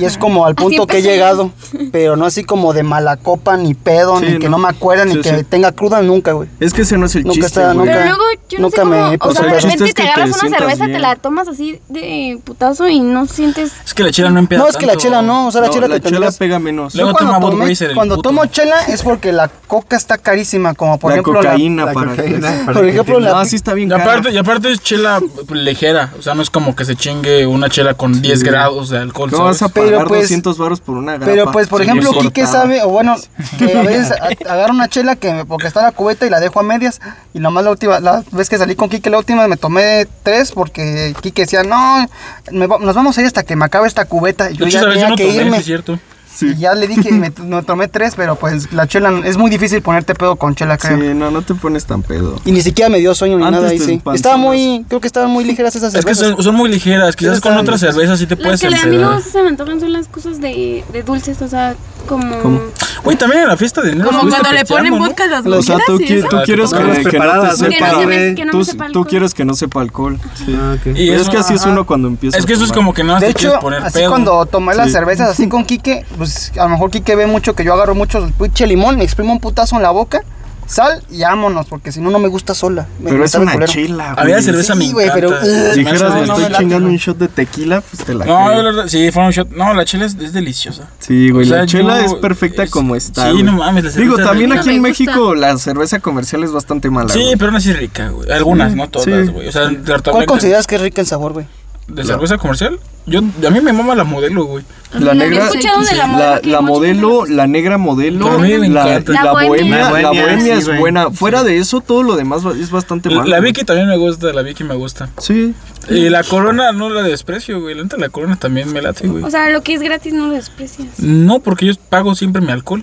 Y es como al punto que he empecé. llegado, pero no así como de mala copa, ni pedo, Sí, ni que no. no me acuerda, ni Sí, que sí. tenga cruda nunca, güey. Es que ese no es el Nunca chiste, estaba- güey. Pero Nunca- luego yo no nunca sé cómo, me- o sea, o sea, el de chiste repente es que te te agarras una sientas cerveza, bien. te la tomas así de putazo y no sientes... Es que la chela no empieza No, es que la chela no, o sea, la No, chela te la chela tendrás- pega menos. Yo Luego cuando, toma tomé- Budweiser, el cuando puto. tomo chela es porque la coca está carísima, como por la ejemplo la- cocaína La para. cocaína, para por que ejemplo, la, No, sí está bien Y cara. aparte, y aparte es chela ligera, o sea, no es como que se chingue una chela con 10 grados de alcohol. ¿Cómo vas a ¿sabes? pagar Pero, pues, 200 baros por una grapa? Pero pues, por Sí, ejemplo, bien Quique cortada. sabe, o bueno, que a veces a- agarro una chela que porque está en la cubeta y la dejo a medias. Y nomás la última, la vez que salí con Quique, la última me tomé tres porque Quique decía, no, me va- nos vamos a ir hasta que me acabe esta cubeta. Y De yo hecho, ya esa vez yo tenía no que tomé, sí irme. es cierto. Y ya le dije, me, me tomé tres, pero pues la chela, es muy difícil ponerte pedo con chela, creo. Sí, no, no te pones tan pedo. Y ni siquiera me dio sueño ni Antes nada ahí, te sí. empanzonas. Estaba muy, creo que estaban muy ligeras esas Es que cervezas. son, son muy ligeras, quizás con pues, están otras listas. cervezas sí te Las puedes que a mí empedar. no se me antojan son las cosas de, de dulces, o sea, como... Güey, también en la fiesta de enero Como estuviste cuando le pisteando, ponen ¿no? vodka a las O sea, mochilas tú, y qui- eso. tú Ah, quieres que que, no que no te preparadas, ¿no? sepa, Que no güey. me- que no me tú, sepa tú alcohol. quieres que no sepa alcohol. Sí. Ah, ok. Y Pero es eso- que así es uno cuando empieza. Es que a eso es tomar. como que nada más De te quieres hecho, poner así pedo. cuando tomé las Sí. cervezas así con Quique, pues a lo mejor Quique ve mucho que yo agarro mucho el pinche limón, me exprimo un putazo en la boca, sal y vámonos, porque si no, no me gusta sola. Me- Pero me es sabe una culero. chela, A mí la güey. cerveza Sí, me güey, pero- uh, encanta. Si dijeras, No, me no estoy me late, chingando güey. un shot de tequila, pues te la No, creo. la verdad, sí, fue un shot. No, la chela es, es deliciosa. Sí, güey, O sea, la chela yo- es perfecta es- como está. sí, güey. no mames, la Digo, cerveza también rica. aquí en Me gusta. México la cerveza comercial es bastante mala. Sí, güey. pero no así es rica, güey. Algunas, no todas, sí. güey. O sea, tratamiento ¿Cuál consideras que es rica en sabor, güey? de cerveza comercial. Yo, a mí me mama la modelo, güey. La No, negra, he escuchado de la la, modelo que la mucha gente modelo, la negra modelo, A mí me la, encanta. la La bohemia, bohemia. la Sí, bohemia es güey. buena. Fuera de eso, todo lo demás va- es bastante malo. La güey. Vicky también me gusta, la Vicky me gusta. Sí. Y la corona no la desprecio, güey. La neta, la corona también me late, güey. O sea, lo que es gratis no lo desprecias. No, porque yo pago siempre mi alcohol.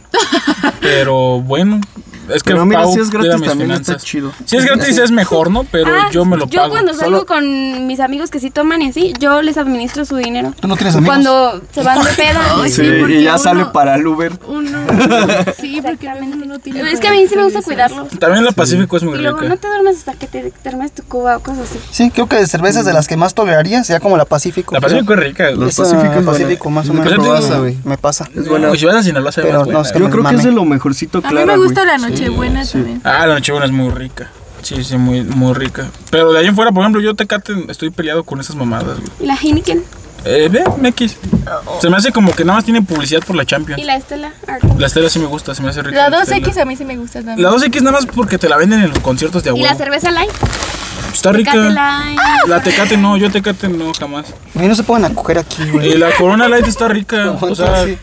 pero bueno, es que Pero mira, pago si es gratis cuida mis también está finanzas. chido. Si es gratis es mejor, ¿no? Pero Ah, yo me lo pago. Yo cuando salgo Solo- con mis amigos que sí toman y así, yo les administro su dinero. ¿Tú no tienes amigos? Cuando se van de pedo. Sí, porque y ya uno- sale para el Uber. Uno. Sí, porque luego uno tiene. Es que a mí sí me gusta cuidarlos. También la Pacífico es muy Y luego rica. no te duermas hasta que te termines tu cuba o cosas así. Sí, creo que de cervezas de las que más toleraría sería como la Pacífico. Mm. La Pacífico es rica. güey. Los Esa Pacífico es buena. Pacífico, más o Nunca menos. Pero probé te- esa, güey. Me pasa. No, güey, si vas a Sinaloa se ve Pero más buena, no, es que güey. Yo creo que mame. es de lo mejorcito, A claro. mí me gusta la Nochebuena también. Ah, la Nochebuena es muy rica. Sí, sí, muy, muy rica. Pero de ahí en fuera, por ejemplo, yo Tecate estoy peleado con esas mamadas, güey. Y la Heineken Eh, ve, MX. Se me hace como que nada más tiene publicidad por la y Champions. la Estela Artois. La Estela sí me gusta, se me hace rica. La Estela. 2X a mí sí me gusta también. La 2X nada más porque te la venden en los conciertos de Y la abuelo. cerveza light. Está rica. Tecate Light. La Tecate no, yo Tecate no jamás. Güey, no se pueden acoger aquí, güey. Y la Corona Light está rica. O sea, Sí.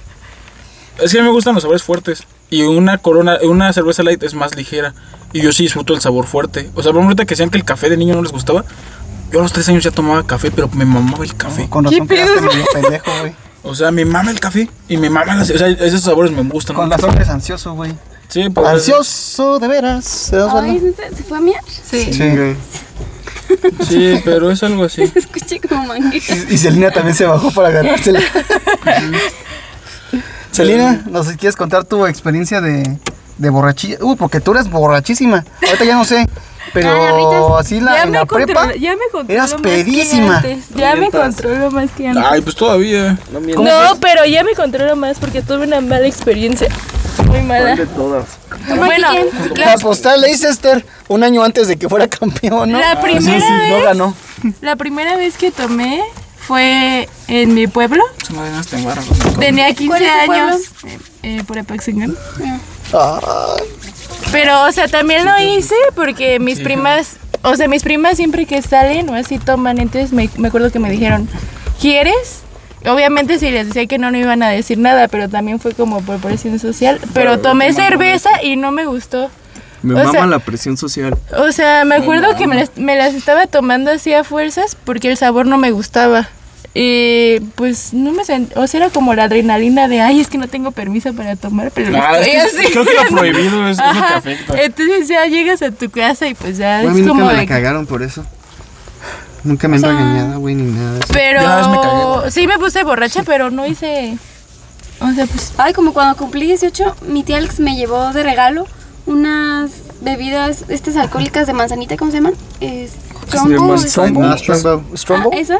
es que a mí me gustan los sabores fuertes. Y una corona, una cerveza light es más ligera. Y yo sí disfruto el sabor fuerte. O sea, por ejemplo, ahorita que decían que el café de niño no les gustaba. Yo a los tres años ya tomaba café, pero me mamaba el café. Con razón quedaste medio pendejo, güey. O sea, me mama el café y me mama las. O sea, esos sabores me gustan. Con razón eres ansioso, güey. Sí, pues, pero. Ansioso, de veras. Ay, Osvaldo? ¿neta? ¿Se fue a miar? Sí. Sí, güey. Sí, pero es algo así. Escuché como manguera. Y Celina también se bajó para ganársela. Celina, nos quieres contar tu experiencia de, de borrachilla. Uy, porque tú eras borrachísima. Ahorita ya no sé. Pero Ah, así la, en la prepa. controlo- ya me controlo eras más pedísima. que antes. Ya me controlo más que antes. Ay, pues todavía. No, pero ya me controlo más porque tuve una mala experiencia. Muy mala. Bueno, La la, postal Leicester un año antes de que fuera campeón, ¿no? ah, la primera Sí, sí, no vez. ganó. La primera vez que tomé fue en mi pueblo. Tenía 15 es tu años. Eh, eh, por Apaxingán. Pero, o sea, también lo hice porque mis primas, o sea, mis primas siempre que salen o así toman, entonces me, me acuerdo que me dijeron, ¿quieres? Obviamente si les decía que no, no iban a decir nada, pero también fue como por presión social. Pero tomé cerveza y no me gustó. Me O mama sea- la presión social. O sea, me acuerdo que me las, me las estaba tomando así a fuerzas porque el sabor no me gustaba. Y pues no me sentí, o sea, era como la adrenalina de, ay, es que no tengo permiso para tomar, pero lo Claro, es estoy que es- así". creo que lo prohibido es- es lo que Ajá. afecta. Entonces ya llegas a tu casa y pues ya Güey, a es mí nunca como me de la que- cagaron por eso. Nunca me han regañado, güey, ni nada. de eso. Pero Yo una vez me cagué, güey. sí me puse borracha, pero no hice o sea, pues Ay, como cuando cumplí 18, mi tía Alex me llevó de regalo unas bebidas, estas alcohólicas de manzanita, ¿cómo se llaman? Es Strongbow, manzana. Strongbow. Ah, Strongbow. Ah, ¿Esas?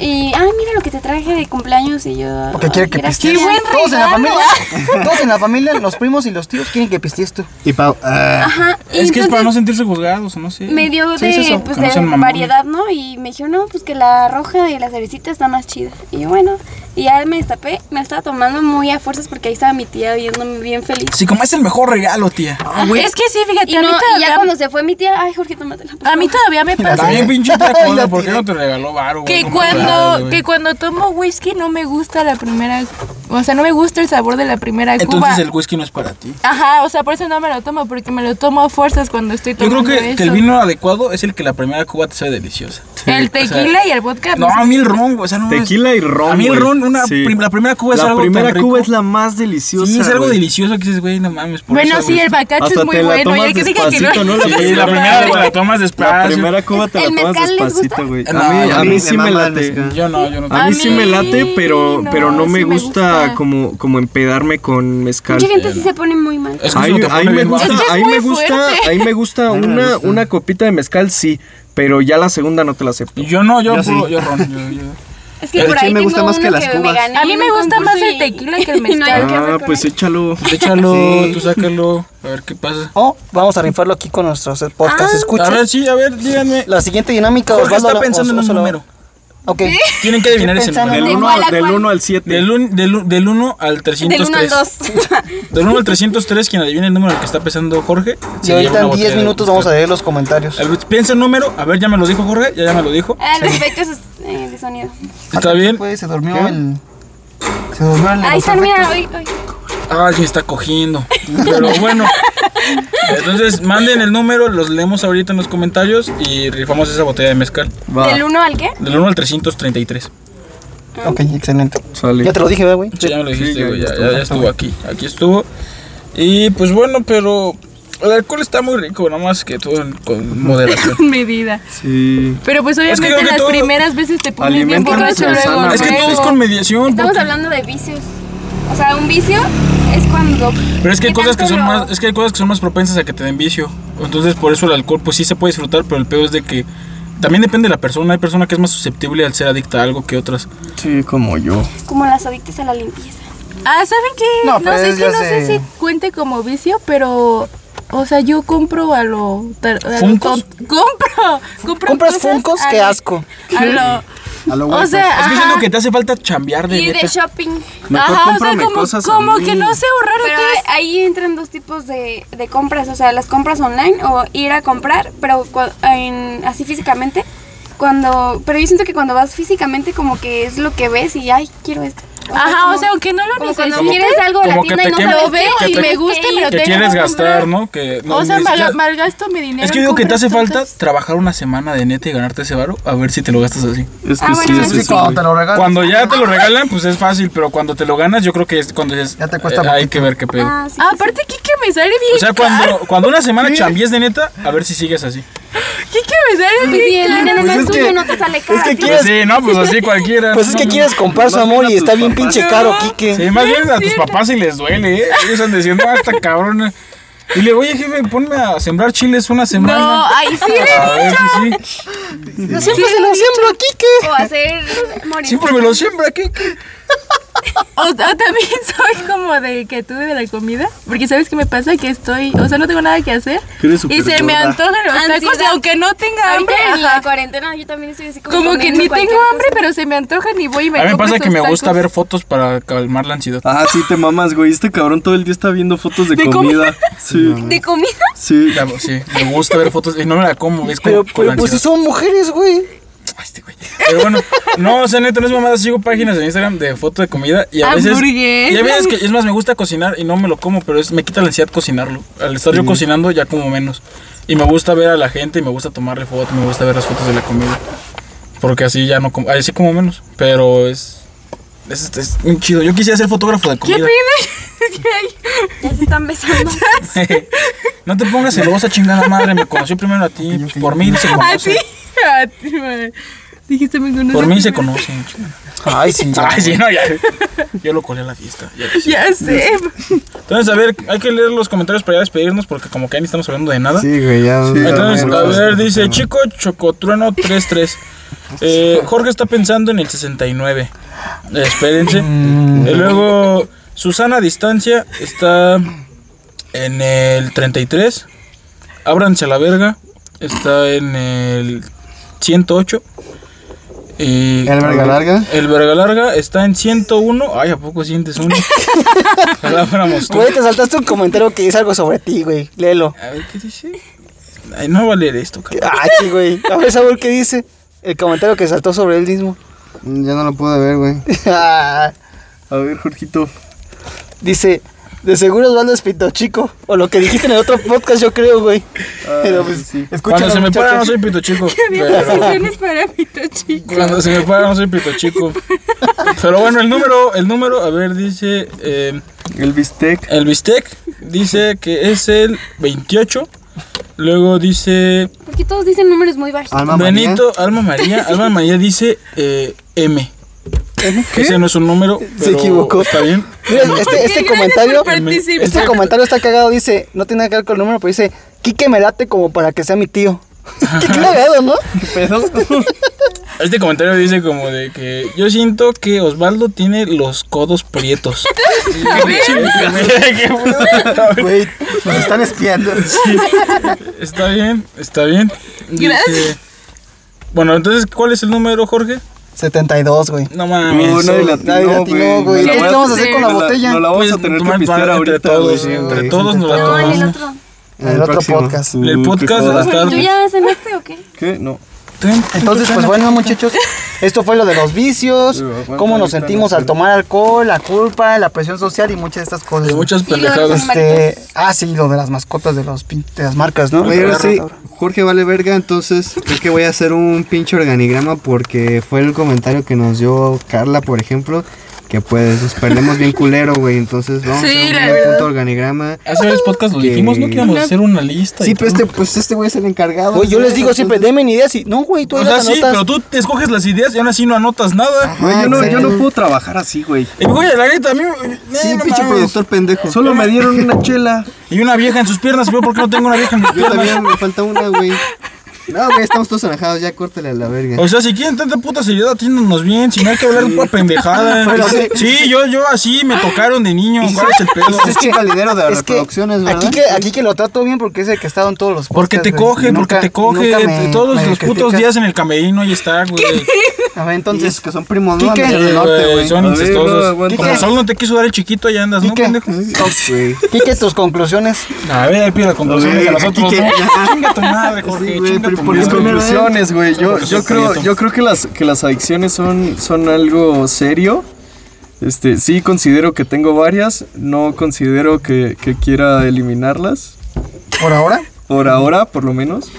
Y, ah, mira lo que te traje de cumpleaños y yo... Porque quiere que gracias. pistees. ¡Qué buen Este, Todos en la regalo! familia, todos en la familia, los primos y los tíos quieren que pistees tú. Y Pau, ah, Ajá, y Es que es para no entonces sentirse juzgados, no sé. me dio Sí, de, es eso, pues, que no de sean mamones. variedad, ¿no? Y me dijeron, no, pues que la roja y la cerecita está más chida. Y yo, bueno, y ya me destapé, me la estaba tomando muy a fuerzas porque ahí estaba mi tía viéndome bien feliz. Sí, como es el mejor regalo, tía. es que sí, fíjate, Y, a no, mí y ya todavía, cuando se fue mi tía, ay, Jorge, tómatela. por a mí favor". todavía me pasa También pinche tía Ay, cola, la ¿por qué tía. no te regaló varo? güey? Que No me acuerdo, cuando, güey. que cuando tomo whisky no me gusta la primera, o sea, no me gusta el sabor de la primera Entonces cuba. el whisky no es para ti. Ajá, o sea, por eso no me lo tomo, porque me lo tomo a fuerzas cuando estoy Yo tomando creo que, que el eso. vino adecuado es el que la primera cuba te sabe deliciosa. El O sea, tequila y el vodka. No, pues, a mí el ron, güey. O sea, no mames. Tequila y ron. A mí el güey. ron, una Sí. prim- la primera cuba es La algo tan primera rico. cuba es la más deliciosa. Sí, es algo güey. delicioso que dices, güey, no mames. Por Bueno, eso, sí, güey. el bacacho Hasta es muy te la bueno. Y tomas el que dije que no. despacito, ¿no? La Sí, la primera te la tomas La despacio. primera cuba te ¿El la tomas mezcal les despacito, güey. No, A mí, a a mí mí me sí me mama el late. mezcal. Yo no, yo no. A Ah, A mí sí me mí late, pero no, no, pero no sí me me gusta, gusta. Como, como empedarme con mezcal. Mucha gente sí se pone muy mal. Es que Ahí, eso te pone ahí me bien gusta, guapo. Es que es ahí muy me gusta, fuerte. ahí me gusta una, una copita de mezcal, sí, pero ya la segunda no te la acepto. Yo no, yo Yo sí. puro, yo ron. yo- yo- Es que El por chile ahí me tengo gusta más uno que las cubas. gané A mí en me un gusta más concurso el y- tequila que el y no hay mezcal. que hacer Ah, con pues él. échalo. Échalo, tú sácalo, a ver qué pasa. O vamos a rifarlo aquí con nuestros podcast. A Escuchen. ver, sí, a ver, díganme. La siguiente dinámica Jorge Osvaldo, está la- pensando en Os- un Osvaldo- número. Ok. Tienen que adivinar ese pensando número. Del ¿De 1 cuál a cuál? al 7. Del un- Del 1 del, uno al Del 1 al 303. 2. Del 1 al 303, quien adivine el número al que está pensando Jorge. Y se lleva ahorita una en botella 10 de minutos whisky. vamos a leer los comentarios. A ver, Piensa el número, a ver, ya me lo dijo Jorge, ya, ya me lo dijo. Al respecto es, Ah, eh, de sonido. ¿Está bien? Pues se durmió el. Se durmió Ah, el. Ahí los está, mira, efectos. hoy, hoy. Ay, me Ah, está cogiendo. Pero bueno. Entonces, manden el número, los leemos ahorita en los comentarios y rifamos esa botella de mezcal. ¿Del 1 al qué? Del 1 al 333. Ok, excelente. Sale. Ya te lo dije, ¿verdad, güey. Sí, ya me lo dijiste, ya- güey, ya ya, estuvo. ya- ya estuvo aquí. Aquí estuvo. Y pues bueno, pero el alcohol está muy rico, nada más que todo en- con moderación. Medida. Sí. Pero pues que obviamente creo que las todo- primeras veces te pones bien Alimenta borracho nuestra luego. sana. Es que todo es luego. con mediación. Ah, Estamos porque- hablando de vicios. O sea, un vicio es cuando. Pero es que hay ¿qué cosas que tanto son lo- más, es que hay cosas que son más propensas a que te den vicio. Entonces por eso el alcohol pues sí se puede disfrutar, pero el peor es de que también depende de la persona. Hay personas que es más susceptible al ser adicta a algo que otras. Sí, como yo. Como las adictas a la limpieza. Ah, ¿saben qué? No, No, pero sé, es es que ya no sé sé. si cuente como vicio, pero. O sea, yo compro a lo. tar- a lo ¿Funcos? ton- Compro. compro Compras cosas Funkos, a qué lo- asco. A lo. a lo O güey, sea, Es que ajá, siento que te hace falta chambear de Y de neta. shopping. Mejor ajá, o sea, cómprame como, cosas a como mí. que no sé ahorrar Pero ustedes. ahí entran dos tipos de, de compras, o sea, las compras online o ir a comprar, pero cua- en- así físicamente. Cuando, pero yo siento que cuando vas físicamente como que es lo que ves y ay quiero esto. Ajá, como- o sea, aunque no lo como cuando necesite. quieres algo de la como que tienda te y no quema- sabes lo veo qué y es, me tienes gusta, que pero ir. que tengo quieres que gastar, comprar. ¿no? Que no, o sea, ni mal- siquiera- malgasto mi dinero. Es que digo que te compro hace falta cosas. trabajar una semana de neta y ganarte ese varo, a ver si te lo gastas así. Es que Ah, sí, bueno, es sí, eso, Cuando güey. te lo regalan. Cuando ya te lo regalan, pues es fácil, pero cuando te lo ganas, yo creo que es cuando dices, Ya te cuesta eh, hay que ver qué pedo. Ah, sí, Ah, aparte, Kike me sale bien. O sea, cuando, cuando una semana chambies de neta, a ver si sigues así. Kike me sale Pues sí, bien. el dinero no Pues es es tuyo, que- no te sale cara. que ¿sí? ¿Quieres? Pues sí, no, pues así cualquiera. Pues es que No, quieres comprar su amor y está bien pinche caro, Kike. Sí, más bien a tus papás sí les duele, ¿eh? Ellos están diciendo, ah, esta cabrona. Y le oye, jefe, ponme a sembrar chiles una semana. No, ahí sí. A ver si sí. Yo siempre se lo siembro a Kike. O hacer morir. Siempre me lo siembra, ¿qué? qué? O, o también soy como de que tuve de la comida. Porque sabes qué me pasa que estoy, o sea, no tengo nada que hacer. Que eres súper Y se me gorda. antojan los tacos y Ansiedad. aunque no tenga hambre. Ahorita en la ajá. cuarentena yo también estoy así como. Como que comiendo ni cualquier tengo cosa. hambre, pero se me antojan y voy y me A mí me compro pasa que esos me gusta pues tacos. ver fotos para calmar la ansiedad. Ah, sí, te mamas, güey. Este cabrón todo el día está viendo fotos de, De comida. comida. Sí, ¿De comida? sí. Ya, Sí, me gusta ver fotos y no me la como, es como Pero, con pero pues si ansiedad. son mujeres, güey. Ay, este güey. Pero bueno, no, o sea, neta, no es mamada, sigo páginas en Instagram de fotos de comida y a veces... Hamburguesas. Y a veces que, es más, me gusta cocinar y no me lo como, pero es, me quita la ansiedad cocinarlo. Al estar yo cocinando ya como menos. Y me gusta ver a la gente y me gusta tomarle fotos, me gusta ver las fotos de la comida. Porque así ya no como, así como menos. Pero es... Es, es muy chido. Yo quisiera ser fotógrafo de ¿Qué comida. pedo? ¿Qué hay? Ya se están besando. no te pongas celosa, chingada madre. Me conoció primero a ti. pues, Por mí se ¿A conoce. ti? A ti, madre. Dijiste, me conoces. Por mí se primero. conocen. Ay, sí. Ay, sí, no, ya. Yo lo colé a la fiesta. ya. Ya sé. Entonces, a ver, hay que leer los comentarios para ya despedirnos porque como que ya ni estamos hablando de nada. Sí, güey, ya. ya Entonces, no, a no, ver, no, dice no. Chico Chocotrueno 33. Eh, Jorge está pensando en el 69. Eh, espérense. Mm. Y luego, Susana Distancia está en el 33. Ábranse a la verga. Está en el 108. Y ¿El verga larga? El verga larga está en 101. Ay, ¿a poco sientes uno? Ojalá fuéramos tú. Güey, te saltaste un comentario que dice algo sobre ti, güey. Léelo. A ver, ¿qué dice? Ay, no va a leer esto, cabrón. Ay, sí, güey. A ver, Saúl, ¿qué dice? El comentario que saltó sobre él mismo. Ya no lo pude ver, güey. Ah, A ver, Jorgito. dice, de seguro Osvaldo es pito chico. O lo que dijiste en el otro podcast, yo creo, güey. Pero pues, sí. escúchalo, Ah, Cuando se me para no muchachos. soy pito chico. pero- Felicitaciones para Pito Chico. cuando se me para no soy pito chico. Pero bueno, el número, el número, a ver, dice eh, El bistec. el bistec, dice que es el 28. Luego dice Porque todos dicen números muy bajos. Ah, Alma María. Benito, Alma María, Alma María dice eh, M. Ese no es un número. Se pero equivocó. Está bien. Mira, este, este comentario, participar. este comentario está cagado, dice, no tiene nada que ver con el número, pero dice, Quique me late como para que sea mi tío. Qué cagado, ¿no? ¿Qué pedo? Este comentario dice como de que yo siento que Osvaldo tiene los codos prietos. Güey, nos están espiando. Está bien, está bien. Dice- Gracias. Bueno, entonces, ¿cuál es el número, Jorge? 72, güey. No mames. No, Oh, nadie solo- la nadie la atinó, güey. Nos güey. la ¿Qué voy a- vamos a hacer con la nos botella? Nos la vamos Puedes a tener que Pues, tomar pistear para- ahorita, entre todos, güey. entre todos nos la No, en el tomamos. otro. En el otro próximo. podcast. Uh, El qué podcast va a joda. estar. ¿Tú ya cenaste o qué? ¿Qué? No. Entonces, pues bueno, muchachos, esto fue lo de los vicios, Sí, aguanta, cómo nos ahorita sentimos no, al tomar alcohol, la culpa, la presión social y muchas de estas cosas. De muchas Y lo de pendejadas. los Este, animalitos. ah, sí, lo de las mascotas de, los, pin- de las marcas, ¿no? Güey, ahora sí, Jorge vale verga, entonces creo que voy a hacer un pinche organigrama porque fue el comentario que nos dio Carla, por ejemplo, que pues nos perdemos bien culero, güey, entonces vamos Sí, a la hacer un verdad. puto organigrama. Hace varios podcasts lo dijimos, ¿no? Que íbamos a hacer una lista. Sí, y pero todo. este, pues este güey es el encargado. Güey, yo ¿no? les digo siempre, Entonces- denme ideas y... No, güey, tú O ahí sea, las sí, pero anotas. tú te escoges las ideas y aún así no anotas nada. Güey, yo, no, yo no Ah, exacto. puedo trabajar así, güey. Y güey, la neta, a mí. eh, Sí, no pinche mames. productor pendejo. Solo me dieron una chela. Y una vieja en sus piernas, güey, ¿por qué no tengo una vieja en mis Yo piernas? también me falta una, güey. No, güey, estamos todos enojados, ya córtale a la verga. O sea, si quieren tanta puta seriedad, atiéndanos bien, si no hay que hablar una pendejada. sí. sí, yo, yo así me tocaron de niño. ¿Cuál es el pedo? Es chico el dinero de Es que reproducciones, ¿verdad? aquí que, aquí que lo trato bien porque es el que ha estado en todos los Porque te podcasts, güey, coge, y porque nunca- te coge. nunca me- todos me los putos critica. días en el camerino ahí está, güey. A ver, Y entonces... es que son primos ¿no? Quique. Andan del Eh, norte, güey. son A ver, no, incestuosos. aguanta. Como Sol no te quiso dar el chiquito, ya andas, ¿no, Quique. pendejo? Güey. Quique, tus conclusiones. A ver, pide la conclusión Güey, de nosotros. Quique, ¿no? ya. Chinga tu madre, Jorge. Sí, güey, chinga pero tu por Mis eso- madre. eh. conclusiones, güey. Yo, yo Porque creo, soy yo creo que las, que las adicciones son, son algo serio. Este, sí considero que tengo varias. No considero que, que quiera eliminarlas. ¿Por ahora? Por ahora, por lo menos.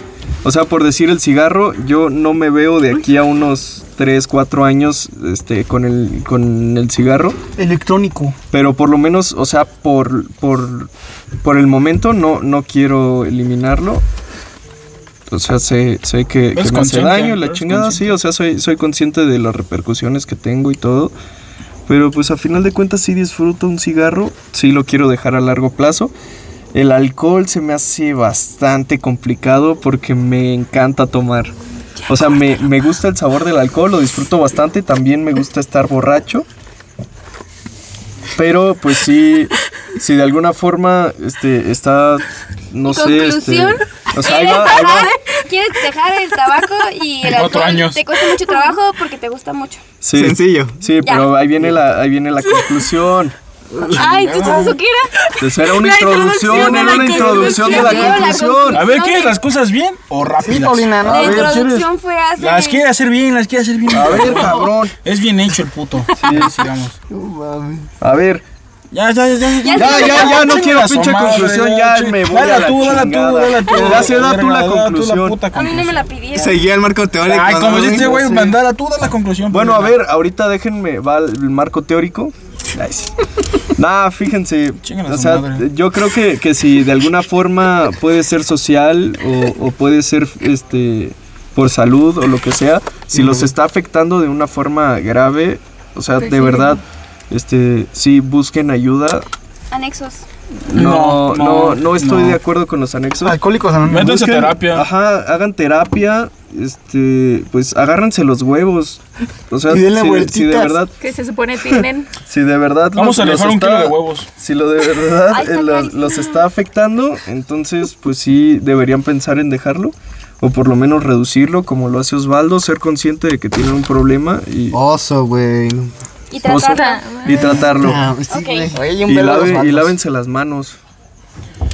O sea, por decir el cigarro, yo no me veo de aquí a unos 3, 4 años este, con, el, con el cigarro. Electrónico. Pero por lo menos, o sea, por, por, por el momento no, no quiero eliminarlo. O sea, sé, sé que, Eres que me hace consciente, daño, la eres chingada, sí. O sea, soy, soy consciente de las repercusiones que tengo y todo. Pero pues a final de cuentas sí disfruto un cigarro. Sí lo quiero dejar a largo plazo. El alcohol se me hace bastante complicado porque me encanta tomar. O sea, me, me gusta el sabor del alcohol, lo disfruto bastante. También me gusta estar borracho. Pero pues sí, si de alguna forma este, está, no sé... este, Conclusión. o sea, ahí va, ahí va. ¿Quieres dejar el tabaco y el En cuatro alcohol? años. Te cuesta mucho trabajo porque te gusta mucho. Sí. Sencillo. Sí, Ya. pero ahí viene la, ahí viene la conclusión. Ay, ¿tú sabes eso qué era? Pues era una La introducción, introducción de era la una introducción de la conclusión. conclusión. A ver, ¿quieres las cosas bien o rápidas? Paulina, ¿no? La ver, introducción fue hace. Las quiere hacer bien, las quiere hacer bien. A ver, cabrón. Es bien hecho el puto. Sí, sigamos. A ver. Ya, ya, ya. Ya, Ya, ya, ya, no quiero pinche Madre, conclusión, ya me voy Dala a la tú, dala tú, chingada. dala tú. Ya se da tú la Dala conclusión. puta A mí no me la pidieron. Seguía el marco teórico. Ay, como ¿no, si este güey Sí. mandara tú, da la conclusión. Bueno, a pendeja. ver, ahorita déjenme, va el el marco teórico. Ay, sí. Nah, fíjense, Chinguen a o su sea, madre. yo creo que, que si de alguna forma puede ser social o, o puede ser este por salud o lo que sea, si los está afectando de una forma grave, o sea, de verdad, este, sí busquen ayuda. Anexos. No, No, no, no, no, estoy no. de acuerdo con los anexos. Alcohólicos Anónimos. Métanse a Busquen- Pues terapia. Ajá, hagan terapia. Este, pues agárrense los huevos. O sea, Y denle si, de- si de vueltitas. verdad, Que se supone tienen. si de verdad Vamos los- a los rifar un está- kilo de huevos. Si lo de verdad Ay, está eh, los, carísimo. los está afectando, entonces pues sí deberían pensar en dejarlo o por lo menos reducirlo como lo hace Osvaldo, ser consciente de que tiene un problema y, Oso, güey. no. Y Oso. tratarla. y tratarlo. Ah, sí, Ok. güey. Oye, y un Y, pelo a los lave- y manos. lávense las manos.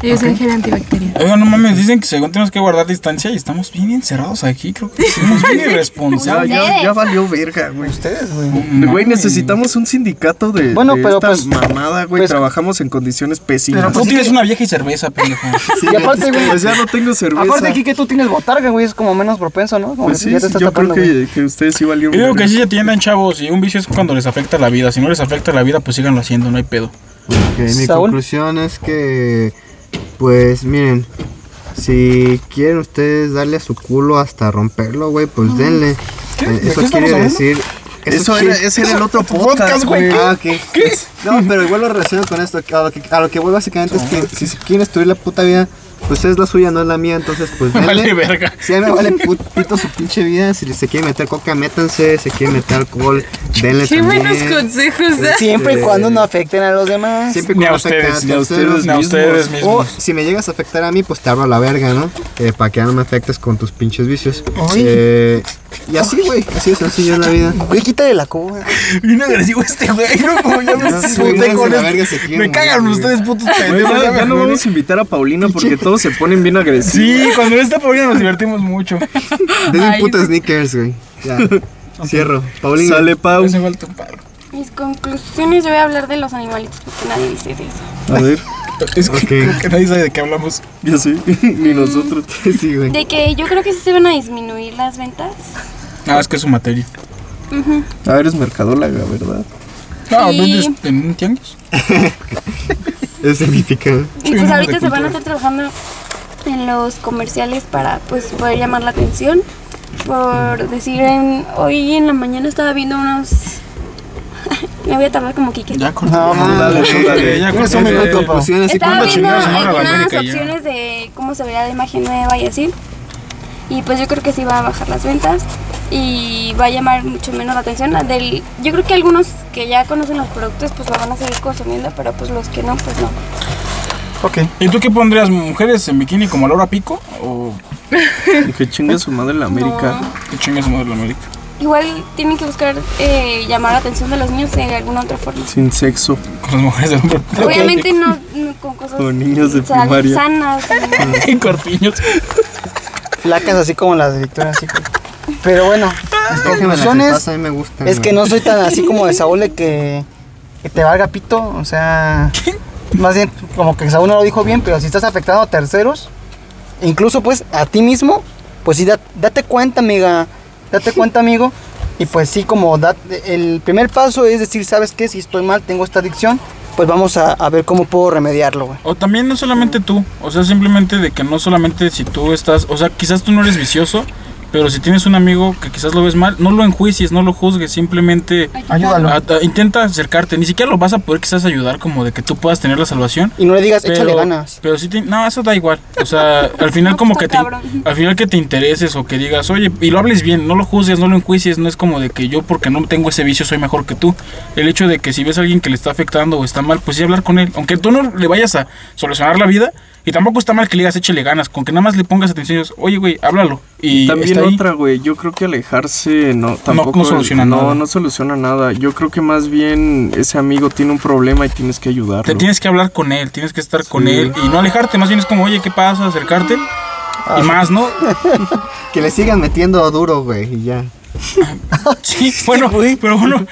Ellos son gel antibacterial. Oiga, no mames, dicen que según tenemos que guardar distancia y estamos bien encerrados aquí. Creo que somos bien Ya, irresponsables. ya, ya Ustedes. valió verga, güey. Mm, Ustedes, güey. Güey, necesitamos un sindicato de, Bueno, de pero esta pues- mamada, güey. pues- Trabajamos en condiciones pésimas. Tú tienes una vieja y cerveza, pendejo. y aparte, güey. Pues ya no tengo cerveza. Aparte aquí que tú tienes botarga, güey, es como menos propenso, ¿no? Como Pues que sí, ya te estás yo tapando, güey. creo que, que ustedes sí valieron. Yo digo verga. que sí se atiendan, chavos. Y un vicio es cuando les afecta la vida. Si no les afecta la vida, pues síganlo haciendo, no hay pedo. Ok, mi Saúl. conclusión es que, pues miren, si quieren ustedes darle a su culo hasta romperlo, güey, pues denle. Eh, ¿De eso qué estamos quiere hablando? decir... Eso quiere- era, ese era el otro podcast, güey. Ah, ok. No, pero igual lo relaciono con esto. A lo que, a lo que voy básicamente es que si se quieren destruir la puta vida, pues es la suya, no es la mía. Entonces, pues denle. Vale, verga. Si a mí me vale put- pito su pinche vida, si se quieren meter coca, métanse. Si quieren meter alcohol, denle Qué también. buenos consejos da. Siempre y Eh, cuando no afecten a los demás. Siempre Ni a cuando afecten ustedes, ni a terceros, ustedes, ni a ustedes O mismos. si me llegas a afectar a mí, pues te abro a la verga, ¿no? Eh, para que ya no me afectes con tus pinches vicios. Eh, y así, güey, así es sencillo es la vida. Güey, quítale la coba. Bien agresivo este güey, no como ya me Esos puté güeyes con de la esto. verga se quieren Me morir, cagan güey. ustedes putos Güey, pendejos. ya, ya no vamos a invitar a Paulina porque todos se ponen bien agresivos. Sí, cuando esta pobreza nos divertimos mucho. Denme un puto sneakers, güey. Ya. Cierro. Paulina. Sale Pau. Ese falta un palo. Mis conclusiones, yo voy a hablar de los animalitos porque nadie dice de eso. A ver, Es que Ok. creo que nadie sabe de qué hablamos. ya sé, ni nosotros. Sí, güey. De que yo creo que sí se van a disminuir las ventas. Ah, es que es su materia. A ver, es Ah, mercadóloga, ¿verdad? No, Sí. ¿dónde es? ¿En un tianguis? Es significado. Sí, Y pues no, ahorita de se van a cultura. estar trabajando en los comerciales para pues poder llamar la atención. Por decir, en- hoy en la mañana estaba viendo unos... Me voy a tardar como Kike. Ya corté. No, no, dale, tú dale. Ya Tienes corté. un Eh, minuto, conclusiones y Estaba cuándo viendo chingados se van a la algunas América ya? opciones de cómo se vería la imagen nueva y así. Y pues yo creo que sí va a bajar las ventas y va a llamar mucho menos la atención. a Del, yo creo que algunos que ya conocen los productos pues lo van a seguir consumiendo, pero pues los que no, pues no. Ok. ¿Y tú qué pondrías? ¿Mujeres en bikini como Laura Pico? ¿O Y que chingue su madre la América. qué chingas madre la América? Igual tienen que buscar eh, llamar la atención de los niños de alguna otra forma. Sin sexo. Con las mujeres del hombre. Obviamente no, no con cosas Con niños de san- primaria. sanas. ¿no? En corpiños. Flacas así como las de Victoria, así, güey. Pero bueno, mis conclusiones A mí me gusta. es que no soy tan así como de Saúl de que, que te valga pito. O sea, más bien como que Saúl no lo dijo bien, pero si estás afectando a terceros, incluso pues a ti mismo, pues sí, da- date cuenta, amiga. Date cuenta, amigo. Y pues sí, como da- el primer paso es decir, ¿sabes qué? Si estoy mal, tengo esta adicción, pues vamos a, a ver cómo puedo remediarlo, güey. O también no solamente tú, o sea, simplemente de que no solamente si tú estás, o sea, quizás tú no eres vicioso, Pero si tienes un amigo que quizás lo ves mal, no lo enjuicies, no lo juzgues, simplemente Ayúdalo. a- a- intenta acercarte. Ni siquiera lo vas a poder quizás ayudar como de que tú puedas tener la salvación. Y no le digas, échale ganas. Pero sí, te- no, eso da igual. O sea, al final No, como está que te, cabrón. al final que te intereses o que digas, oye, y lo hables bien, no lo juzgues, no lo enjuicies, no es como de que yo porque no tengo ese vicio soy mejor que tú. El hecho de que si ves a alguien que le está afectando o está mal, pues sí hablar con él. Aunque tú no le vayas a solucionar la vida, y tampoco está mal que le digas, échale ganas, con que nada más le pongas atención y digas, oye, güey, háblalo. Y También está ahí. otra, güey, yo creo que alejarse no tampoco no soluciona no, nada. no soluciona nada. Yo creo que más bien ese amigo tiene un problema y tienes que ayudarlo. Te tienes que hablar con él, tienes que estar con Sí. él y no alejarte, más bien es como, oye, ¿qué pasa? Acercarte. Ah. Y más, ¿no? Que le sigan metiendo duro, güey, y ya. Sí, bueno, pero bueno,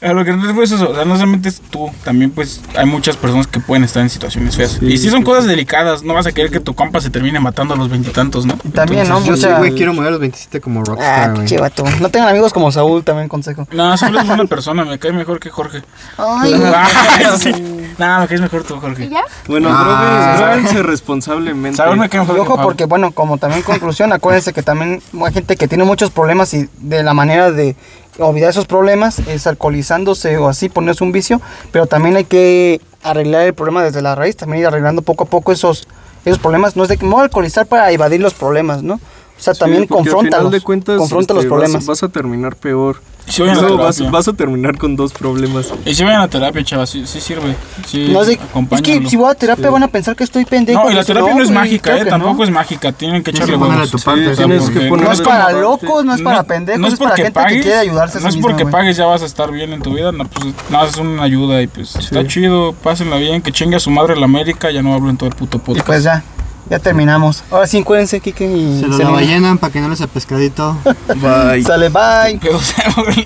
a lo que no es eso, o sea, no solamente es tú, también pues hay muchas personas que pueden estar en situaciones feas. Sí, y si son sí, cosas delicadas, no vas a querer que tu compa se termine matando a los veintitantos, ¿no? También, ¿no? Yo O sí, sea- güey, quiero mover a los 27 como Ah, rockstar, güey. pinche vato. No tengan amigos como Saúl, también consejo. No, solo es una persona, me cae mejor que Jorge. Ay, Ah, sí. No, me caes mejor tú, Jorge. ¿Y ya? Bueno, Ah. drogues- droguense responsablemente. Saúl me cae mejor Y que ojo Pablo. porque, bueno, como también conclusión, acuérdense que también hay gente que tiene muchos problemas y de la manera de olvidar esos problemas es alcoholizándose o así, ponerse un vicio, pero también hay que arreglar el problema desde la raíz, también ir arreglando poco a poco esos, esos problemas. No es de que me voy a alcoholizar para evadir los problemas, ¿no? O sea, también confronta de cuentas, confronta los este, vas- problemas. Vas, a terminar peor. Y si vayan a Luego terapia. vas, vas a terminar con dos problemas. Y si vayan a terapia, chava, sí, sí sirve. Sí, No es, de- es acompáñalo. que si voy a terapia van a pensar que estoy pendejo. No, y la terapia no, es güey, mágica, creo eh, que no. tampoco es mágica, tienen que echarle que poner huevos. a tu parte, o sea, tienes que porque poner- Pues No es de para comprobante. locos, no es para pendejos, es, para gente que quiere ayudarse a sí no es misma, porque güey. pagues ya vas a estar bien en tu vida, no, pues nada, es una ayuda y pues está chido, pásenla bien, que chingue a su madre la América, ya no hablo en todo el puto Y podcast. pues ya, ya terminamos. Ahora sí, cuídense, Kike y Se lo la Selena. ballenan para que no les sea pescadito. Bye. Sale, bye. Pero, o sea, güey,